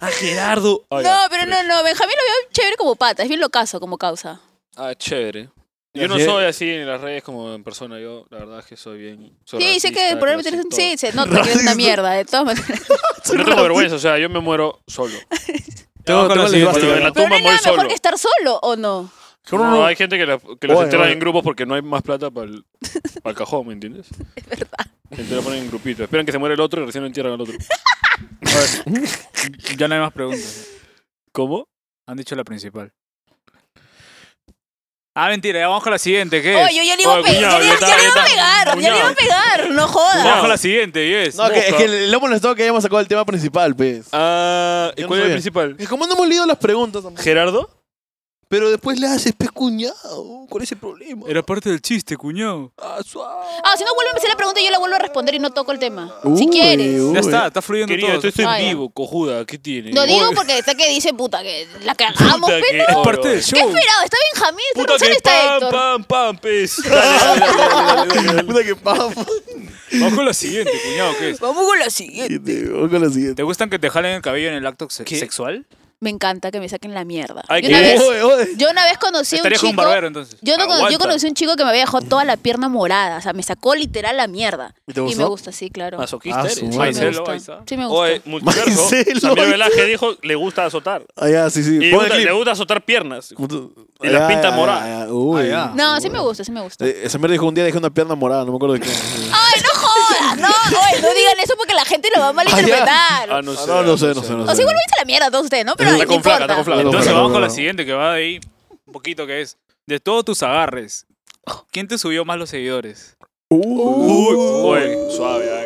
S3: Ah, Gerardo. Ah,
S4: No,
S3: ya,
S4: pero
S3: chévere.
S4: no, no. Benjamín lo veo chévere como pata. Es bien locazo como causa.
S3: Ah, chévere. Yo no
S5: Así es.
S3: soy así en las redes como en persona. Yo, la verdad, es que soy bien. soy
S4: Sí, sé
S3: racista,
S4: que probablemente eres un...
S3: clasista,
S4: Sí, se nota que eres una
S1: Racista.
S4: mierda, de todas maneras.
S3: todo. No tengo vergüenza, o sea, yo me muero solo.
S5: Tengo
S2: Vamos
S5: que
S2: con la
S5: hablar de
S3: Cuando en
S2: siguiente.
S3: la
S5: Bueno,
S4: Pero no
S3: tumba
S4: hay
S3: voy
S4: nada mejor
S3: solo.
S4: que estar solo, ¿o no?
S1: Yo no-
S3: No, hay gente que, la- que los
S1: Oye,
S3: entierra
S1: oye.
S3: en grupos porque no hay más plata para el, para el cajón, ¿me entiendes? Es verdad. Entonces lo ponen en grupito. Esperan que se muera el otro y recién lo entierran al otro. A ver,
S2: Ya no hay más preguntas.
S3: ¿Cómo?
S2: Han dicho la principal. Ah, mentira, ya vamos con la siguiente, ¿qué es?
S4: Oye, yo ya le iba a
S3: Oye,
S4: pe- ya
S3: cuñado,
S4: le
S3: ya
S4: iba-
S3: está,
S4: ya le
S3: ya
S4: iba a
S3: está.
S4: pegar, ya le iba
S3: Cuñado.
S4: a pegar, no
S2: Vamos
S4: jodas.
S2: con la siguiente, yes.
S1: No, que, es
S3: Boca.
S1: que le hemos molestado que hayamos sacado el tema principal, pues.
S3: Ah, ¿y
S1: Yo no
S3: ¿Cuál es el
S1: sabía.
S3: principal?
S1: Es como no hemos leído las preguntas, amor.
S3: ¿Gerardo?
S1: pero después le haces pez cuñado. ¿Cuál es el problema?
S2: Era parte del chiste, cuñado.
S1: Ah, suave.
S4: Ah, si no vuelve a hacer la pregunta, yo la vuelvo a responder y no toco el tema. Si quieres.
S2: Ya está, está fluyendo
S3: Querida,
S2: todo.
S3: estoy, estoy
S4: Ah, ya.
S3: vivo, cojuda. ¿Qué tiene?
S4: Lo digo
S3: Oye,
S4: porque está que dice puta que la cagamos,
S3: puta
S4: pero.
S3: que-
S2: Es parte del
S4: ¿Qué
S2: show.
S4: esperado? Está Benjamín, está
S3: Puta
S4: Roxana,
S3: que
S4: está
S3: pam,
S4: este Héctor.
S3: pam, pam, pez. Dale, dale, dale, dale, dale,
S4: Ah.
S3: dale.
S1: Puta que pavo.
S2: Vamos con la siguiente, cuñado, ¿qué es?
S4: Vamos con la siguiente.
S1: Vamos con la siguiente.
S2: ¿Te gustan que te jalen el cabello en el acto se-
S3: ¿Qué?
S2: sexual?
S4: Me encanta que me saquen la mierda.
S3: Ay,
S4: yo, una
S3: ¿qué?
S4: vez,
S1: Oye, oye.
S4: yo una vez conocí a un
S2: Estarías con un
S4: chico.
S2: barbero entonces.
S4: Yo, no, con- yo
S2: Aguanta.
S4: conocí a un chico que me había dejado toda la pierna morada. O sea, me sacó literal la mierda.
S1: ¿Y te
S4: me
S1: gustó?
S4: gusta, sí, claro.
S3: Masoquista
S1: Ah,
S3: eres.
S1: su
S4: Sí,
S1: madre.
S4: me
S2: Marcelo,
S4: gusta.
S2: ahí está.
S4: Sí, me gusta.
S3: Oye, multiverso.
S1: Marcelo.
S3: Samir Velázquez dijo, le gusta azotar.
S1: Ah, ya, sí, sí.
S3: Y le
S1: Pon el
S3: gusta,
S1: clip.
S3: le gusta azotar piernas. Y
S1: Ah,
S3: las
S1: ya, ya,
S3: pinta morada.
S1: ya, ya. Uy.
S2: Ah, ya.
S4: No, sí me gusta, sí me gusta.
S1: Eh, Esa mierda dijo un día dejé una pierna morada, no me acuerdo de qué.
S4: ¡Ay, no jodas! No, oye, no digan eso porque la gente lo va a malinterpretar.
S3: Ah, no
S1: Ah,
S3: sé.
S1: no, no sé, no sé, no
S4: O sea,
S1: sé.
S4: igual me dice la mierda todos ustedes, ¿no? Pero
S3: Está
S4: no
S3: con flaca, está
S4: importa.
S3: con flaca.
S2: Entonces
S1: Ojalá,
S2: vamos con la
S1: ojalá.
S2: siguiente que va de ahí un poquito que es de todos tus agarres. ¿Quién te subió más los seguidores?
S1: Uy.
S3: Oye, suave. ah.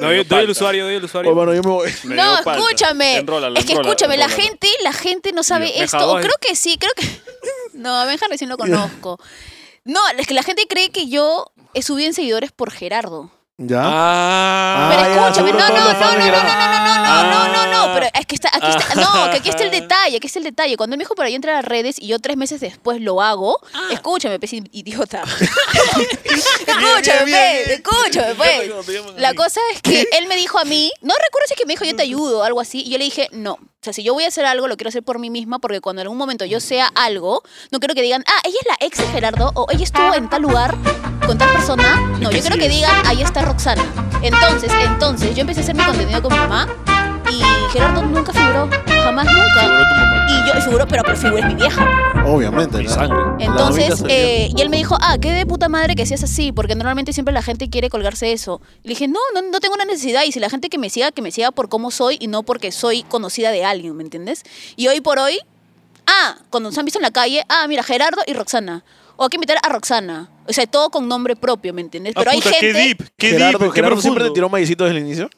S2: No,
S3: Me dio
S2: yo- doy el
S3: palta.
S2: usuario, doy el
S1: Oye,
S2: usuario.
S1: mano, yo me voy.
S3: Me
S4: No,
S3: dio palta.
S4: escúchame.
S3: Enrólala,
S4: es que
S3: enróla,
S4: escúchame, la
S3: enróla.
S4: gente, la gente no sabe
S2: Benja,
S4: esto. O
S2: voy.
S4: creo que sí, creo que. No, a Benja recién lo conozco. No, es que la gente cree que yo he subido en seguidores por Gerardo.
S1: ¿Ya?
S3: Ah.
S4: Pero
S1: Ah, ya,
S4: escúchame, no,
S1: seguro
S4: no, no,
S1: todos los
S4: no,
S1: fans
S4: no,
S1: de
S4: no, no,
S1: Gerardo.
S4: no, no, no, no, no,
S3: Ah.
S4: pero es que está, aquí está, no, que aquí
S1: Ah.
S4: está el detalle, aquí está el detalle. Cuando él me dijo para yo entrar a redes y yo tres meses después lo hago,
S1: Ah.
S4: escúchame, pues idiota. escúchame, pues, escúchame, pues. La cosa es que él me dijo a mí, no recuerdo si es que me dijo yo te ayudo o algo así, y yo le dije, no. O sea, si yo voy a hacer algo, lo quiero hacer por mí misma, porque cuando en algún momento yo sea algo, no quiero que digan, ah, ella es la ex de Gerardo, o ella estuvo en tal lugar con tal persona. No, yo quiero que digan, ahí está Roxana. Entonces, entonces, yo empecé a hacer mi contenido con mi mamá, y Gerardo nunca figuró, jamás nunca.
S3: Seguro tu mamá.
S4: Y yo, y figuró, pero por figura es mi vieja.
S1: Obviamente.
S3: Mi
S1: ¿no?
S3: sangre.
S1: La mamita
S4: Entonces,
S1: salió.
S4: eh, y él me dijo, ah, qué de puta madre que seas así, porque normalmente siempre la gente quiere colgarse eso. Y le dije, no, no, no tengo una necesidad, y si la gente que me siga, que me siga por cómo soy y no porque soy conocida de alguien, ¿me entiendes? Y hoy por hoy, ah, cuando nos han visto en la calle, ah, mira, Gerardo y Roxana. O hay que invitar a Roxana. O sea, todo con nombre propio, ¿me entiendes? Pero
S3: ah,
S4: hay
S3: puta,
S4: gente...
S3: qué deep, qué
S1: Gerardo,
S3: deep, qué
S1: Gerardo
S3: profundo.
S1: siempre te tiró maicitos desde el inicio.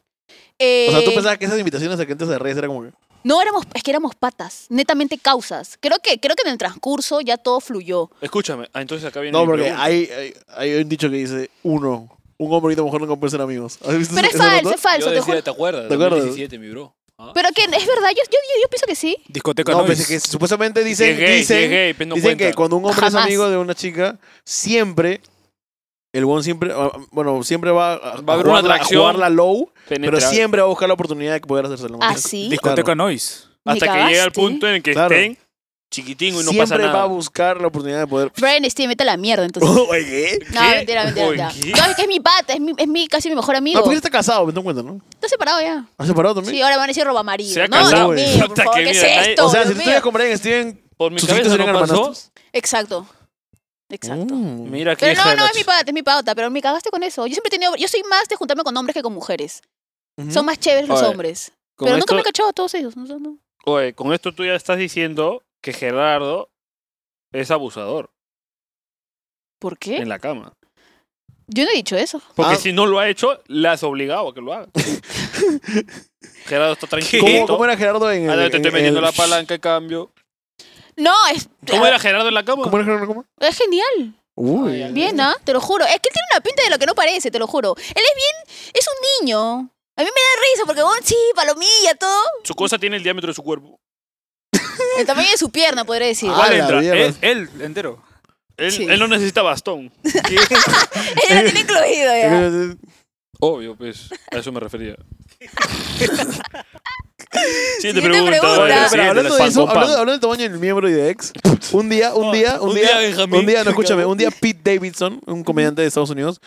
S4: eh,
S1: O sea, tú pensabas que esas invitaciones a clientes de redes era como que.
S4: No, éramos, es que éramos patas, netamente causas. Creo que, creo que en el transcurso ya todo fluyó.
S3: Escúchame, ah, entonces acá viene
S1: No,
S3: mi
S1: porque
S3: pregunta.
S1: hay, hay, hay un dicho que dice: uno, un hombre y una mujer nunca pueden ser amigos. ¿Has visto
S4: Pero es
S1: ese- ese
S4: falso,
S1: dato?
S4: es falso,
S3: Yo
S4: Ah, te juro.
S3: decía, ¿te acuerdas?
S1: ¿Te acuerdas?
S3: 2017, mi bro. Ah.
S4: Pero que es verdad, yo, yo, yo, yo pienso que sí.
S2: Discoteca
S1: No,
S2: Noise.
S1: pensé que supuestamente dicen,
S3: Si es gay,
S1: dicen,
S3: si es gay, pues no
S1: dicen que
S3: cuenta.
S1: cuando un hombre
S4: Jamás.
S1: es amigo de una chica, siempre, el buen siempre, ah, bueno, siempre va a, a
S3: haber una
S1: jugarla- a
S3: atracción.
S1: jugarla low, pero
S3: Penetrar.
S1: siempre va a buscar la oportunidad de poder hacérselo.
S4: Así.
S2: Discoteca Noise.
S4: Me
S3: Hasta que llega
S4: cagaste.
S3: el punto en el que
S1: Claro.
S3: estén chiquitingo y no
S1: siempre
S3: pasa
S1: va a
S3: nada.
S1: buscar la oportunidad de poder. Oh, ¿eh?
S4: Brian Steele, vete a la mierda entonces.
S1: Oye, ¿qué?
S4: No,
S3: ¿Qué?
S4: mentira, mentira,
S3: Uy,
S4: mentira.
S3: ¿qué?
S4: No, es que es mi pata, es mi, es mi casi mi mejor amigo.
S1: No, Ah, porque él está casado, me tengo cuenta, ¿no?
S4: Está separado ya.
S1: ¿Has separado también?
S4: Sí, ahora van a decir roba marido.
S3: Se ha
S4: no,
S1: casado.
S4: Dios mío, por
S3: Puta,
S4: favor,
S3: que
S4: ¿qué es
S3: mira, nadie-
S4: esto?
S1: o sea, si
S4: Dios
S1: tú
S4: mío?
S1: estuvieras con Brian Steven,
S3: Por mi
S1: sus
S3: cabeza
S1: hijos
S3: no
S1: serían
S3: pasó.
S1: hermanastros.
S4: Exacto. Exacto.
S1: Mm.
S3: Mira que
S4: Pero
S3: hija
S4: no,
S3: de
S4: no
S3: la
S4: es mi
S3: ch-
S4: pata, es mi pata, pero me cagaste con eso. Yo siempre he tenido. Yo soy más de juntarme con hombres que con mujeres.
S1: Ujú.
S4: Son más chéveres los
S3: Oye,
S4: hombres.
S3: Con
S4: Pero nunca
S3: esto-
S4: me he cachado a todos ellos. No, sé, no.
S3: Oye, con esto tú ya estás diciendo que Gerardo es abusador
S4: ¿Por qué?
S3: en la cama.
S4: Yo no he dicho eso.
S3: Porque
S1: Ah.
S3: si no lo ha hecho, le has obligado a que lo haga. Gerardo está tranquilo.
S1: ¿Cómo, cómo era Gerardo en
S3: Ah,
S1: el-
S3: no,
S1: en
S3: te estoy
S1: el-
S3: metiendo la palanca, de cambio.
S4: No, es.
S3: ¿Cómo era Gerardo en la cama?
S1: ¿Cómo era Gerardo en la cama?
S4: Es genial.
S1: Uy.
S4: Bien, ¿ah? Te lo juro. Es que él tiene una pinta de lo que no parece, te lo juro. Él es bien. Es un niño. A mí me da risa porque, bueno, sí, palomilla, todo.
S3: Su cosa tiene el diámetro de su cuerpo.
S4: El tamaño de su pierna, podría decir.
S1: Ah,
S2: ¿Cuál
S1: la
S4: ¿eh?
S2: entra?
S1: mierda.
S2: Él, él entero.
S3: Él,
S4: Sí.
S3: él no necesita bastón.
S4: Ella lo tiene incluido
S1: eh,
S4: ya.
S3: Obvio, pues. A eso me refería. Siguiente
S4: Siguiente
S3: pregunta.
S4: pregunta.
S3: Oye,
S1: Pero,
S3: siguiente,
S1: hablando de
S3: pan
S1: eso,
S3: con pan. Oh,
S1: hablando, hablando del tamaño del miembro y de ex, un día, un día, un,
S5: Un
S1: día,
S5: día, Benjamín.
S1: un día, no escúchame, un día Pete Davidson, un comediante de Estados Unidos,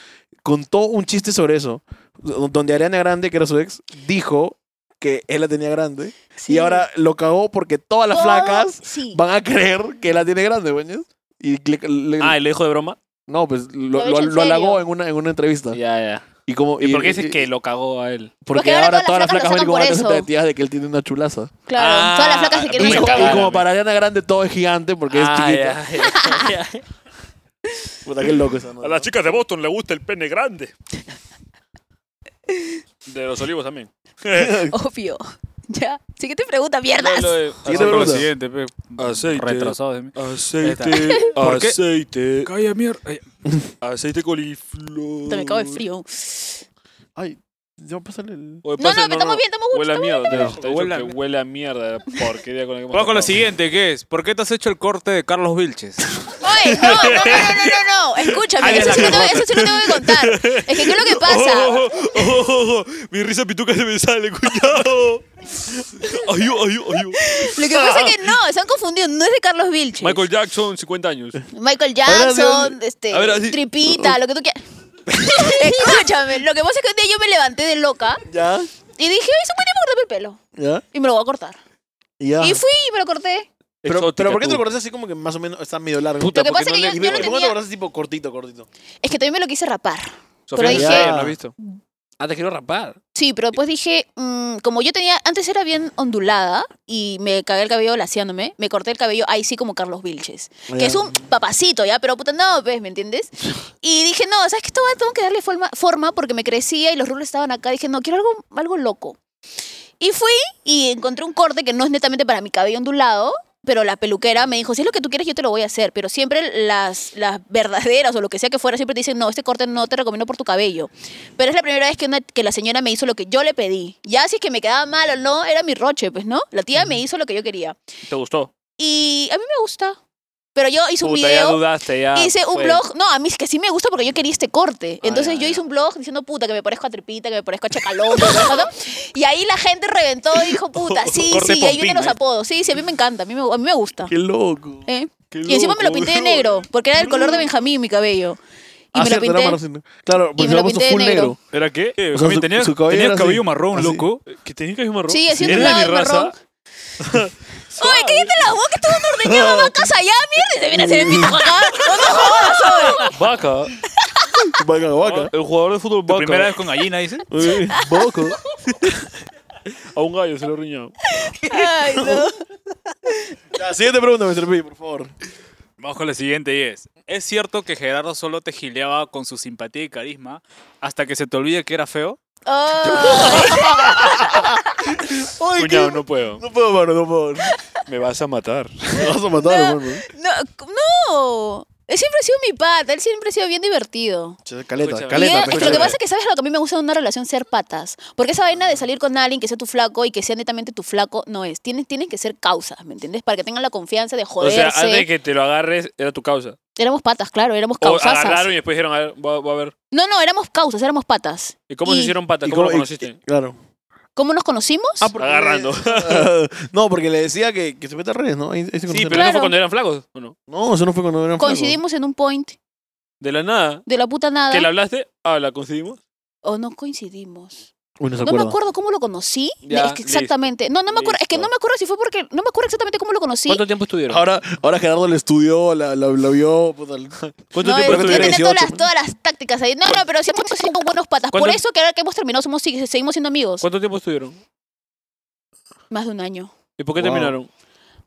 S1: contó un chiste sobre eso, donde Ariana Grande, que era su ex, dijo que él la tenía grande y
S4: Sí.
S1: ahora lo cagó porque todas las
S4: Todos-
S1: flacas
S4: Oh, Sí.
S1: van a creer que la tiene grande, güey. Y le- le-
S3: Ah, ¿y le dijo de broma?
S1: no, pues lo,
S4: Lo he
S1: lo-
S4: hecho en
S1: lo halagó
S4: serio.
S1: en una, en una entrevista.
S3: Ya, ya.
S1: Y como
S3: ¿Y por qué dices que lo cagó a él?
S1: porque
S4: Porque ahora
S1: ahora todas
S4: todas
S1: las
S4: las
S1: flacas van
S4: flacas
S1: y
S4: lo
S1: como
S4: sacan por
S1: las
S4: eso.
S1: expectativas de que él tiene una chulaza.
S4: Claro.
S3: Ah,
S4: Todas las flacas se quieren
S1: Y,
S3: Pero
S1: co-
S3: se
S1: y
S4: sacar.
S3: cagaron.
S1: como para Ariana Grande todo es gigante porque es
S3: Ah,
S1: chiquita.
S3: ya, ya, ya.
S1: Puta, qué loco esa
S5: A
S1: nota.
S5: las chicas de Boston le gusta el pene grande. De los olivos también.
S4: Obvio. Ya. Siguiente pregunta, mierdas.
S3: Lo de-
S1: Siguiente
S2: Pasamos con
S1: pregunta.
S2: la siguiente, pe.
S5: Aceite.
S2: Retrasado de mí.
S5: Aceite,
S2: ¿Por qué?
S5: aceite,
S2: Calla, mierda. Ay,
S5: aceite coliflor.
S4: Puta, me cago de frío.
S1: Ay, ya pásale el.
S5: Oye,
S4: No, no,
S5: pasa-
S4: pero estamos bien, estamos
S3: Huele a mierda. te he dicho que
S2: Huele a-
S3: Huele a mierda. Porquería con la que hemos
S2: Vamos con
S3: tratado.
S2: la siguiente, ¿qué es? ¿Por qué te has hecho el corte de Carlos Vilches?
S4: Oye, no, no, no, no, no, no, no. Escúchame,
S2: Ay,
S4: que eso
S2: la
S4: sí, lo tengo,
S2: carota.
S4: eso sí lo tengo que contar. Es que, ¿qué es lo que pasa?
S5: Oh, oh, oh, oh, oh, Mi risa pituca se me sale, cuñado. Ay, oh, ay, oh, ay, oh.
S4: Lo que pasa es que no, se han confundido. No es de Carlos Vilches.
S3: Michael Jackson, 50 años.
S1: ver,
S4: Michael Jackson, este,
S5: a ver, así.
S4: Tripita, lo que tú quieras. Escúchame, lo que pasa es que un día yo me levanté de loca
S1: Ya,
S4: y dije, ay, es un buen tiempo cortarme el pelo.
S1: ya,
S4: Y me lo voy a cortar.
S1: ya.
S4: Y fui y me lo corté.
S1: Pero,
S3: Exótica,
S1: pero ¿por qué te
S3: tú.
S1: lo cortaste así como que más o menos está medio largo?
S3: Puta,
S4: Lo que
S3: porque
S4: pasa
S3: no
S4: es
S3: le-
S4: que yo,
S1: y
S4: yo
S1: ¿Por
S4: lo
S1: qué te lo
S4: tenía.
S1: cortaste tipo cortito, cortito?
S4: Es que también me lo quise rapar.
S3: Sofía
S4: pero
S3: Vergara,
S1: dije-
S3: ¿lo has visto? Ah, te quiero rapar.
S4: Sí, pero después dije, mm, como yo tenía, antes era bien ondulada y me cagué el cabello laseándome, me corté el cabello ahí sí como Carlos Vilches, que es un papacito ya, pero puta, no, pues, ¿me entiendes? Y dije, no, ¿sabes qué? Esto va- tengo que darle forma, forma porque me crecía y los rulos estaban acá. Dije, no, quiero algo, algo loco. Y fui y encontré un corte que no es netamente para mi cabello ondulado, pero la peluquera me dijo, si es lo que tú quieres, yo te lo voy a hacer. Pero siempre las, las verdaderas o lo que sea que fuera, siempre te dicen, no, este corte no te recomiendo por tu cabello. Pero es la primera vez que, una- que la señora me hizo lo que yo le pedí. Ya si es que me quedaba mal o no, era mi roche, pues, ¿no? La tía me hizo lo que yo quería.
S3: ¿Te gustó?
S4: Y a mí me gusta. Pero yo hice un
S3: Puta, ya
S4: video
S3: dudaste, ya.
S5: Ah,
S4: hice un
S5: pues.
S3: fue.
S4: blog. No, a mí es que sí me gusta porque yo quería este corte.
S3: Ah,
S4: Entonces
S3: ya,
S4: yo
S3: ya.
S4: hice un blog diciendo puta que me parezco a Tripita, que me parezco a Chacalón. que me parezco a todo. y ahí la gente reventó y dijo puta, sí,
S3: Corte
S4: sí, y ahí
S3: pompín,
S4: vienen los
S3: ¿eh?
S4: apodos. Sí, sí, a mí me encanta, a mí me, a mí me gusta.
S1: Qué loco.
S4: ¿eh? Y encima me lo pinté de negro porque era el color de Benjamín mi cabello.
S1: Ah,
S4: Y me lo pinté.
S1: Claro, porque
S4: me
S1: se
S4: lo
S1: lo puso
S4: pinté de
S1: full
S4: negro.
S1: negro.
S2: ¿Era qué?
S1: O sea,
S2: Javi,
S1: su-
S2: tenía
S1: su cabello
S2: tenía
S1: era
S2: el cabello
S1: así,
S2: marrón,
S1: así.
S2: loco.
S5: ¿Que tenía cabello marrón?
S4: Sí, así
S5: ¿Era
S4: ondulado
S5: de
S4: y
S5: mi raza?
S4: marrón. Oye, cállate la boca, tú no ordeñabas vacas allá, mierda, y te viene a hacer el pito acá. No, no jodas, oye.
S3: Vaca.
S1: Vaca, vaca.
S3: El jugador de fútbol
S2: ¿Tu
S3: vaca.
S2: primera vez con gallina, dices?
S1: Uy, Boco.
S3: A un gallo se lo riñó.
S4: Ay, no.
S1: La siguiente pregunta, Mr. P, por favor.
S2: Vamos con la siguiente y es. ¿Es cierto que Gerardo solo te gileaba con su simpatía y carisma hasta que se te olvide que era feo?
S4: Ay.
S1: Ay,
S3: Cuñado,
S1: qué-
S3: no puedo.
S1: No puedo, mano, no puedo. Me
S5: Me vas a matar.
S1: vas a matar,
S4: No.
S1: hermano.
S4: No, c- no. Él siempre ha sido mi pata, él siempre ha sido bien divertido.
S1: Che, Caleta,
S3: Escúchame.
S4: Y
S1: caleta.
S4: él-
S1: pe,
S4: es que lo que
S1: caleta.
S4: pasa es que sabes lo que a mí me gusta de una relación ser patas. Porque esa vaina de salir con alguien que sea tu flaco y que sea netamente tu flaco no es. Tienes, tienen que ser causas, ¿me entiendes? Para que tengan la confianza de
S3: O sea,
S4: joderse.
S3: antes de que te lo agarres, era tu causa.
S4: Éramos patas, claro, éramos
S3: O
S4: causas.
S3: agarraron y después dijeron, a ver, voy a, voy a ver.
S4: No, no, éramos causas, éramos patas.
S3: ¿Y cómo se
S4: Y-
S3: hicieron pata?
S1: ¿Y
S3: ¿Cómo lo
S1: cómo- y-
S3: conociste?
S1: Claro.
S4: ¿Cómo nos conocimos?
S3: Ah, Agarrando.
S1: no, porque le decía que, que se mete a redes, ¿no? Ahí- ahí se
S3: Sí,
S1: conocieron.
S3: pero no
S4: Claro.
S3: fue cuando eran flacos. ¿o no?
S1: No, eso no fue cuando eran
S4: Coincidimos en un point
S3: De la nada.
S4: de la puta nada.
S3: ¿Que le hablaste? Ah, la coincidimos.
S4: O no coincidimos.
S1: flacos. Uy, no se
S4: No me
S1: acuerda.
S4: acuerdo cómo lo conocí.
S3: Ya,
S4: es que exactamente. No, no me acuerdo. Es que no
S3: Listo.
S4: me acuerdo si fue porque. No me acuerdo exactamente cómo lo conocí.
S3: ¿Cuánto tiempo
S4: Ah,
S3: estuvieron?
S1: Ahora, ahora Gerardo le estudió, la, la, la vio. puta, el-
S3: ¿Cuánto
S4: no,
S3: tiempo
S4: yo
S1: estuvieron?
S3: estuvieron?
S4: tenía
S1: 18,
S4: todas las, todas las tácticas ahí. No, no, pero siempre hemos sido buenos patas. Por
S3: ¿Cuánto-
S4: eso que ahora que hemos terminado somos sig- seguimos siendo amigos.
S3: ¿Cuánto tiempo estuvieron?
S4: Más de un año.
S3: ¿Y por qué
S1: Wow.
S3: terminaron?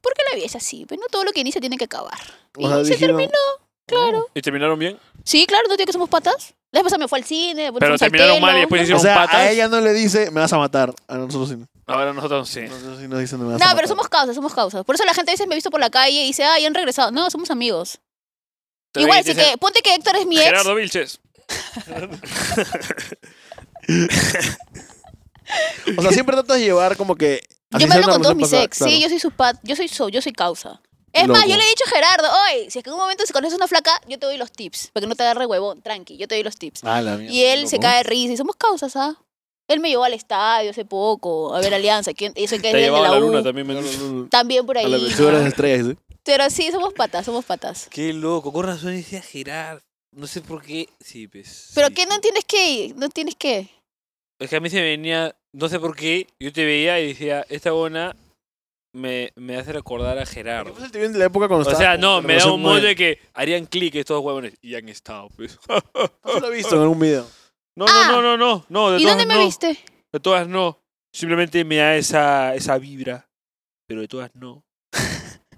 S4: Porque la vida es así. Pero no todo lo que inicia tiene que acabar. Y
S1: o sea,
S4: se
S1: dijeron-
S4: terminó. Claro.
S3: ¿Y terminaron bien?
S4: Sí, claro, no digo que somos patas. La vez pasada me fue al cine, después
S3: Pero
S4: nos fuimos al
S3: terminaron
S4: pelo.
S3: mal y después
S1: O
S3: hicieron
S1: sea, a
S3: patas.
S1: ella no le dice, me vas a matar. A nosotros sí.
S3: Ahora nosotros sí.
S1: Nosotros sí nos dicen, me vas a
S4: No,
S1: matar.
S4: pero somos causas, somos causas. Por eso la gente a veces me ha visto por la calle y dice, ay, han regresado. No, somos amigos. Igual, si que, ponte que Héctor es mi ex.
S3: Gerardo Vilches.
S1: O sea, siempre tratas de llevar como que. así
S4: Yo
S1: sea
S4: me hablo
S1: una
S4: con todos
S1: relación
S4: mis
S1: pasada,
S4: ex.
S1: claro.
S4: Sí, yo soy su pat, yo soy so- yo soy causa. Es más,
S1: Loco.
S4: yo le he dicho a Gerardo, oye, si es que en un momento se conoces una flaca, yo te doy los tips, para que no te agarre huevón, tranqui, yo te doy los tips.
S1: Ah, la mierda,
S4: y él se
S1: loco.
S4: cae de risa y somos causas, ¿ah? Él me llevó al estadio hace poco, a ver Alianza, ¿quién? eso que es
S5: Te ha
S4: de la,
S5: llevado a la
S4: U.
S5: luna también, me han dicho.
S4: También por ahí.
S1: A la
S4: ¿no?
S1: versión de las estrellas, ¿eh?
S4: Pero sí, somos patas, somos patas.
S5: Qué loco, con razón decía Gerard. No sé por qué. Sí, pues.
S4: Pero
S5: sí.
S4: ¿qué no entiendes qué? ¿No entiendes qué?
S5: Es que a mí se me venía, no sé por qué, yo te veía y decía, esta buena me, me hace recordar a Gerardo.
S1: Pues el TV de la época cuando
S5: O
S1: estaba-
S5: sea, no, me da
S1: cuando
S5: un
S1: se-
S5: modo de que harían clic estos huevones. Y han estado, pues.
S1: Yo lo he visto en algún video.
S5: No,
S4: Ah.
S5: no, no, no, no, no. De
S4: ¿Y
S5: todas
S4: dónde me
S5: no.
S4: viste?
S5: De todas no. Simplemente me da esa, esa vibra. Pero de todas no.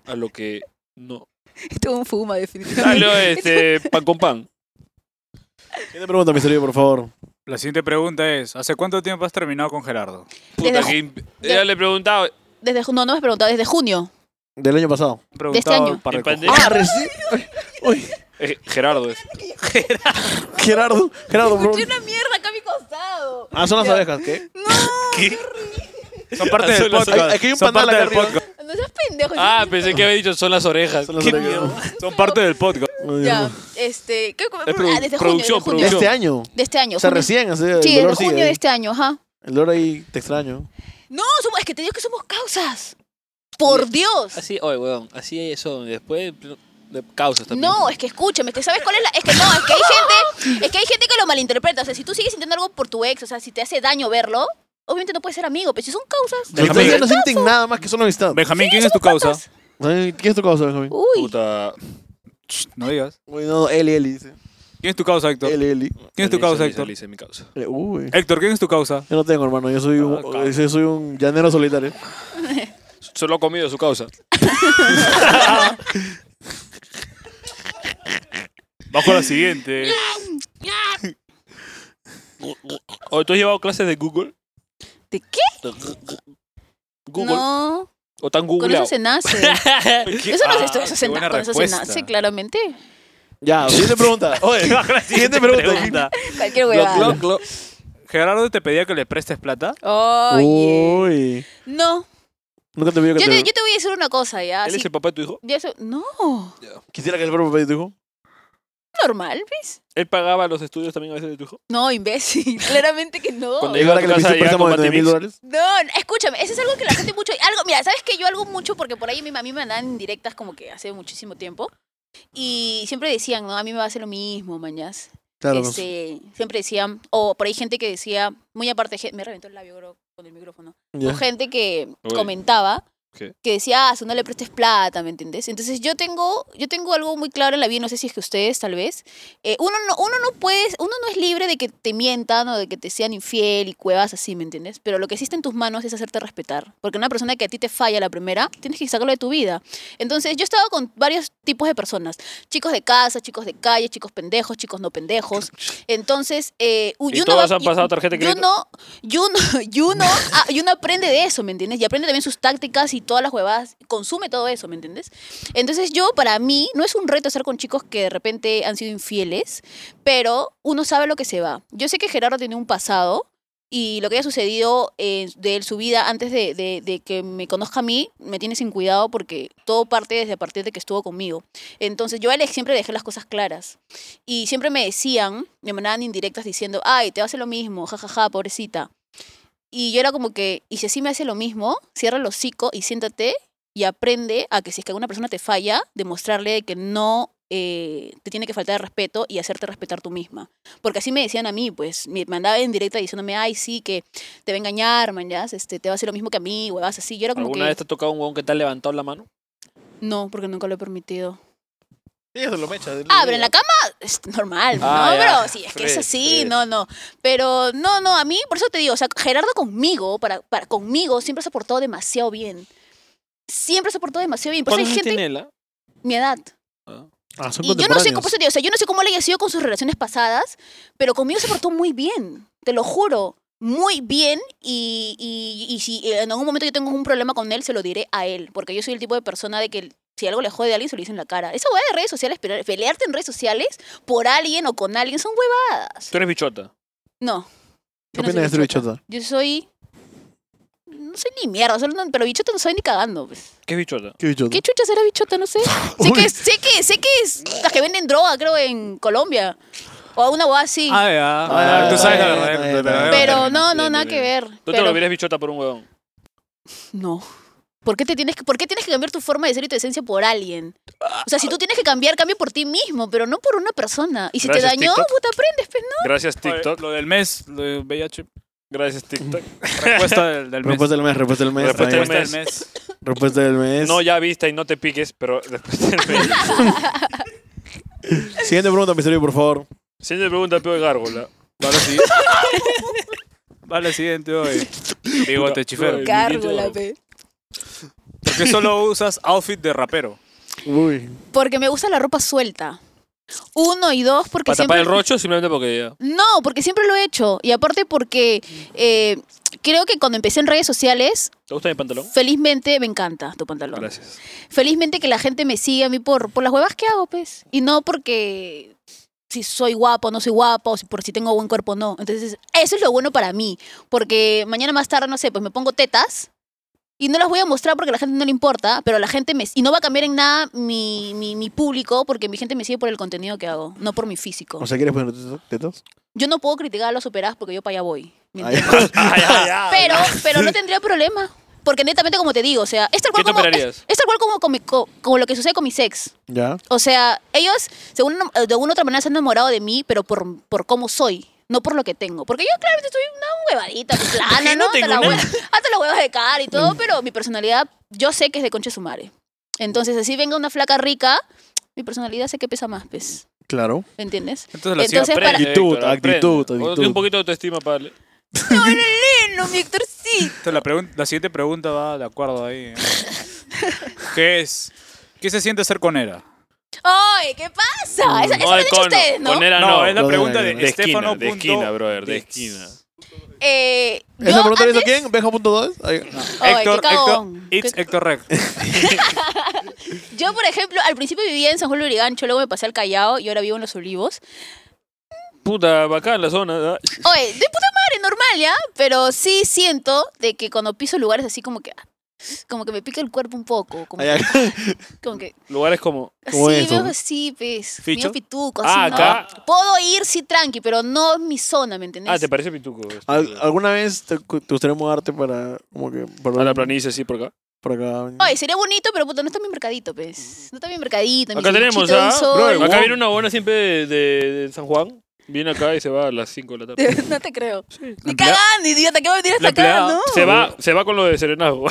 S5: A lo que no.
S4: Estuvo un fuma, definitivamente.
S5: Salió este pan con pan.
S1: Siguiente pregunta, mi serio, por favor.
S2: La siguiente pregunta es, ¿hace cuánto tiempo has terminado con Gerardo?
S5: Puta,
S4: Desde-
S5: que imp- ya le he preguntado.
S4: Desde, ju- no, no me has preguntado, desde junio.
S1: Del año pasado.
S2: Preguntado
S4: este año.
S2: para
S5: En
S2: el cojo.
S5: pandemia.
S1: Ah, recién. Uy,
S5: Eh, Gerardo es.
S1: Gerardo. Gerardo, bro.
S4: Escuché una mierda acá a mi costado.
S1: Ah, son las
S4: Ya.
S1: abejas, ¿qué?
S2: Son parte
S5: Son
S2: del
S5: las-
S2: podcast.
S1: aquí hay un
S2: son
S1: panal
S2: parte
S1: acá
S2: del
S1: arriba.
S2: podcast.
S4: No seas pendejo.
S5: Ah,
S4: sí,
S5: pensé que había dicho son las orejas.
S1: Ah, Son las
S5: Qué
S1: orejas.
S5: mierda.
S2: Son parte del podcast.
S1: Ay,
S4: Ya,
S1: Dios.
S4: este. ¿qué, ah,
S5: produ-
S4: desde junio.
S5: producción,
S4: Desde junio.
S1: De este año.
S4: De este año.
S1: O sea,
S4: junio.
S1: recién. así, el
S4: Sí,
S1: dolor
S4: desde
S1: sigue
S4: junio de
S1: ahí.
S4: este año, ajá.
S1: El dolor ahí te extraño.
S4: No, somos, es que te digo que somos causas. Por Dios.
S5: Así, oye, weón, así son. Después pl- de causas también.
S4: No, es que escúchame, que sabes cuál es la. Es que no, es que hay gente, es que hay gente que lo malinterpreta. O sea, si tú sigues sintiendo algo por tu ex, o sea, si te hace daño verlo, obviamente no puedes ser amigo, pero si son causas.
S1: Ustedes
S2: Benjamín.
S1: no sienten nada más que solo amistad.
S2: Benjamín, ¿quién es tu causa?
S4: patas.
S1: Ay, ¿Qué es tu causa, Benjamín?
S4: Uy.
S5: Puta.
S2: Shh, No digas.
S1: Uy, no, Eli, Eli, dice.
S2: ¿Quién es tu causa, Héctor?
S1: Eli, Eli.
S2: ¿Quién es tu
S5: Alicia,
S2: causa,
S5: Alicia,
S2: Héctor?
S5: Alicia, mi causa.
S1: Eh, Uy.
S2: Héctor, ¿quién es tu causa?
S1: Yo no tengo, hermano. Yo soy un, yo soy un llanero solitario.
S5: Solo ha comido su causa.
S2: Bajo la siguiente.
S5: ¿O tú has llevado clases de Google?
S4: ¿De qué?
S5: Google.
S4: No,
S5: ¿O tan
S4: con
S5: googleado?
S4: eso se nace. Eso no
S2: Ah,
S4: se estudia, eso
S2: qué
S4: se
S2: buena
S4: na- con eso se
S2: respuesta.
S4: nace, claramente.
S1: Ya, siguiente pregunta. Oye, siguiente pregunta.
S4: Cualquier
S5: Glock,
S4: huevada.
S5: glock, glock.
S2: Gerardo te pedía que le prestes plata.
S4: Oye.
S1: Uy.
S4: No.
S1: Nunca te pidió que
S4: Yo te,
S1: te...
S4: yo te voy a decir una cosa, ya.
S5: ¿Él
S4: si-
S5: es el papá de tu hijo?
S4: ya eso- no.
S1: Quisiera que el propio papá dijo.
S4: Normal, ¿ves?
S5: ¿Él pagaba los estudios también a veces de tu hijo?
S4: No, imbécil. Claramente que no.
S5: Cuando
S1: ¿Y
S5: llegaba
S1: ahora
S5: a tu
S1: que le
S5: casa
S1: pediste
S5: ya
S1: préstamo
S5: con
S1: de 9 mil
S5: Batimix.
S1: dólares?
S4: No, no, escúchame, eso es algo que la gente mucho. Algo, mira, ¿sabes que Yo algo mucho porque por ahí mi- a mí me mandaban directas como que hace muchísimo tiempo. Y siempre decían, no, a mí me va a hacer lo mismo, mañas.
S1: Claro. pues.
S4: Este, siempre decían, o por ahí gente que decía, muy aparte, gen- me reventó el labio bro, con el micrófono. O
S1: Ya.
S4: gente que
S5: Uy.
S4: comentaba
S5: ¿Qué?
S4: que decía, ah, si no le prestes plata, ¿me entiendes? Entonces yo tengo, yo tengo algo muy claro en la vida, no sé si es que ustedes tal vez. Eh, uno, no, uno no puede, uno no es libre de que te mientan o de que te sean infiel y cuevas así, ¿me entiendes? Pero lo que existe en tus manos es hacerte respetar. Porque una persona que a ti te falla la primera, tienes que sacarlo de tu vida. Entonces yo he estado con varios tipos de personas. Chicos de casa, chicos de calle, chicos pendejos, chicos no pendejos. Entonces, eh,
S5: ¿Y
S4: uno
S5: todos
S4: va-
S5: han pasado tarjeta de
S4: y uno-
S5: crédito?
S4: y uno, y uno, ah, y uno aprende de eso, ¿me entiendes? Y aprende también sus tácticas y todas las huevadas, consume todo eso, ¿me entiendes? Entonces yo, para mí, no es un reto estar con chicos que de repente han sido infieles, pero uno sabe lo que se va. Yo sé que Gerardo tiene un pasado y lo que haya sucedido eh, de él, su vida antes de, de- de que me conozca a mí, me tiene sin cuidado porque todo parte desde a partir de que estuvo conmigo. Entonces yo a él siempre dejé las cosas claras y siempre me decían, me mandaban indirectas diciendo, ay, te hace lo mismo, jajaja, pobrecita. Y yo era como que, y si así me hace lo mismo, cierra el hocico y siéntate y aprende a que si es que alguna persona te falla, demostrarle de que no eh, te tiene que faltar el respeto y hacerte respetar tú misma. Porque así me decían a mí, pues, me mandaban en directa diciéndome, ay, sí, que te va a engañar, mañas, este, te va a hacer lo mismo que a mí, huevas así. Yo era como
S5: ¿Alguna
S4: que,
S5: vez te ha tocado un huevón que te ha levantado la mano?
S4: no, porque nunca lo he permitido.
S1: Sí, eso lo mecha.
S4: Ah, pero en la cama es normal,
S5: Ah,
S4: ¿no,
S5: ya.
S4: bro? Sí, es que es
S5: Fresh,
S4: así,
S5: fresh.
S4: no, no. Pero no, no, a mí, por eso te digo, o sea, Gerardo conmigo, para, para, conmigo, siempre se ha portado demasiado bien. Siempre se ha portado demasiado bien. Por eso Pues hay
S5: ¿Cuántos años
S4: gente,
S5: tiene él? ah?
S4: mi edad.
S1: Ah, son
S4: Y yo no sé
S1: contemporáneos.
S4: cómo, por eso te digo, o sea, yo no sé cómo le haya sido con sus relaciones pasadas, pero conmigo se portó muy bien, te lo juro. Muy bien, y, y- y si en algún momento yo tengo un problema con él, se lo diré a él, porque yo soy el tipo de persona de que si algo le jode a alguien, se lo dice en la cara. Esa hueá de redes sociales, pero pelearte en redes sociales por alguien o con alguien, son huevadas.
S5: Tú eres bichota.
S4: No.
S1: ¿Qué
S4: Yo no soy
S1: opinas de este
S4: bichota.
S1: bichota?
S4: Yo soy... No soy ni mierda, solo no- pero bichota no soy ni cagando. pues.
S5: ¿Qué es bichota?
S1: ¿Qué bichota?
S4: ¿Qué chucha será bichota? No sé. Sé que, sé que, sé que es las que venden droga, creo, en Colombia. O a una boda sí.
S2: Ah, ya.
S1: Ah,
S2: Ah, tú
S1: ya,
S2: sabes
S1: ya,
S2: la
S1: ya,
S2: verdad,
S1: ya,
S2: la verdad,
S1: ya.
S2: la verdad.
S4: pero no, no,
S5: Bien,
S4: nada
S5: bien,
S4: que ver.
S5: Tú te
S4: pero-
S5: lo hubieras bichota por un huevón.
S4: No. ¿Por qué, te tienes que, ¿Por qué tienes que cambiar tu forma de ser y tu esencia por alguien?
S5: Ah,
S4: O sea, si tú tienes que cambiar, cambia por ti mismo, pero no por una persona. Y si
S5: Gracias,
S4: te dañó,
S5: TikTok.
S4: puta, aprendes, pues no.
S5: Gracias
S2: Oye,
S5: TikTok.
S2: Lo del mes, lo de VIH,
S5: Gracias TikTok.
S2: respuesta del, del mes.
S1: Respuesta del mes, respuesta del mes.
S5: Respuesta
S1: está bien.
S5: del
S2: Respuesta del mes.
S1: Respuesta del mes.
S5: No, ya viste y no te piques, pero después te
S1: Siguiente pregunta, misterio, por favor.
S5: Siguiente pregunta, peo de gárgola.
S2: Vale, sí. Vale, siguiente hoy. Bigote chifero.
S5: El
S4: Cárgola,
S5: niñito.
S4: pe.
S2: ¿Por qué solo usas outfit de rapero?
S1: Uy.
S4: Porque me gusta la ropa suelta. Uno y dos, porque
S3: Para tapar
S4: siempre.
S3: el rocho, simplemente porque ya.
S4: No, porque siempre lo he hecho. Y aparte porque eh, creo que cuando empecé en redes sociales,
S5: ¿Te gusta mi pantalón?
S4: felizmente me encanta tu pantalón.
S5: Gracias.
S4: Felizmente que la gente me sigue a mí por, por las huevas que hago, pues. Y no porque si soy guapo o no soy guapo, o si por si tengo buen cuerpo o no. Entonces, eso es lo bueno para mí. Porque mañana más tarde, no sé, pues me pongo tetas. Y no las voy a mostrar porque a la gente no le importa, pero la gente me... Y no va a cambiar en nada mi, mi, mi público porque mi gente me sigue por el contenido que hago, no por mi físico.
S1: O sea, ¿quieres poner teto- tetos?
S4: Yo no puedo criticar a los operados porque yo para allá voy. ¿me
S1: Ay.
S4: entiendes?
S5: Ay, ay, ay.
S4: pero, pero no tendría problema. Porque netamente, como te digo, o sea, es tal cual
S3: ¿Qué te
S4: como,
S3: operarías?
S4: es- es tal cual como, con mi- co- como lo que sucede con mi sex.
S1: Ya.
S4: O sea, ellos, según, eh, de alguna u otra manera, se han enamorado de mí, pero por, por cómo soy. No por lo que tengo. Porque yo, claramente, estoy una huevadita, pues, plana, ¿no? Hasta, la hueva- hasta las huevas de cara y
S3: Mm.
S4: todo, pero mi personalidad, yo sé que es de concha de su madre. Entonces, así venga una flaca rica, mi personalidad sé que pesa más, pues.
S1: Claro.
S4: ¿Me entiendes?
S2: Entonces la
S4: Entonces,
S2: sigo
S4: para-
S2: aprende.
S1: Actitud,
S5: Héctor, aprende.
S1: actitud,
S5: O-
S1: actitud.
S5: Un poquito de autoestima para darle.
S4: ¡No, no, no, Víctor, sí!
S2: Entonces, la, pregun- la siguiente pregunta va de acuerdo ahí. ¿eh? ¿Qué es? ¿Qué se siente ser conera?
S4: ¡Ay, qué pasa! Esa, esa lo han dicho ustedes, Ah, ¿no?
S5: Conera
S2: No,
S5: ah, no.
S2: es la
S1: no,
S2: pregunta
S1: no,
S2: de,
S1: no.
S5: De esquina,
S2: Estefano.
S5: de esquina, brother, de
S2: Dix.
S5: esquina.
S4: Eh,
S1: ¿Esa
S4: yo
S1: pregunta la hizo
S4: antes-
S1: quién? ¿Benja.2? Ahí-
S4: Ay, Oh, qué
S2: Héctor, Héctor,
S4: cagón.
S2: it's
S4: Qué-
S2: Héctor Rec.
S4: Yo, por ejemplo, al principio vivía en San Juan de Lurigancho, luego me pasé al Callao y ahora vivo en Los Olivos.
S5: Puta, bacán la zona. ¿eh?
S4: Oye, de puta madre, normal, ¿ya? Pero sí siento de que cuando piso lugares así como que... ah, Como que me pica el cuerpo un poco. Como,
S1: ahí acá.
S4: como que...
S5: Lugares como.
S1: ¿Cómo
S4: Así,
S1: es eso?
S4: veo así, pues.
S2: ¿Ficho?
S4: medio pituco, así,
S5: Ah,
S4: ¿no?
S5: acá.
S4: Puedo ir, sí, tranqui, pero no en mi zona, ¿me entendés?
S5: Ah, te parece pituco. este.
S1: ¿Al- ¿Alguna vez te, te gustaría mudarte para como que para,
S5: A la planicie, sí, por acá.
S1: para acá?
S4: Oye, sería bonito, pero puta, no está mi mercadito, pues. No está mi mercadito. mi
S5: Acá tenemos,
S4: sanguchito de un
S5: ¿ah?
S4: sol.
S5: Brother, acá
S3: Wow.
S5: viene una buena siempre de, de- de San Juan. Viene acá y se va a las 5 de la tarde.
S4: no te creo. Ni
S2: Emplea-
S4: cagando, idiota, ¿qué va a venir hasta
S2: La
S4: acá?
S2: empleada.
S4: No.
S5: Se va, se va con lo de Serenazgo.
S4: no,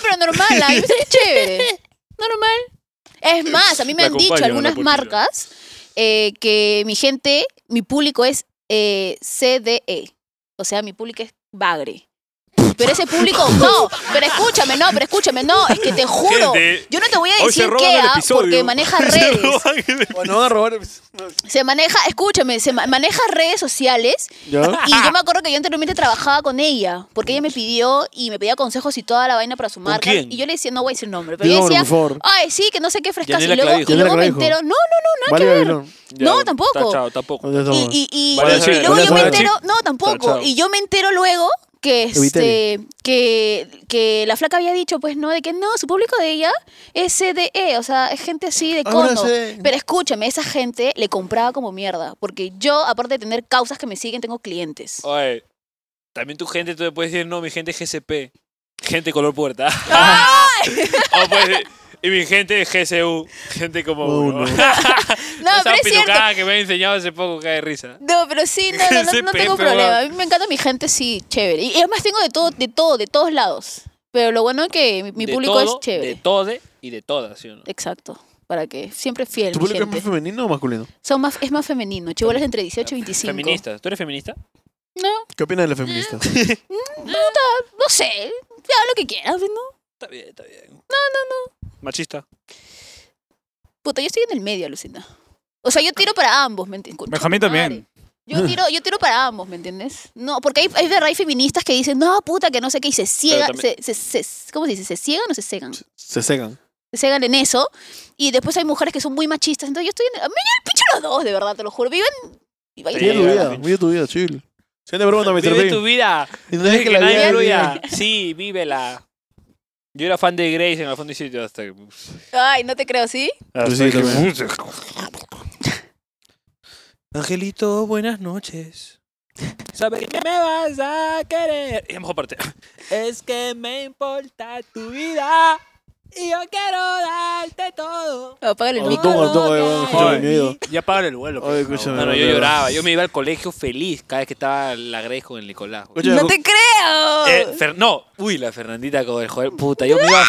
S4: pero normal, a mí me sale chévere. Normal. Es más, a mí me
S5: La
S4: han dicho
S5: acompaño,
S4: algunas
S5: la pulpilla.
S4: marcas eh, que mi gente, mi público es eh, CDE. O sea, mi público es bagre. Pero ese público, no, pero escúchame, no, pero escúchame, no, es que te juro,
S5: Gente,
S4: yo no te voy a
S5: hoy se
S4: decir
S5: roban
S4: qué,
S5: el
S4: ah,
S5: episodio.
S4: porque maneja redes.
S1: Oye, no van a robar.
S4: Se maneja, escúchame, se ma- maneja redes sociales
S1: ¿Ya?
S4: y yo me acuerdo que yo anteriormente trabajaba con ella, porque ella me pidió y me pedía consejos y toda la vaina para su marca.
S5: quién?
S4: Y yo le decía, no voy a decir nombre, pero
S1: Dí
S4: yo
S1: nombre,
S4: decía,
S1: por favor.
S4: ay, sí, que no sé qué frescas. Y
S3: Yanela
S4: luego,
S3: Clavijo.
S4: y luego
S1: Yanela
S4: me
S1: Clavijo.
S4: entero, no,
S1: Vale, Babilón.
S5: Ya,
S4: No, tampoco.
S5: Tachado, tampoco.
S1: ¿Dónde
S4: no,
S1: estamos?
S4: y, y, y-
S5: Vale,
S4: y
S5: sí,
S4: luego
S1: vale,
S4: yo me
S1: vale.
S4: entero, no, tampoco.
S5: Chao.
S4: Y yo me entero luego que este
S1: Evitele.
S4: que, que la flaca había dicho, pues no, de que no, su público de ella es CDE, o sea, es gente así de
S1: Ah, bueno,
S4: cono.
S1: ese-
S4: Pero escúchame, esa gente le compraba como mierda, porque yo, aparte de tener causas que me siguen, tengo clientes.
S3: Oh,
S5: Oye, también tu gente, tú le puedes decir, no, mi gente es GCP. Gente color puerta. O puedes decir, y mi gente es GCU. Gente como
S1: Oh,
S5: uno.
S1: no.
S4: No,
S5: Esa
S4: pero es cierto.
S5: pitucada que me ha enseñado hace poco cae de risa.
S4: No, pero sí, no, no, no,
S5: Ese
S4: no tengo
S5: pepe,
S4: problema.
S5: va.
S4: A mí me encanta mi gente, sí, chévere. Y y además tengo de todo, de todo, de todos lados. Pero lo bueno es que mi, mi
S3: De
S4: público
S3: todo,
S4: es chévere.
S3: De todo y de todas, ¿sí o no?
S4: Exacto. Para que siempre fiel.
S1: ¿Tu
S4: mi
S1: público es
S4: gente.
S1: más femenino o masculino?
S4: Son más, es más femenino. Chibolas entre 18 y 25.
S5: Feminista. ¿Tú eres feminista?
S4: No,
S1: ¿Qué opinas de las feministas?
S4: no sé. Ya lo que quieras, ¿no?
S5: Está bien, está bien. No, no, no. Machista.
S4: Puta, yo estoy en el medio, Lucina. O sea, yo tiro para ambos, ¿me entiendes?
S2: Benjamín también.
S4: Yo tiro, yo tiro para ambos, ¿me entiendes? No, porque hay, hay de raíz feministas que dicen, no, puta, que no sé qué, y se ciega,
S5: también-
S4: se, se- se- ¿cómo se dice? ¿Se ciegan o se cegan?
S1: Se cegan.
S4: se cegan en eso. Y después hay mujeres que son muy machistas. Entonces yo estoy en. Me llega el pincho los dos, de verdad, te lo juro. Viven. Y vayan
S5: Sí,
S1: Vive tu
S5: claro,
S1: vida,
S5: pinche.
S1: vive tu vida, chill. Siguiente pregunta, Mr.
S3: Vive tu
S1: P.
S3: vida.
S1: Y no
S3: Deja
S1: dejes
S3: que,
S1: que la
S3: nadie
S1: vida
S3: fluya. Sí, vívela.
S5: Yo era fan de Grace en el fondo y sitio hasta que.
S4: Ay, no te creo, ¿sí?
S1: Yo sí, también.
S3: Angelito, buenas noches. Sabes que me vas a querer. Y la mejor parte. Es que me importa tu vida. Y yo quiero darte todo.
S4: Apágale el
S1: Oye,
S4: micro.
S1: toma, toma, oye, escúchame, mi miedo.
S2: Ya paga el
S5: Oh,
S2: vuelo.
S1: Oye,
S2: por favor.
S1: escúchame.
S3: No, no, yo
S1: de verdad.
S3: lloraba. Yo me iba al colegio feliz cada vez que estaba la Grace con el Nicolás. güey.
S1: Escúchame,
S4: ¡No te creo!
S3: Eh, Fer- no, uy, la Fernandita con el joder. Puta, yo me iba.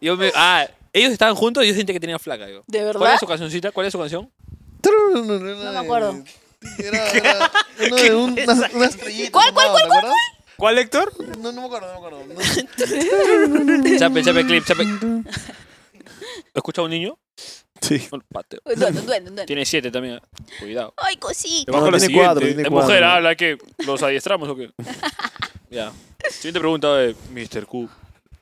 S3: Yo me, ah, ellos estaban juntos y yo sentía que tenía flaca. Yo.
S4: ¿De
S3: ¿Cuál
S4: verdad?
S3: es su cancioncita? ¿Cuál es su canción?
S1: No
S4: me acuerdo.
S1: Era, era uno de un- una, una estrellita.
S4: ¿Cuál, cuál,
S1: nomás, ¿te
S4: cuál,
S1: acuerdas?
S2: ¿Cuál, Héctor?
S1: No, no me acuerdo, no me acuerdo. No.
S3: Chape, chape, clip, chape. ¿Escucha a un niño?
S1: Sí.
S3: Un pateo.
S4: Duende, duende, duende.
S3: Tiene siete también. eh. Cuidado.
S4: Ay, cosita.
S2: Vamos con la
S1: tiene
S2: siguiente.
S1: cuatro, tiene
S3: ¿Es
S1: cuatro.
S3: mujer? ¿Habla que los adiestramos o qué? ya. Siguiente pregunta de Mr. Q.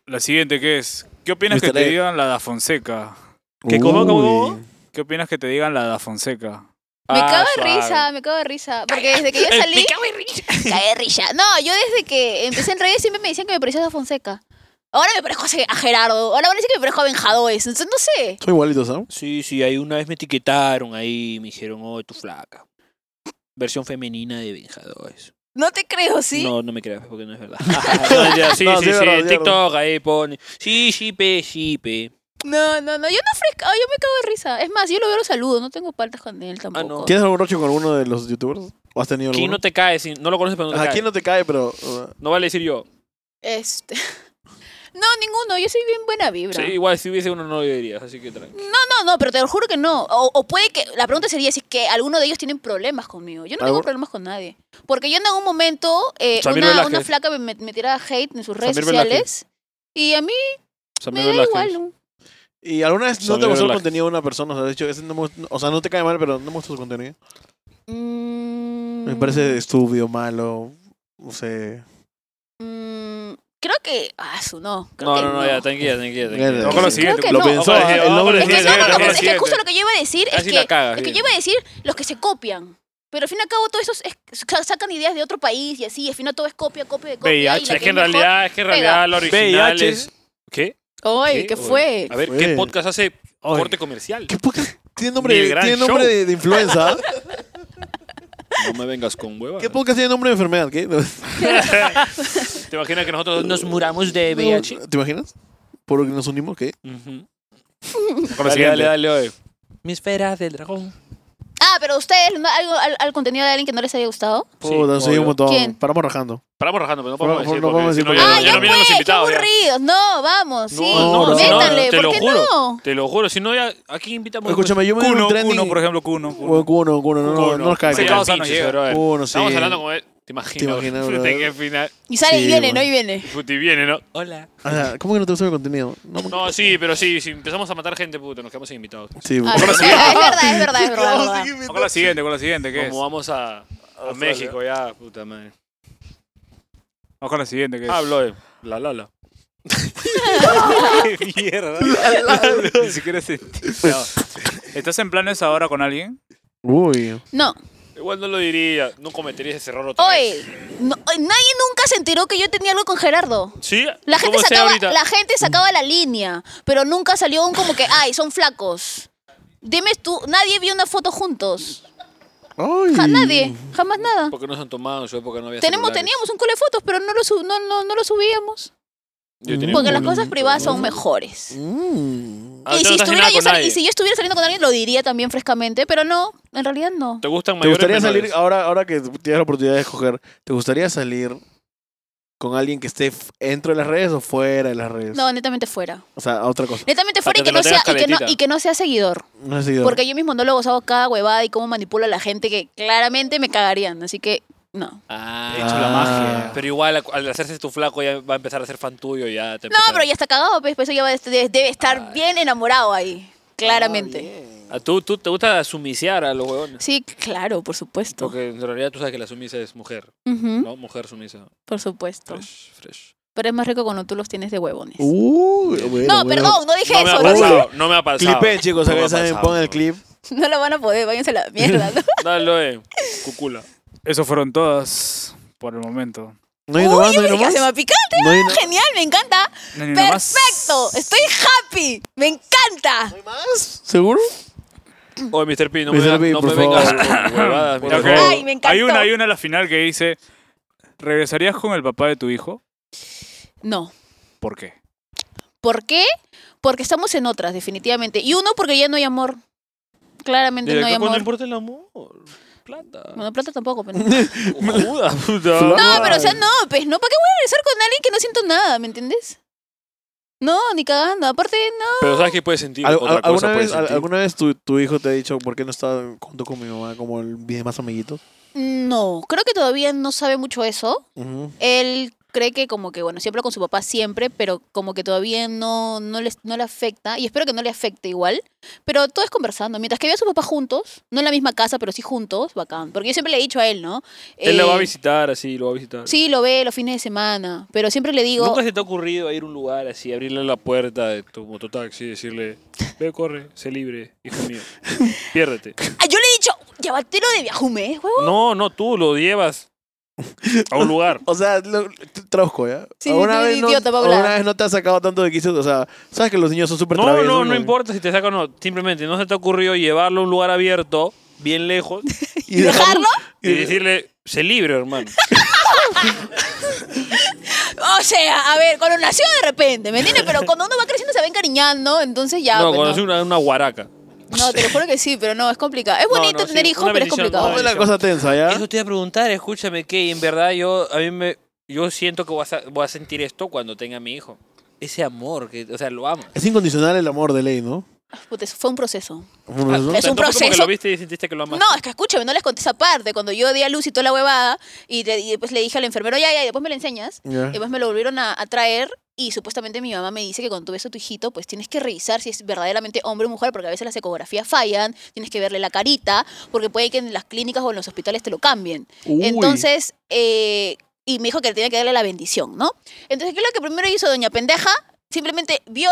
S2: La siguiente, ¿qué es? ¿Qué opinas que
S1: Mr.
S2: te
S1: E.
S2: digan la da Fonseca?
S3: ¿Qué, cómo, cómo, cómo?
S1: Uy.
S2: ¿Qué opinas que te digan la da Fonseca?
S4: Me
S3: Ah,
S4: cago de
S3: suave.
S4: risa, me cago de risa. Porque desde que yo salí. me cago de risa. Cagué de risa. No, yo desde que empecé en redes siempre me decían que me parecía a Fonseca. Ahora me parezco a Se- a Gerardo. Ahora van a decir que me parezco a Benjadoes. Entonces, no sé.
S1: Son igualitos, ¿sabes?
S3: Sí, sí, ahí una vez me etiquetaron ahí y me dijeron, oh, tu flaca. Versión femenina de Vengadores.
S4: No te creo, ¿sí?
S3: No, no me creas porque no es verdad. No, ya, sí,
S1: No, sí
S3: sí, sí,
S1: es verdad, sí es
S3: TikTok ahí pone. Sí, sí, pe, sí, pe.
S4: No, no, no. Yo no fresca. Yo me cago de risa. Es más, yo lo veo los saludo. No tengo paltas con él tampoco.
S3: Ah, no.
S1: ¿Tienes algún roche con alguno de los youtubers? ¿O has tenido
S3: ¿Quién
S1: alguno?
S3: no te cae? Si no lo conoces, pero no te
S1: Ajá,
S3: cae.
S1: ¿Quién
S3: No...
S1: no te cae, pero... uh,
S3: vale decir yo.
S4: Este. No, ninguno. Yo soy bien buena vibra.
S3: Sí, igual si hubiese uno no lo dirías, así que tranqui.
S4: No, no, pero te lo juro que no. O, o puede que. La pregunta sería si es que alguno de ellos tienen problemas conmigo. Yo no tengo
S1: ¿Algún?
S4: problemas con nadie. Porque yo en algún momento, eh,
S3: Samir
S4: una,
S3: Velázquez.
S4: una flaca me, me tiraba hate en sus redes
S3: Samir
S4: sociales. Y a mí me
S3: Samir
S4: da
S3: Velázquez.
S4: igual. ¿no?
S1: ¿Y alguna vez no
S3: Samir
S1: te gustó el
S3: Velázquez.
S1: contenido de una persona? O sea, de hecho, ese no me gust- o sea, no te cae mal, pero no me gusta su contenido.
S4: Mm,
S1: Me parece estúpido, malo, no sé.
S4: mm, creo que. Ah, su no. Creo
S3: No,
S4: que
S3: no, no, ya, tranquila,
S1: Creo
S3: tranquila. tranquila.
S2: Vamos con la
S4: Creo
S2: siguiente.
S4: que
S2: Lo-
S1: Lo
S4: no.
S1: pensó,
S3: Vamos
S1: ¿ah?
S3: a decir-
S1: el
S3: vamos a
S1: nombre
S4: Es
S3: decir-
S1: sí
S4: que,
S1: es-
S4: no, no,
S3: Vamos
S4: no,
S3: a
S4: es que
S3: siguiente.
S4: justo lo que yo iba a decir es
S3: Casi
S4: que,
S3: la cagas, eh.
S4: es que
S3: bien.
S4: yo iba a decir los que se copian. Pero al fin y al cabo todo eso es- es- sa- sacan ideas de otro país y así, al final todo es copia, copia, de copia. y la
S2: VIH.
S3: Es que en
S4: mejor-
S3: realidad, es que en realidad la original
S2: VIH.
S3: es... ¿Qué?
S4: Ay, ¿qué
S3: Oye,
S4: fue?
S3: A ver,
S1: Fue.
S3: ¿qué podcast hace
S2: Oye.
S3: corte comercial?
S1: ¿Qué podcast tiene nombre,
S3: Ni el
S1: de-
S3: gran
S1: tiene nombre
S3: show.
S1: de, de influenza? ¿ah?
S3: No me vengas con huevas.
S1: ¿Qué podcast tiene nombre de enfermedad? ¿Qué? No,
S3: ¿Te imaginas que nosotros nos muramos de VIH?
S1: ¿Te imaginas? ¿Por lo que nos unimos? ¿Qué?
S3: Ujú.
S2: Con la
S3: Dale,
S2: siguiente.
S3: dale, dale, oye. Mis feras del dragón.
S4: Ah, pero ustedes, ¿no? ¿Algo, al, al contenido de alguien que no les haya gustado? ¡Eh,
S1: Puta, han seguido
S3: obvio.
S1: un montón.
S4: ¿Quién?
S1: Paramos rajando.
S3: Paramos rajando, pero no
S1: Por-
S3: podemos
S1: por-
S3: decir
S1: no podemos
S3: porque si
S1: decir porque-
S3: no, ya-
S4: ah,
S3: ya
S4: ya,
S3: no
S4: fue,
S3: vienen los
S4: qué
S3: invitados. ya.
S4: aburridos. No, vamos, sí.
S1: no, no,
S4: métanle,
S3: te
S4: ¿por
S3: lo
S4: qué
S3: juro.
S4: no?
S3: Te lo juro, si no, ya, ¿a quién invitamos?
S1: Escúchame, yo me vi
S2: Cuno,
S1: un trending...
S2: Cuno, por ejemplo, Cuno.
S1: Bueno, Cuno, Cuno, no, no, no nos cae.
S2: Sí,
S3: Se
S1: Cuno.
S3: causa
S2: causa no
S3: no
S2: llega.
S1: Cuno, sí.
S3: Estamos hablando con él. Te imagino.
S1: Te imagino,
S3: bro.
S1: bro.
S3: Te que final.
S4: Y sale
S1: Sí,
S4: y viene,
S1: bueno.
S4: ¿no? Y viene.
S3: Puti viene, ¿no? Hola.
S1: O sea, ¿Cómo que no te gusta mi contenido? No, me-
S3: No, sí, pero sí, si empezamos a matar gente, puta, nos quedamos sin invitados.
S1: sí.
S4: Ah, es verdad, es verdad, es verdad. es verdad.
S2: Vamos con la siguiente, con la siguiente, ¿qué es?
S3: Como vamos a, a México ya, puta madre.
S2: Vamos con la siguiente, ¿qué es?
S3: Hablo de la lala.
S2: mierda. Ni siquiera se ¿Estás en planes ahora con alguien?
S1: Uy.
S4: No,
S3: Igual no lo diría, no cometerías ese error otra vez.
S4: oye, no- oye, nadie nunca se enteró que yo tenía algo con Gerardo.
S3: ¿Sí?
S4: La gente,
S3: ¿Cómo sea
S4: sacaba,
S3: ahorita? Mm.
S4: la gente sacaba la línea, pero nunca salió un como que, ay, son flacos. Dime tú, nadie vio una foto juntos.
S1: Ay.
S4: Ja- nadie, jamás nada.
S3: Porque no se han tomado en su época no había
S4: Tenemos,
S3: celulares.
S4: teníamos un culo de fotos, pero no lo, sub- no, no, no lo subíamos.
S3: Yo tenía
S4: Porque
S3: un
S4: las
S3: culo.
S4: cosas privadas son mejores.
S1: Mm.
S3: Ah,
S4: y,
S3: tú
S4: si
S3: no estás
S4: estuviera
S3: nada
S4: yo
S3: con
S4: sali-
S3: nadie.
S4: y si yo estuviera saliendo con alguien, lo diría también frescamente, pero no, en realidad no.
S3: ¿Te gustan
S1: ¿Te
S3: mayores
S1: gustaría
S3: o menores?
S1: salir, ahora, ahora que tienes la oportunidad de escoger, ¿te gustaría salir con alguien que esté f- dentro de las redes o fuera de las redes?
S4: No, netamente fuera.
S1: O sea, a otra cosa.
S4: Netamente fuera y
S3: que
S4: que,
S3: te lo
S4: no sea,
S3: tengas
S4: y, que no,
S3: calentita.
S4: y que no sea seguidor.
S1: No he seguido.
S4: Porque yo mis monólogos hago cada huevada y cómo manipulo a la gente que claramente me cagarían. Así que, no.
S3: Ah,
S2: He hecho la magia.
S1: Ah.
S3: Pero igual al- al hacerse tu flaco ya va a empezar a ser fan tuyo y ya te
S4: No,
S3: empieza-
S4: pero ya está cagado, pues, pues, eso ya va- debe, debe estar bien enamorado ahí. Claramente.
S3: ¿A Ah, tú, tú te gusta sumiciar a los huevones?
S4: sí, claro, por supuesto.
S3: Porque en realidad tú sabes que la sumisa es mujer,
S4: Ujú,
S3: ¿no? Mujer sumisa.
S4: Por supuesto.
S3: Fresh, fresh.
S4: Pero es más rico cuando tú los tienes de huevones.
S1: Uy, bueno,
S4: no,
S1: bueno.
S4: perdón, no dije
S3: Uh, No me ha
S4: eso. No,
S3: pasado, no me ha pasado.
S1: Clipen, chicos,
S3: No me
S1: acá
S3: ha
S1: saben,
S3: pasado.
S1: pongan el clip.
S4: no lo van a poder, váyanse a la mierda. ¿no?
S3: Dale, eh, cucula.
S2: Eso fueron todas por el momento.
S1: No hay nomás, no hay
S4: Uy,
S1: nomás.
S4: se me picante.
S1: No hay no-
S4: Genial, me encanta.
S2: No hay nomás.
S4: Perfecto, estoy happy, me encanta.
S1: ¿No hay más? ¿Seguro?
S3: Oye, Mr. P, no me,
S1: Mr.
S3: venga-
S1: P,
S3: no
S1: por
S3: me vengas
S1: favor.
S3: con huevadas.
S1: Por
S3: mira.
S1: favor.
S4: Ay, me encantó.
S2: Hay una, hay una en la final que dice, ¿regresarías con el papá de tu hijo?
S4: No.
S2: ¿Por qué?
S4: ¿Por qué? Porque estamos en otras, definitivamente. Y uno, porque ya no hay amor. Claramente
S3: Mira,
S4: no hay
S3: ¿qué- ¿Cuándo
S4: amor.
S3: importa el amor? Plata.
S4: Bueno, plata tampoco, pero...
S3: Joda, puta.
S4: No, pero o sea, no, pues no, ¿para qué voy a regresar con alguien que no siento nada, ¿me entiendes? No, ni cagando. Aparte, no.
S3: Pero sabes que puedes sentir.
S1: Al-
S3: Otra
S1: al- ¿Alguna
S3: cosa puedes
S1: vez, al-
S3: sentir.
S1: ¿alguna vez tu, tu hijo te ha dicho por qué no estaba junto con mi mamá como el, mis demás amiguitos?
S4: No, creo que todavía no sabe mucho eso.
S1: Ujú.
S4: Él cree que como que, bueno, siempre con su papá siempre, pero como que todavía no, no, les, no le afecta, y espero que no le afecte igual, pero todo es conversando. Mientras que vea a su papá juntos, no en la misma casa, pero sí juntos, bacán. Porque yo siempre le he dicho a él, ¿no?
S3: Él lo va a
S4: Eh,
S3: visitar, así, lo va a visitar.
S4: Sí, lo ve los fines de semana, pero siempre le digo...
S3: ¿Nunca se te ha ocurrido ir a un lugar así, abrirle la puerta de tu mototaxi y decirle, ve, corre, sé libre, hijo mío, piérdete?
S4: Ah, yo le he dicho, llévatelo de viajume, huevo.
S3: No, no, tú lo llevas a un lugar.
S1: O sea, lo, t- trosco, ¿ya?
S4: Sí,
S1: ¿Alguna,
S4: tú
S1: vez no,
S4: idiota, Paula.
S1: alguna vez no te has sacado tanto de quicio? O sea, sabes que los niños son súper
S3: No,
S1: traviesos,
S3: no, no importa si te saca o no. Simplemente no se te ha ocurrido llevarlo a un lugar abierto, bien lejos,
S1: Y
S4: ¿Dejarlo?
S3: y decirle, sé libre, hermano.
S4: O sea, a ver, cuando nació de repente, ¿me entiendes? Pero cuando uno va creciendo se va encariñando, entonces ya.
S3: no,
S4: pues,
S3: conocí una, una guaraca.
S4: no. No, te lo juro que sí, pero no, es complicado. Es
S3: No,
S4: bonito
S3: no, sí,
S4: tener hijos,
S3: una
S4: pero es
S3: bendición,
S4: complicado.
S1: Ponme la cosa tensa, ¿ya?
S3: Eso te iba a preguntar, escúchame, que en verdad yo, a mí me, yo siento que voy a, sa- voy a sentir esto cuando tenga a mi hijo. Ese amor, que, o sea, lo amo.
S1: Es incondicional el amor de ley, ¿no?
S4: Puta, eso fue un proceso.
S1: ¿No?
S4: Es un
S3: Tampoco como que
S4: proceso.
S3: lo viste y sentiste que lo amas.
S4: No, es que escúchame, no les conté esa parte. Cuando yo di a luz y toda la huevada, y, le- y después le dije al enfermero, ya, ya, y después me la enseñas.
S1: Ya.
S4: Después me lo volvieron a, a traer. Y supuestamente mi mamá me dice que cuando tú ves a tu hijito, pues tienes que revisar si es verdaderamente hombre o mujer, porque a veces las ecografías fallan, tienes que verle la carita, porque puede que en las clínicas o en los hospitales te lo cambien.
S1: Uy.
S4: Entonces, eh, y me dijo que le tenía que darle la bendición, ¿no? Entonces, ¿qué es lo que primero hizo doña pendeja? Simplemente vio,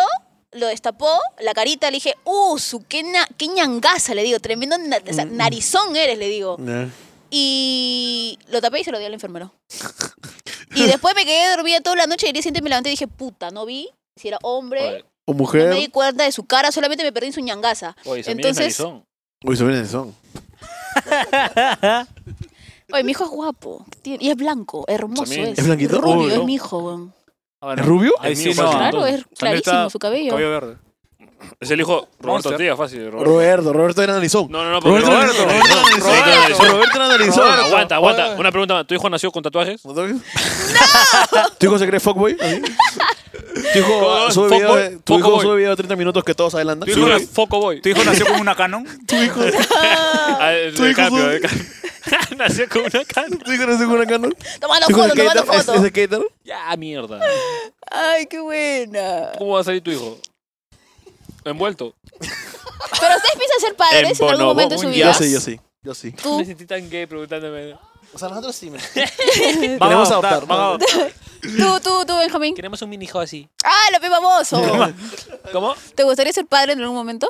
S4: lo destapó, la carita, le dije, ¡uh, su, qué, na- qué ñangaza! Le digo, tremendo na- o
S1: Mm.
S4: sea, narizón eres, le digo.
S1: Ya.
S4: Y lo tapé y se lo di al enfermero. Y después me quedé dormida toda la noche y el día siguiente me levanté y dije, puta, no vi si era hombre,
S1: O
S4: no me di
S1: mujer.
S4: cuenta de su cara, solamente me perdí en su ñangaza. Entonces,
S1: Uy, se vienen son.
S4: oye, mi hijo es guapo tiene- y es blanco, hermoso
S3: Samir.
S4: es.
S1: ¿Es blanquito?
S4: Rubio,
S1: Uy,
S4: es
S1: no.
S4: mi hijo, weón.
S3: Ah,
S1: ¿Es rubio?
S2: Ahí
S3: Es
S2: sí,
S3: mío,
S2: no.
S3: fácil,
S4: Claro, es
S2: También
S4: clarísimo
S2: está
S4: su cabello.
S2: Cabello verde.
S3: Es el hijo Roberto
S2: Monster.
S3: Artigas, fácil. Roberto.
S1: Roberto, Roberto era narizón.
S3: No, no, no, porque
S1: Roberto, era narizón.
S3: Roberto,
S1: Roberto era narizón.
S3: Roberto, Roberto.
S1: Roberto era narizón.
S3: Aguanta, aguanta. Una pregunta más. ¿Tu hijo nació con tatuajes?
S1: ¿No toques? ¿Tu hijo se cree fuckboy? ¿Así? ¿Tu hijo,
S3: No,
S1: sube
S3: fuckboy,
S1: video, de- tu hijo
S3: fuckboy.
S1: sube video de 30 minutos que todos adelantan?
S3: ¿Tu hijo
S1: Sí.
S3: era foco boy?
S2: ¿Tu hijo nació con una canon?
S3: Ah, eh,
S1: Tu
S3: de
S1: hijo
S3: cambio,
S1: fue-
S3: de cambio. Nació con una cana.
S1: ¿Tu hijo no se cura canon?
S4: Tomando
S1: ¿Tu hijo es
S4: fotos, tomando
S1: skater? ¿Es- ¿Es
S4: fotos.
S1: skater?
S3: Ya, mierda.
S4: Ay, qué buena.
S3: ¿Cómo va a salir tu hijo? Envuelto.
S4: Pero ustedes piensan ser padres en algún
S3: Bonobo,
S4: momento de su
S3: un
S1: Yo
S4: vida.
S3: jazz.
S1: sí, yo sí. Yo sí.
S4: Tú,
S3: Me sentí tan gay preguntándome.
S1: O sea, nosotros sí.
S2: Van
S1: Queremos adoptar.
S2: van a adoptar.
S4: tú, tú, tú, Benjamín.
S3: Queremos un mini hijo así.
S4: ¡Ah, lo pe baboso!
S3: ¿Cómo?
S4: ¿Te gustaría ser padre en algún momento?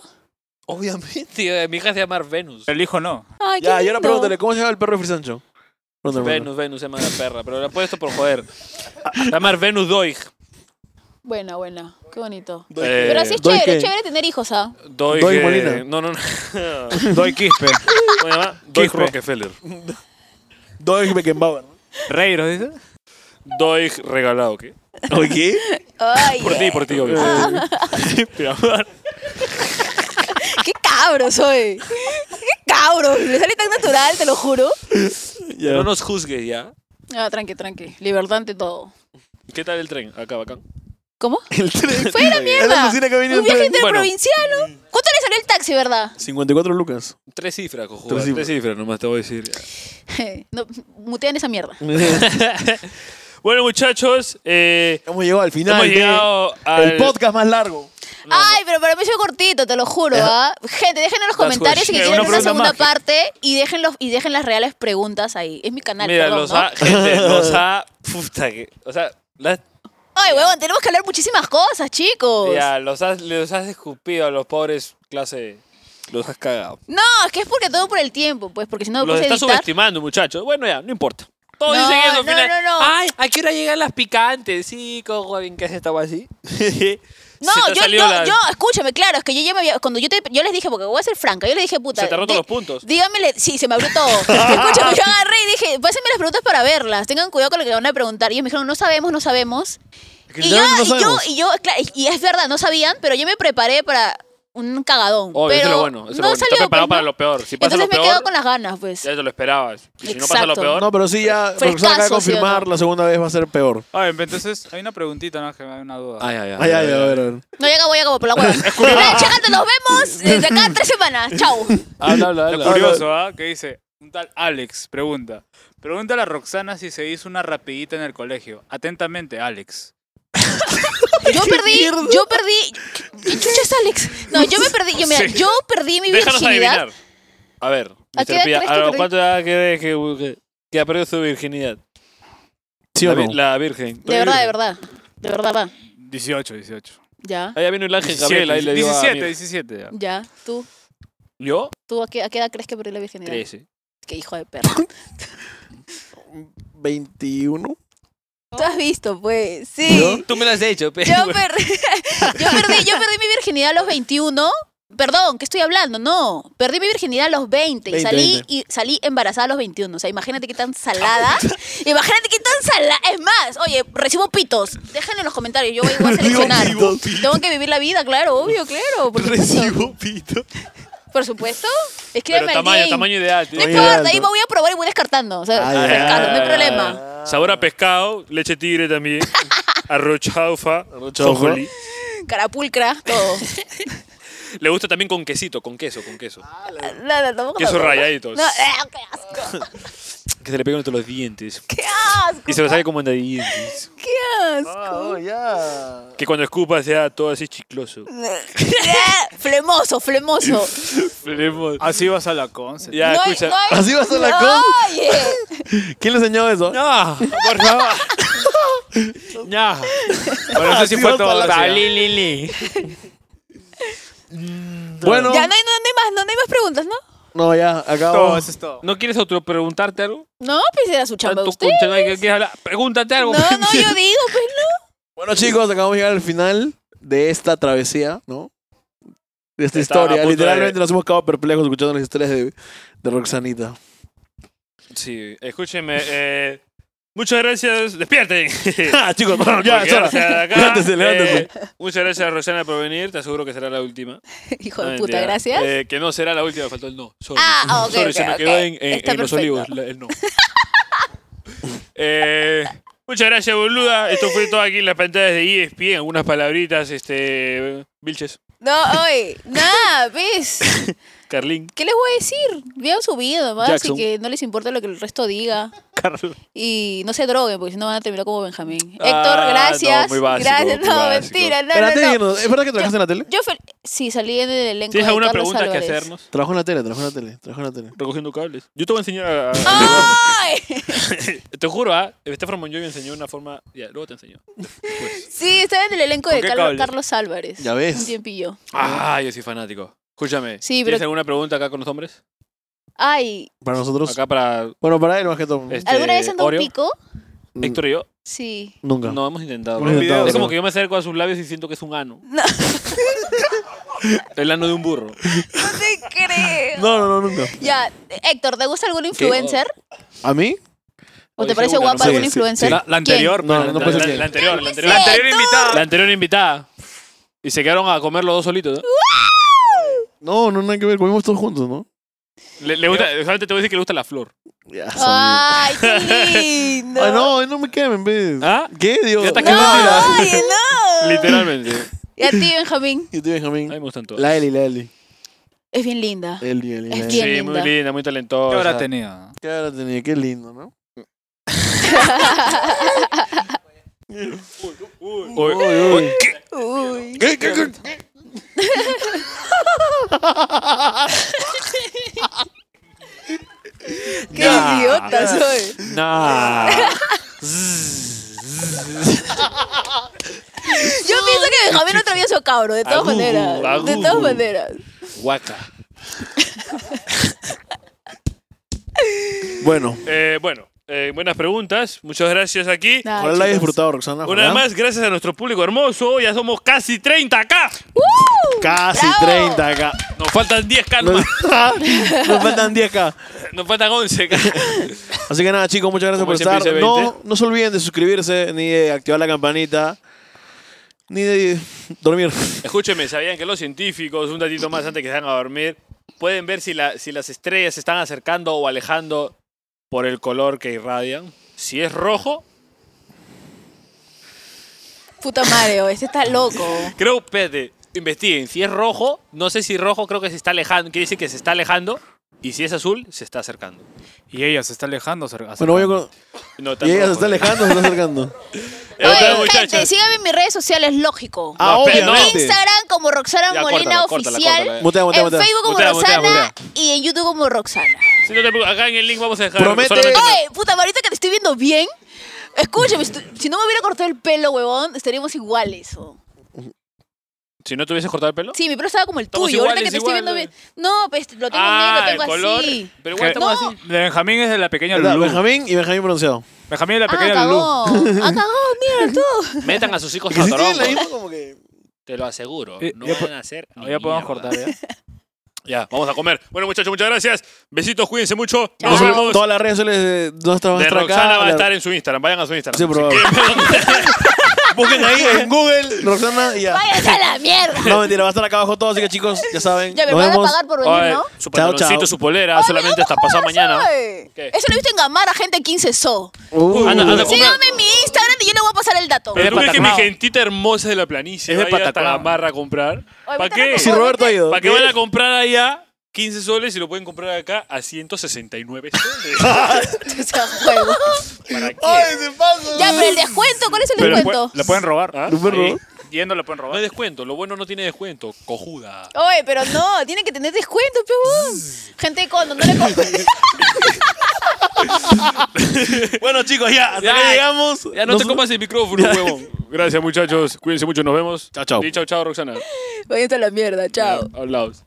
S3: Obviamente. Tío, eh, mi hija se llama Venus.
S2: El hijo no.
S4: Ay, qué
S1: Ya, y ahora
S4: lindo.
S1: pregúntale, ¿cómo se llama el perro de Frisancho?
S3: Venus, Venus se llama la perra. Pero la he puesto por joder. Se llama Venus Doig.
S4: Buena, buena. Qué bonito.
S3: Eh,
S4: Pero así es
S1: ¿doy
S4: chévere,
S1: qué?
S4: es chévere tener hijos, ¿ah?
S3: Doig.
S1: Doig
S3: eh,
S1: Molina.
S3: No, no, no. ¿Cómo
S2: Doy Quispe.
S3: se llama? Doig
S2: Quispe.
S3: Rockefeller.
S1: Doig Beckenbauer.
S2: Reiros, dice.
S3: Doig regalado, ¿qué?
S1: ¿O qué?
S4: Ay,
S3: Por ti, por ti, obvio.
S1: Eh.
S3: Mi amor.
S4: qué cabro soy. Qué cabro. Le sale tan natural, te lo juro.
S3: No nos juzgues ya.
S4: Ah, tranqui, tranqui. Libertad ante todo.
S3: ¿Qué tal el tren? Acá, bacán.
S4: ¿cómo?
S1: El tren.
S4: Fue la
S1: Es la
S4: mierda.
S1: alucina que ha venido
S4: Un viaje
S1: el tren.
S4: interprovinciano. ¿Cuánto le salió el taxi, verdad?
S1: 54 lucas.
S3: Tres cifras, cojuda.
S1: Tres
S3: Tres
S1: cifras.
S3: cifras. nomás te voy a decir.
S4: No, mutean esa mierda.
S3: Bueno, muchachos, eh,
S1: Hemos llegado al final.
S3: hemos
S1: de-
S3: llegado al...
S1: El podcast más largo.
S4: Ay, pero para mí fue cortito, te lo juro, ¿ah? Gente, dejen en
S3: That's
S4: los comentarios si
S3: what she-
S4: quieren
S2: Una
S4: una,
S2: pregunta
S4: segunda
S2: más.
S4: parte y dejen, los, y dejen las reales preguntas ahí. Es mi canal,
S3: Mira,
S4: perdón,
S3: los
S4: ¿no?
S3: ha... Gente, los ha... Puta que... O sea, las-
S4: Ay, huevón, tenemos que hablar muchísimas cosas, chicos.
S3: ya, los has, los has escupido a los pobres clase... Los has cagado.
S4: No, es que es porque todo por el tiempo, pues, porque si no
S3: los
S4: puse a
S3: estás
S4: editar.
S3: subestimando, muchachos. Bueno, ya, no importa. Todos
S4: No,
S3: dicen eso. al
S4: no,
S3: final.
S4: no, no.
S3: Ay, ¿a qué hora llegan las picantes? Sí, cojo bien que hace esta guay así.
S4: No,
S3: Se te ha
S4: yo,
S3: salido
S4: yo,
S3: la-
S4: yo, escúchame, claro, es que yo ya me había, cuando yo, te- yo les dije, porque voy a ser franca, yo les dije, puta.
S3: Se te ha roto
S4: di-
S3: los puntos.
S4: Dígamele, sí, se me abrió todo. escúchame, yo agarré y dije, pásenme las preguntas para verlas, tengan cuidado con lo que le van a preguntar. Y ellos me dijeron, no sabemos, no sabemos.
S1: Que
S4: y, yo,
S1: literalmente no
S4: y yo-
S1: sabemos.
S4: y yo, claro, y- y es verdad, no sabían, pero yo me preparé para un cagadón.
S3: Oh,
S4: pero
S3: eso es lo bueno. Eso es
S4: no
S3: lo bueno.
S4: salió,
S3: Estás preparado
S4: pues,
S3: para
S4: ¿no?
S3: lo peor. Si pasa
S4: Entonces me
S3: lo
S4: quedo
S3: peor,
S4: con las ganas, pues.
S3: ya te lo esperabas. Y si no pasa lo
S4: Exacto.
S3: peor,
S1: No, pero sí ya.
S4: Frescazo,
S1: Roxana acaba de
S4: ¿sí o
S1: confirmar,
S4: no?
S1: la segunda vez va a ser peor.
S2: A ver, entonces hay una preguntita, no, que me da una duda.
S3: Ay, ay, ay.
S1: Ay, ay, a ver, a ver.
S4: No, ya acabo, ya acabo, por la hueva. Eh, Chécate, nos vemos desde acá a tres semanas. Chau.
S3: Habla, habla,
S2: Lo
S3: habla.
S2: curioso, ¿ah? Que dice, un tal Alex pregunta. Pregúntale a Roxana si se hizo una rapidita en el colegio. Atentamente, Alex.
S4: Yo perdí, yo perdí. ¿Qué chucha es Alex? No, yo me perdí. Yo, mira,
S3: Sí.
S4: yo perdí mi
S3: Déjanos
S4: virginidad.
S3: adivinar. A ver,
S4: ¿A
S3: Mr.
S4: qué edad
S3: Pía,
S4: crees que
S3: ¿a los
S4: perdí?
S3: cuánto edad crees que, que, que ha perdido su virginidad?
S1: ¿Sí o
S3: la, vi-
S1: no?
S3: la virgen.
S4: De verdad, de verdad. De verdad, va.
S2: 18, 18.
S4: Ya,
S3: Allá vino el ángel Gabriel, ahí le dio
S2: 17,
S3: a
S2: 17. ya.
S4: ya. ¿Tú?
S3: mi- ¿Yo?
S4: ¿Tú a qué, a qué edad crees que perdí la virginidad?
S3: 13.
S4: Qué hijo de perro.
S1: 21.
S4: Tú has visto, pues. Sí.
S3: Tú me lo has hecho, pero...
S4: Yo, per- yo perdí, yo perdí mi virginidad a los 21. Perdón, ¿qué estoy hablando? No, perdí mi virginidad a los 20, y
S1: 20,
S4: salí
S1: 20.
S4: y salí embarazada a los 21. O sea, imagínate qué tan salada. imagínate qué tan salada. Es más, oye, recibo pitos. Déjenlo en los comentarios, yo voy voy a seleccionar.
S1: Recibo
S4: Tengo que vivir la vida, claro, obvio, claro. Por supuesto.
S1: pito.
S4: Por supuesto.
S3: Pero
S4: Escríbeme al
S3: tamaño,
S4: DM.
S3: tamaño ideal.
S4: No
S3: tío.
S1: Oye,
S4: importa,
S1: alto.
S4: ahí me voy a probar y voy descartando. O sea,
S1: Ay, ay,
S4: descarto, no hay
S3: ay,
S4: problema.
S3: Ah. Sabor a pescado, leche tigre también, arroz chaufa,
S1: chaufa.
S3: sojolí.
S4: Carapulcra, todo.
S3: Le gusta también con quesito, con queso, con queso.
S4: No, no, tampoco
S3: Queso
S4: tampoco.
S3: rayadito.
S4: No, eh, qué asco.
S3: Que se le pegan entre los dientes.
S4: ¡Qué asco!
S3: Y se lo saque como entre dientes.
S4: ¡Qué asco!
S1: ya.
S3: Que cuando escupa sea todo así chicloso.
S4: Eh, flemoso, flemoso.
S3: Veremos.
S2: Así vas a la conce.
S3: Ya,
S4: No hay-
S3: escucha.
S4: no hay-
S1: ¿Así vas a la
S4: No,
S1: con?
S4: Oye,
S1: ¿Quién le enseñó eso?
S3: No, por favor. no.
S2: Bueno, eso sí fue
S1: Así vas a
S2: todo.
S1: la-
S2: gracias.
S3: Li, li, li.
S1: Bueno,
S4: ya no hay, no, no hay más, no, no hay más preguntas, ¿no?
S1: no, ya,
S2: Todo,
S1: acabo.
S2: eso es todo.
S3: ¿No quieres otro preguntarte algo?
S4: No, pues era su chamba de
S3: Tanto
S4: usted.
S3: contenido que quieres hablar. Pregúntate
S4: No,
S3: algo.
S4: no, yo digo, pues no.
S1: Bueno, chicos, acabamos de llegar al final de esta travesía, ¿no? De esta
S3: Estaba a
S1: historia.
S3: punto
S1: Literalmente
S3: de-
S1: nos hemos quedado perplejos escuchando las historias de, de Roxanita.
S3: Sí, escúcheme. Eh, muchas gracias. Despierten.
S1: Ah, chicos, bueno, ya,
S3: Por
S1: es hora.
S3: quedarse acá.
S1: Levántese, levántese.
S3: Eh, muchas gracias, Rosana, por venir. Te aseguro que será la última.
S4: Hijo
S3: No,
S4: de puta,
S3: mentira.
S4: gracias.
S3: Eh, que no será la última, faltó el no. Sorry.
S4: Ah, ok,
S3: Sorry, se
S4: ok,
S3: me
S4: ok.
S3: quedó en, en-
S4: Está
S3: en los
S4: perfecto.
S3: olivos la- el no. Eh, muchas gracias, boluda. Esto fue todo aquí en las pantallas de E ESPN. Algunas palabritas, este. Vilches,
S4: No, oye, nada, ¿ves?
S3: Carlín.
S4: ¿Qué les voy a decir? Vean su vida nomás,
S3: Jackson.
S4: así que no les importa lo que el resto diga. Y no se droguen, porque si no van a terminar como Benjamín.
S3: Ah,
S4: Héctor, gracias.
S3: no, muy básico,
S4: gracias.
S3: muy
S4: No,
S3: básico.
S4: mentira, no,
S1: Pero
S4: no,
S1: antes de
S4: no.
S1: irnos, ¿es verdad que trabajaste en la tele?
S4: Yo fel- sí, salí en el elenco
S3: ¿Tienes
S4: de
S3: alguna
S4: Carlos
S3: pregunta
S4: Álvarez.
S3: que hacernos?
S1: Trabajó en la tele, trabajó en la tele, trabajó en la tele.
S3: Recogiendo cables. Yo te voy a enseñar a. a-
S4: ¡Ay!
S3: Te juro, ¿ah? Stefan Monjoy me enseñó una forma. Ya, luego te enseño. Después.
S4: Sí, estaba en el elenco
S2: ¿Con
S4: de
S2: qué
S4: Carlos,
S2: cable?
S4: Carlos Álvarez.
S1: Ya ves.
S4: Un tiempillo.
S3: Ah, yo soy fanático. Escúchame.
S4: Sí, pero-
S3: ¿Tienes alguna pregunta acá con los hombres?
S4: Ay,
S1: Para
S4: Pues,
S1: nosotros.
S3: Acá para
S4: mm.
S1: Bueno, para él más que todo.
S3: Este,
S4: ¿alguna vez andó un
S3: Oreo.
S4: pico?
S1: Mm,
S3: Héctor y yo.
S4: Sí.
S1: Nunca.
S3: No, hemos intentado.
S1: Hemos intentado,
S3: es como
S1: ¿no?
S3: que yo me acerco a sus labios y siento que es un ano. El ano de un burro.
S4: No te creo.
S1: No, no, no, nunca.
S4: Ya, Héctor, ¿te gusta algún influencer?
S1: ¿A mí?
S4: ¿O
S3: Oye,
S4: te parece
S3: segunda,
S1: ¿no?
S4: guapa algún
S1: Sí, sí,
S4: influencer?
S1: sí.
S2: La, la anterior,
S1: No,
S2: pero-
S1: no
S3: la,
S1: puede ser
S3: la-
S1: que-
S3: la anterior, la anterior.
S2: La anterior invitada.
S3: La anterior invitada. Y se quedaron a comer los dos solitos. ¿no?
S1: No, no, nada que ver. Comimos todos juntos, ¿no?
S3: Le, le gusta, solamente te voy a decir que le gusta la flor.
S1: Ya, sabía.
S4: Ay, qué lindo.
S1: Ay, no, ay, no me quemen, ¿ves?
S3: ¿Ah?
S1: ¿Qué, Dios?
S3: Ya está
S4: No,
S3: mentira.
S4: oye, no.
S3: Literalmente.
S4: Y a ti, Benjamín.
S1: Y tú,
S3: A mí me
S1: Benjamín.
S3: gustan todas.
S1: La Eli, la Eli.
S4: Es bien linda.
S1: Eli, Eli, la
S4: Es
S1: Eli.
S4: bien
S3: sí, muy
S4: linda.
S3: linda, muy talentosa.
S2: ¿Qué habrá tenido?
S1: ¿Qué ahora tenía? Qué lindo, ¿no?
S3: Uy,
S4: Uy.
S1: ¿Qué, qué, qué?
S4: Qué
S3: Nah.
S4: idiota soy.
S3: nah.
S4: Yo pienso que Benjamín no traía su cabro, de todas
S3: Agugu,
S4: maneras. De
S3: agugu.
S4: todas maneras.
S3: Guaca.
S1: Bueno,
S3: Eh, bueno, eh, buenas preguntas. Muchas gracias aquí.
S1: Ojalá la
S4: Nada,
S1: hayas
S4: Ah, chicos.
S1: disfrutado, Roxana.
S3: Una vez
S1: ojalá.
S3: más, gracias a nuestro público hermoso. Ya somos casi 30k.
S4: ¡Woo!
S1: Casi
S4: ¡Bravo!
S1: 30 acá.
S3: Nos faltan 10k
S1: Nos,
S3: nomás.
S1: nos faltan 10 acá.
S3: Nos faltan 11k.
S1: Así que nada, chicos, muchas gracias
S3: Como
S1: por
S3: siempre
S1: estar.
S3: dice
S1: No,
S3: 20.
S1: no se olviden de suscribirse, ni de activar la campanita, ni de dormir.
S3: Escúcheme, ¿sabían que los científicos, un ratito más antes que se van a dormir, pueden ver si, la- si las estrellas se están acercando o alejando por el color que irradian? Si es rojo,
S4: Puta madre, oh, este está loco.
S3: creo, espérate, investiguen. Si es rojo, no sé si rojo creo que se está alejando, quiere decir que se está alejando. Y si es azul, se está acercando.
S2: Y ella se está alejando. cer-
S1: Bueno, voy a
S2: acercando.
S1: con-
S3: No, tan
S1: Y ella se
S3: rojo,
S1: está
S3: ¿no?
S1: alejando, se está acercando.
S3: Ya está,
S4: Oye, gente,
S3: muchachos.
S4: síganme en mis redes sociales, lógico.
S1: Ah,
S3: No, pero no.
S1: obviamente.
S4: Instagram como Roxana
S3: Ya,
S4: Molina
S3: córtala, córtala,
S4: Oficial.
S3: córtala, ya.
S1: Mutea, mutea,
S4: en
S1: mutea.
S4: Facebook como
S3: Mutea, mutea,
S4: Roxana y en YouTube como Roxana.
S3: Si no te preocupes, acá en el link vamos a dejar.
S1: Promete-
S3: solamente-
S4: Oye, puta, ahorita que te estoy viendo bien, escúchame, si tu- si no me hubiera cortado el pelo, huevón, estaríamos iguales. oh.
S3: Si no te hubieses cortado el pelo.
S4: Sí, mi pelo estaba como el
S3: Estamos
S4: tuyo, ahorita que
S3: iguales,
S4: te estoy viendo
S3: iguales.
S4: bien. No, pues lo tengo
S3: ah,
S4: bien, lo tengo
S3: el color.
S4: así.
S3: Pero igual
S2: Que-
S3: estamos
S4: No.
S3: así.
S2: Benjamín es de la pequeña
S1: ¿Verdad?
S2: Lulú.
S1: Benjamín y Benjamín pronunciado.
S2: Benjamín es de la
S4: Ah,
S2: pequeña Lulú.
S4: cagó. Ah, cagó, mierda, tú.
S3: Metan a sus hijos
S1: Que
S3: a
S1: si tienen la
S3: Toronto.
S1: misma como que...
S3: Te lo aseguro.
S2: Eh,
S3: no
S2: ya
S3: van
S2: po-
S3: a hacer. ni
S2: Ya podemos
S3: mierda.
S2: cortar, ¿ya?
S3: Ya, vamos a comer. Bueno, muchachos, muchas gracias. Besitos, cuídense mucho.
S4: Chao.
S3: Nos vemos.
S1: Todas las redes sociales de nuestra
S3: De
S1: nuestra acá,
S3: Roxana va a
S1: la-
S3: estar en su Instagram. Vayan a su Instagram.
S1: Sí, probable. Busquen ahí en Google, Roxana, y ya.
S4: Váyanse a la mierda.
S1: No, mentira, va a estar acá abajo todo, así que chicos, ya saben.
S4: Ya me
S1: nos
S4: van a
S1: vemos.
S4: pagar por venir,
S3: Oye,
S4: ¿no?
S3: su
S1: Chao,
S3: pantaloncito,
S1: chao.
S3: su polera, solamente
S4: no
S3: hasta pasado mañana.
S4: Ay,
S3: ¿Qué?
S4: Eso lo he visto en Gamara, gente 15 so.
S1: Uh,
S3: Anda, anda, compra-
S4: Síganme en mi Instagram y yo le voy a pasar el dato.
S3: Pero tú crees que mi
S2: Pataclao.
S3: gentita hermosa de la planicie
S2: Es de
S3: va a ir hasta
S2: Pataclao.
S3: la barra a comprar.
S4: Oye,
S3: ¿Para
S4: vete
S3: qué?
S4: a
S1: si Roberto ha ido.
S3: ¿Para qué van a comprar allá 15 soles y lo pueden comprar acá a 169 soles?
S4: O sea, huevo.
S3: ¿Para qué?
S1: Ay, se pasa.
S4: Ya, pero el descuento, ¿cuál es el
S2: Pero le
S4: descuento?
S2: pue- le pueden robar.
S3: ¿Ah?
S1: ¿Lo pueden
S3: Sí.
S1: robar?
S2: Yendo le pueden
S3: No hay
S2: robar.
S3: descuento. Lo bueno no tiene descuento. Cojuda.
S4: Oye, pero no, tiene que tener descuento, peón. Gente con no le compren.
S1: Bueno, chicos, ya, hasta
S3: Ya,
S1: acá llegamos.
S3: Ya no te comas el micrófono, huevón. Gracias, muchachos. Cuídense mucho. Nos vemos.
S1: Chao, chao.
S3: Y chao, chao, Roxana.
S4: Váyanse a la mierda, chao.
S3: Hablaos.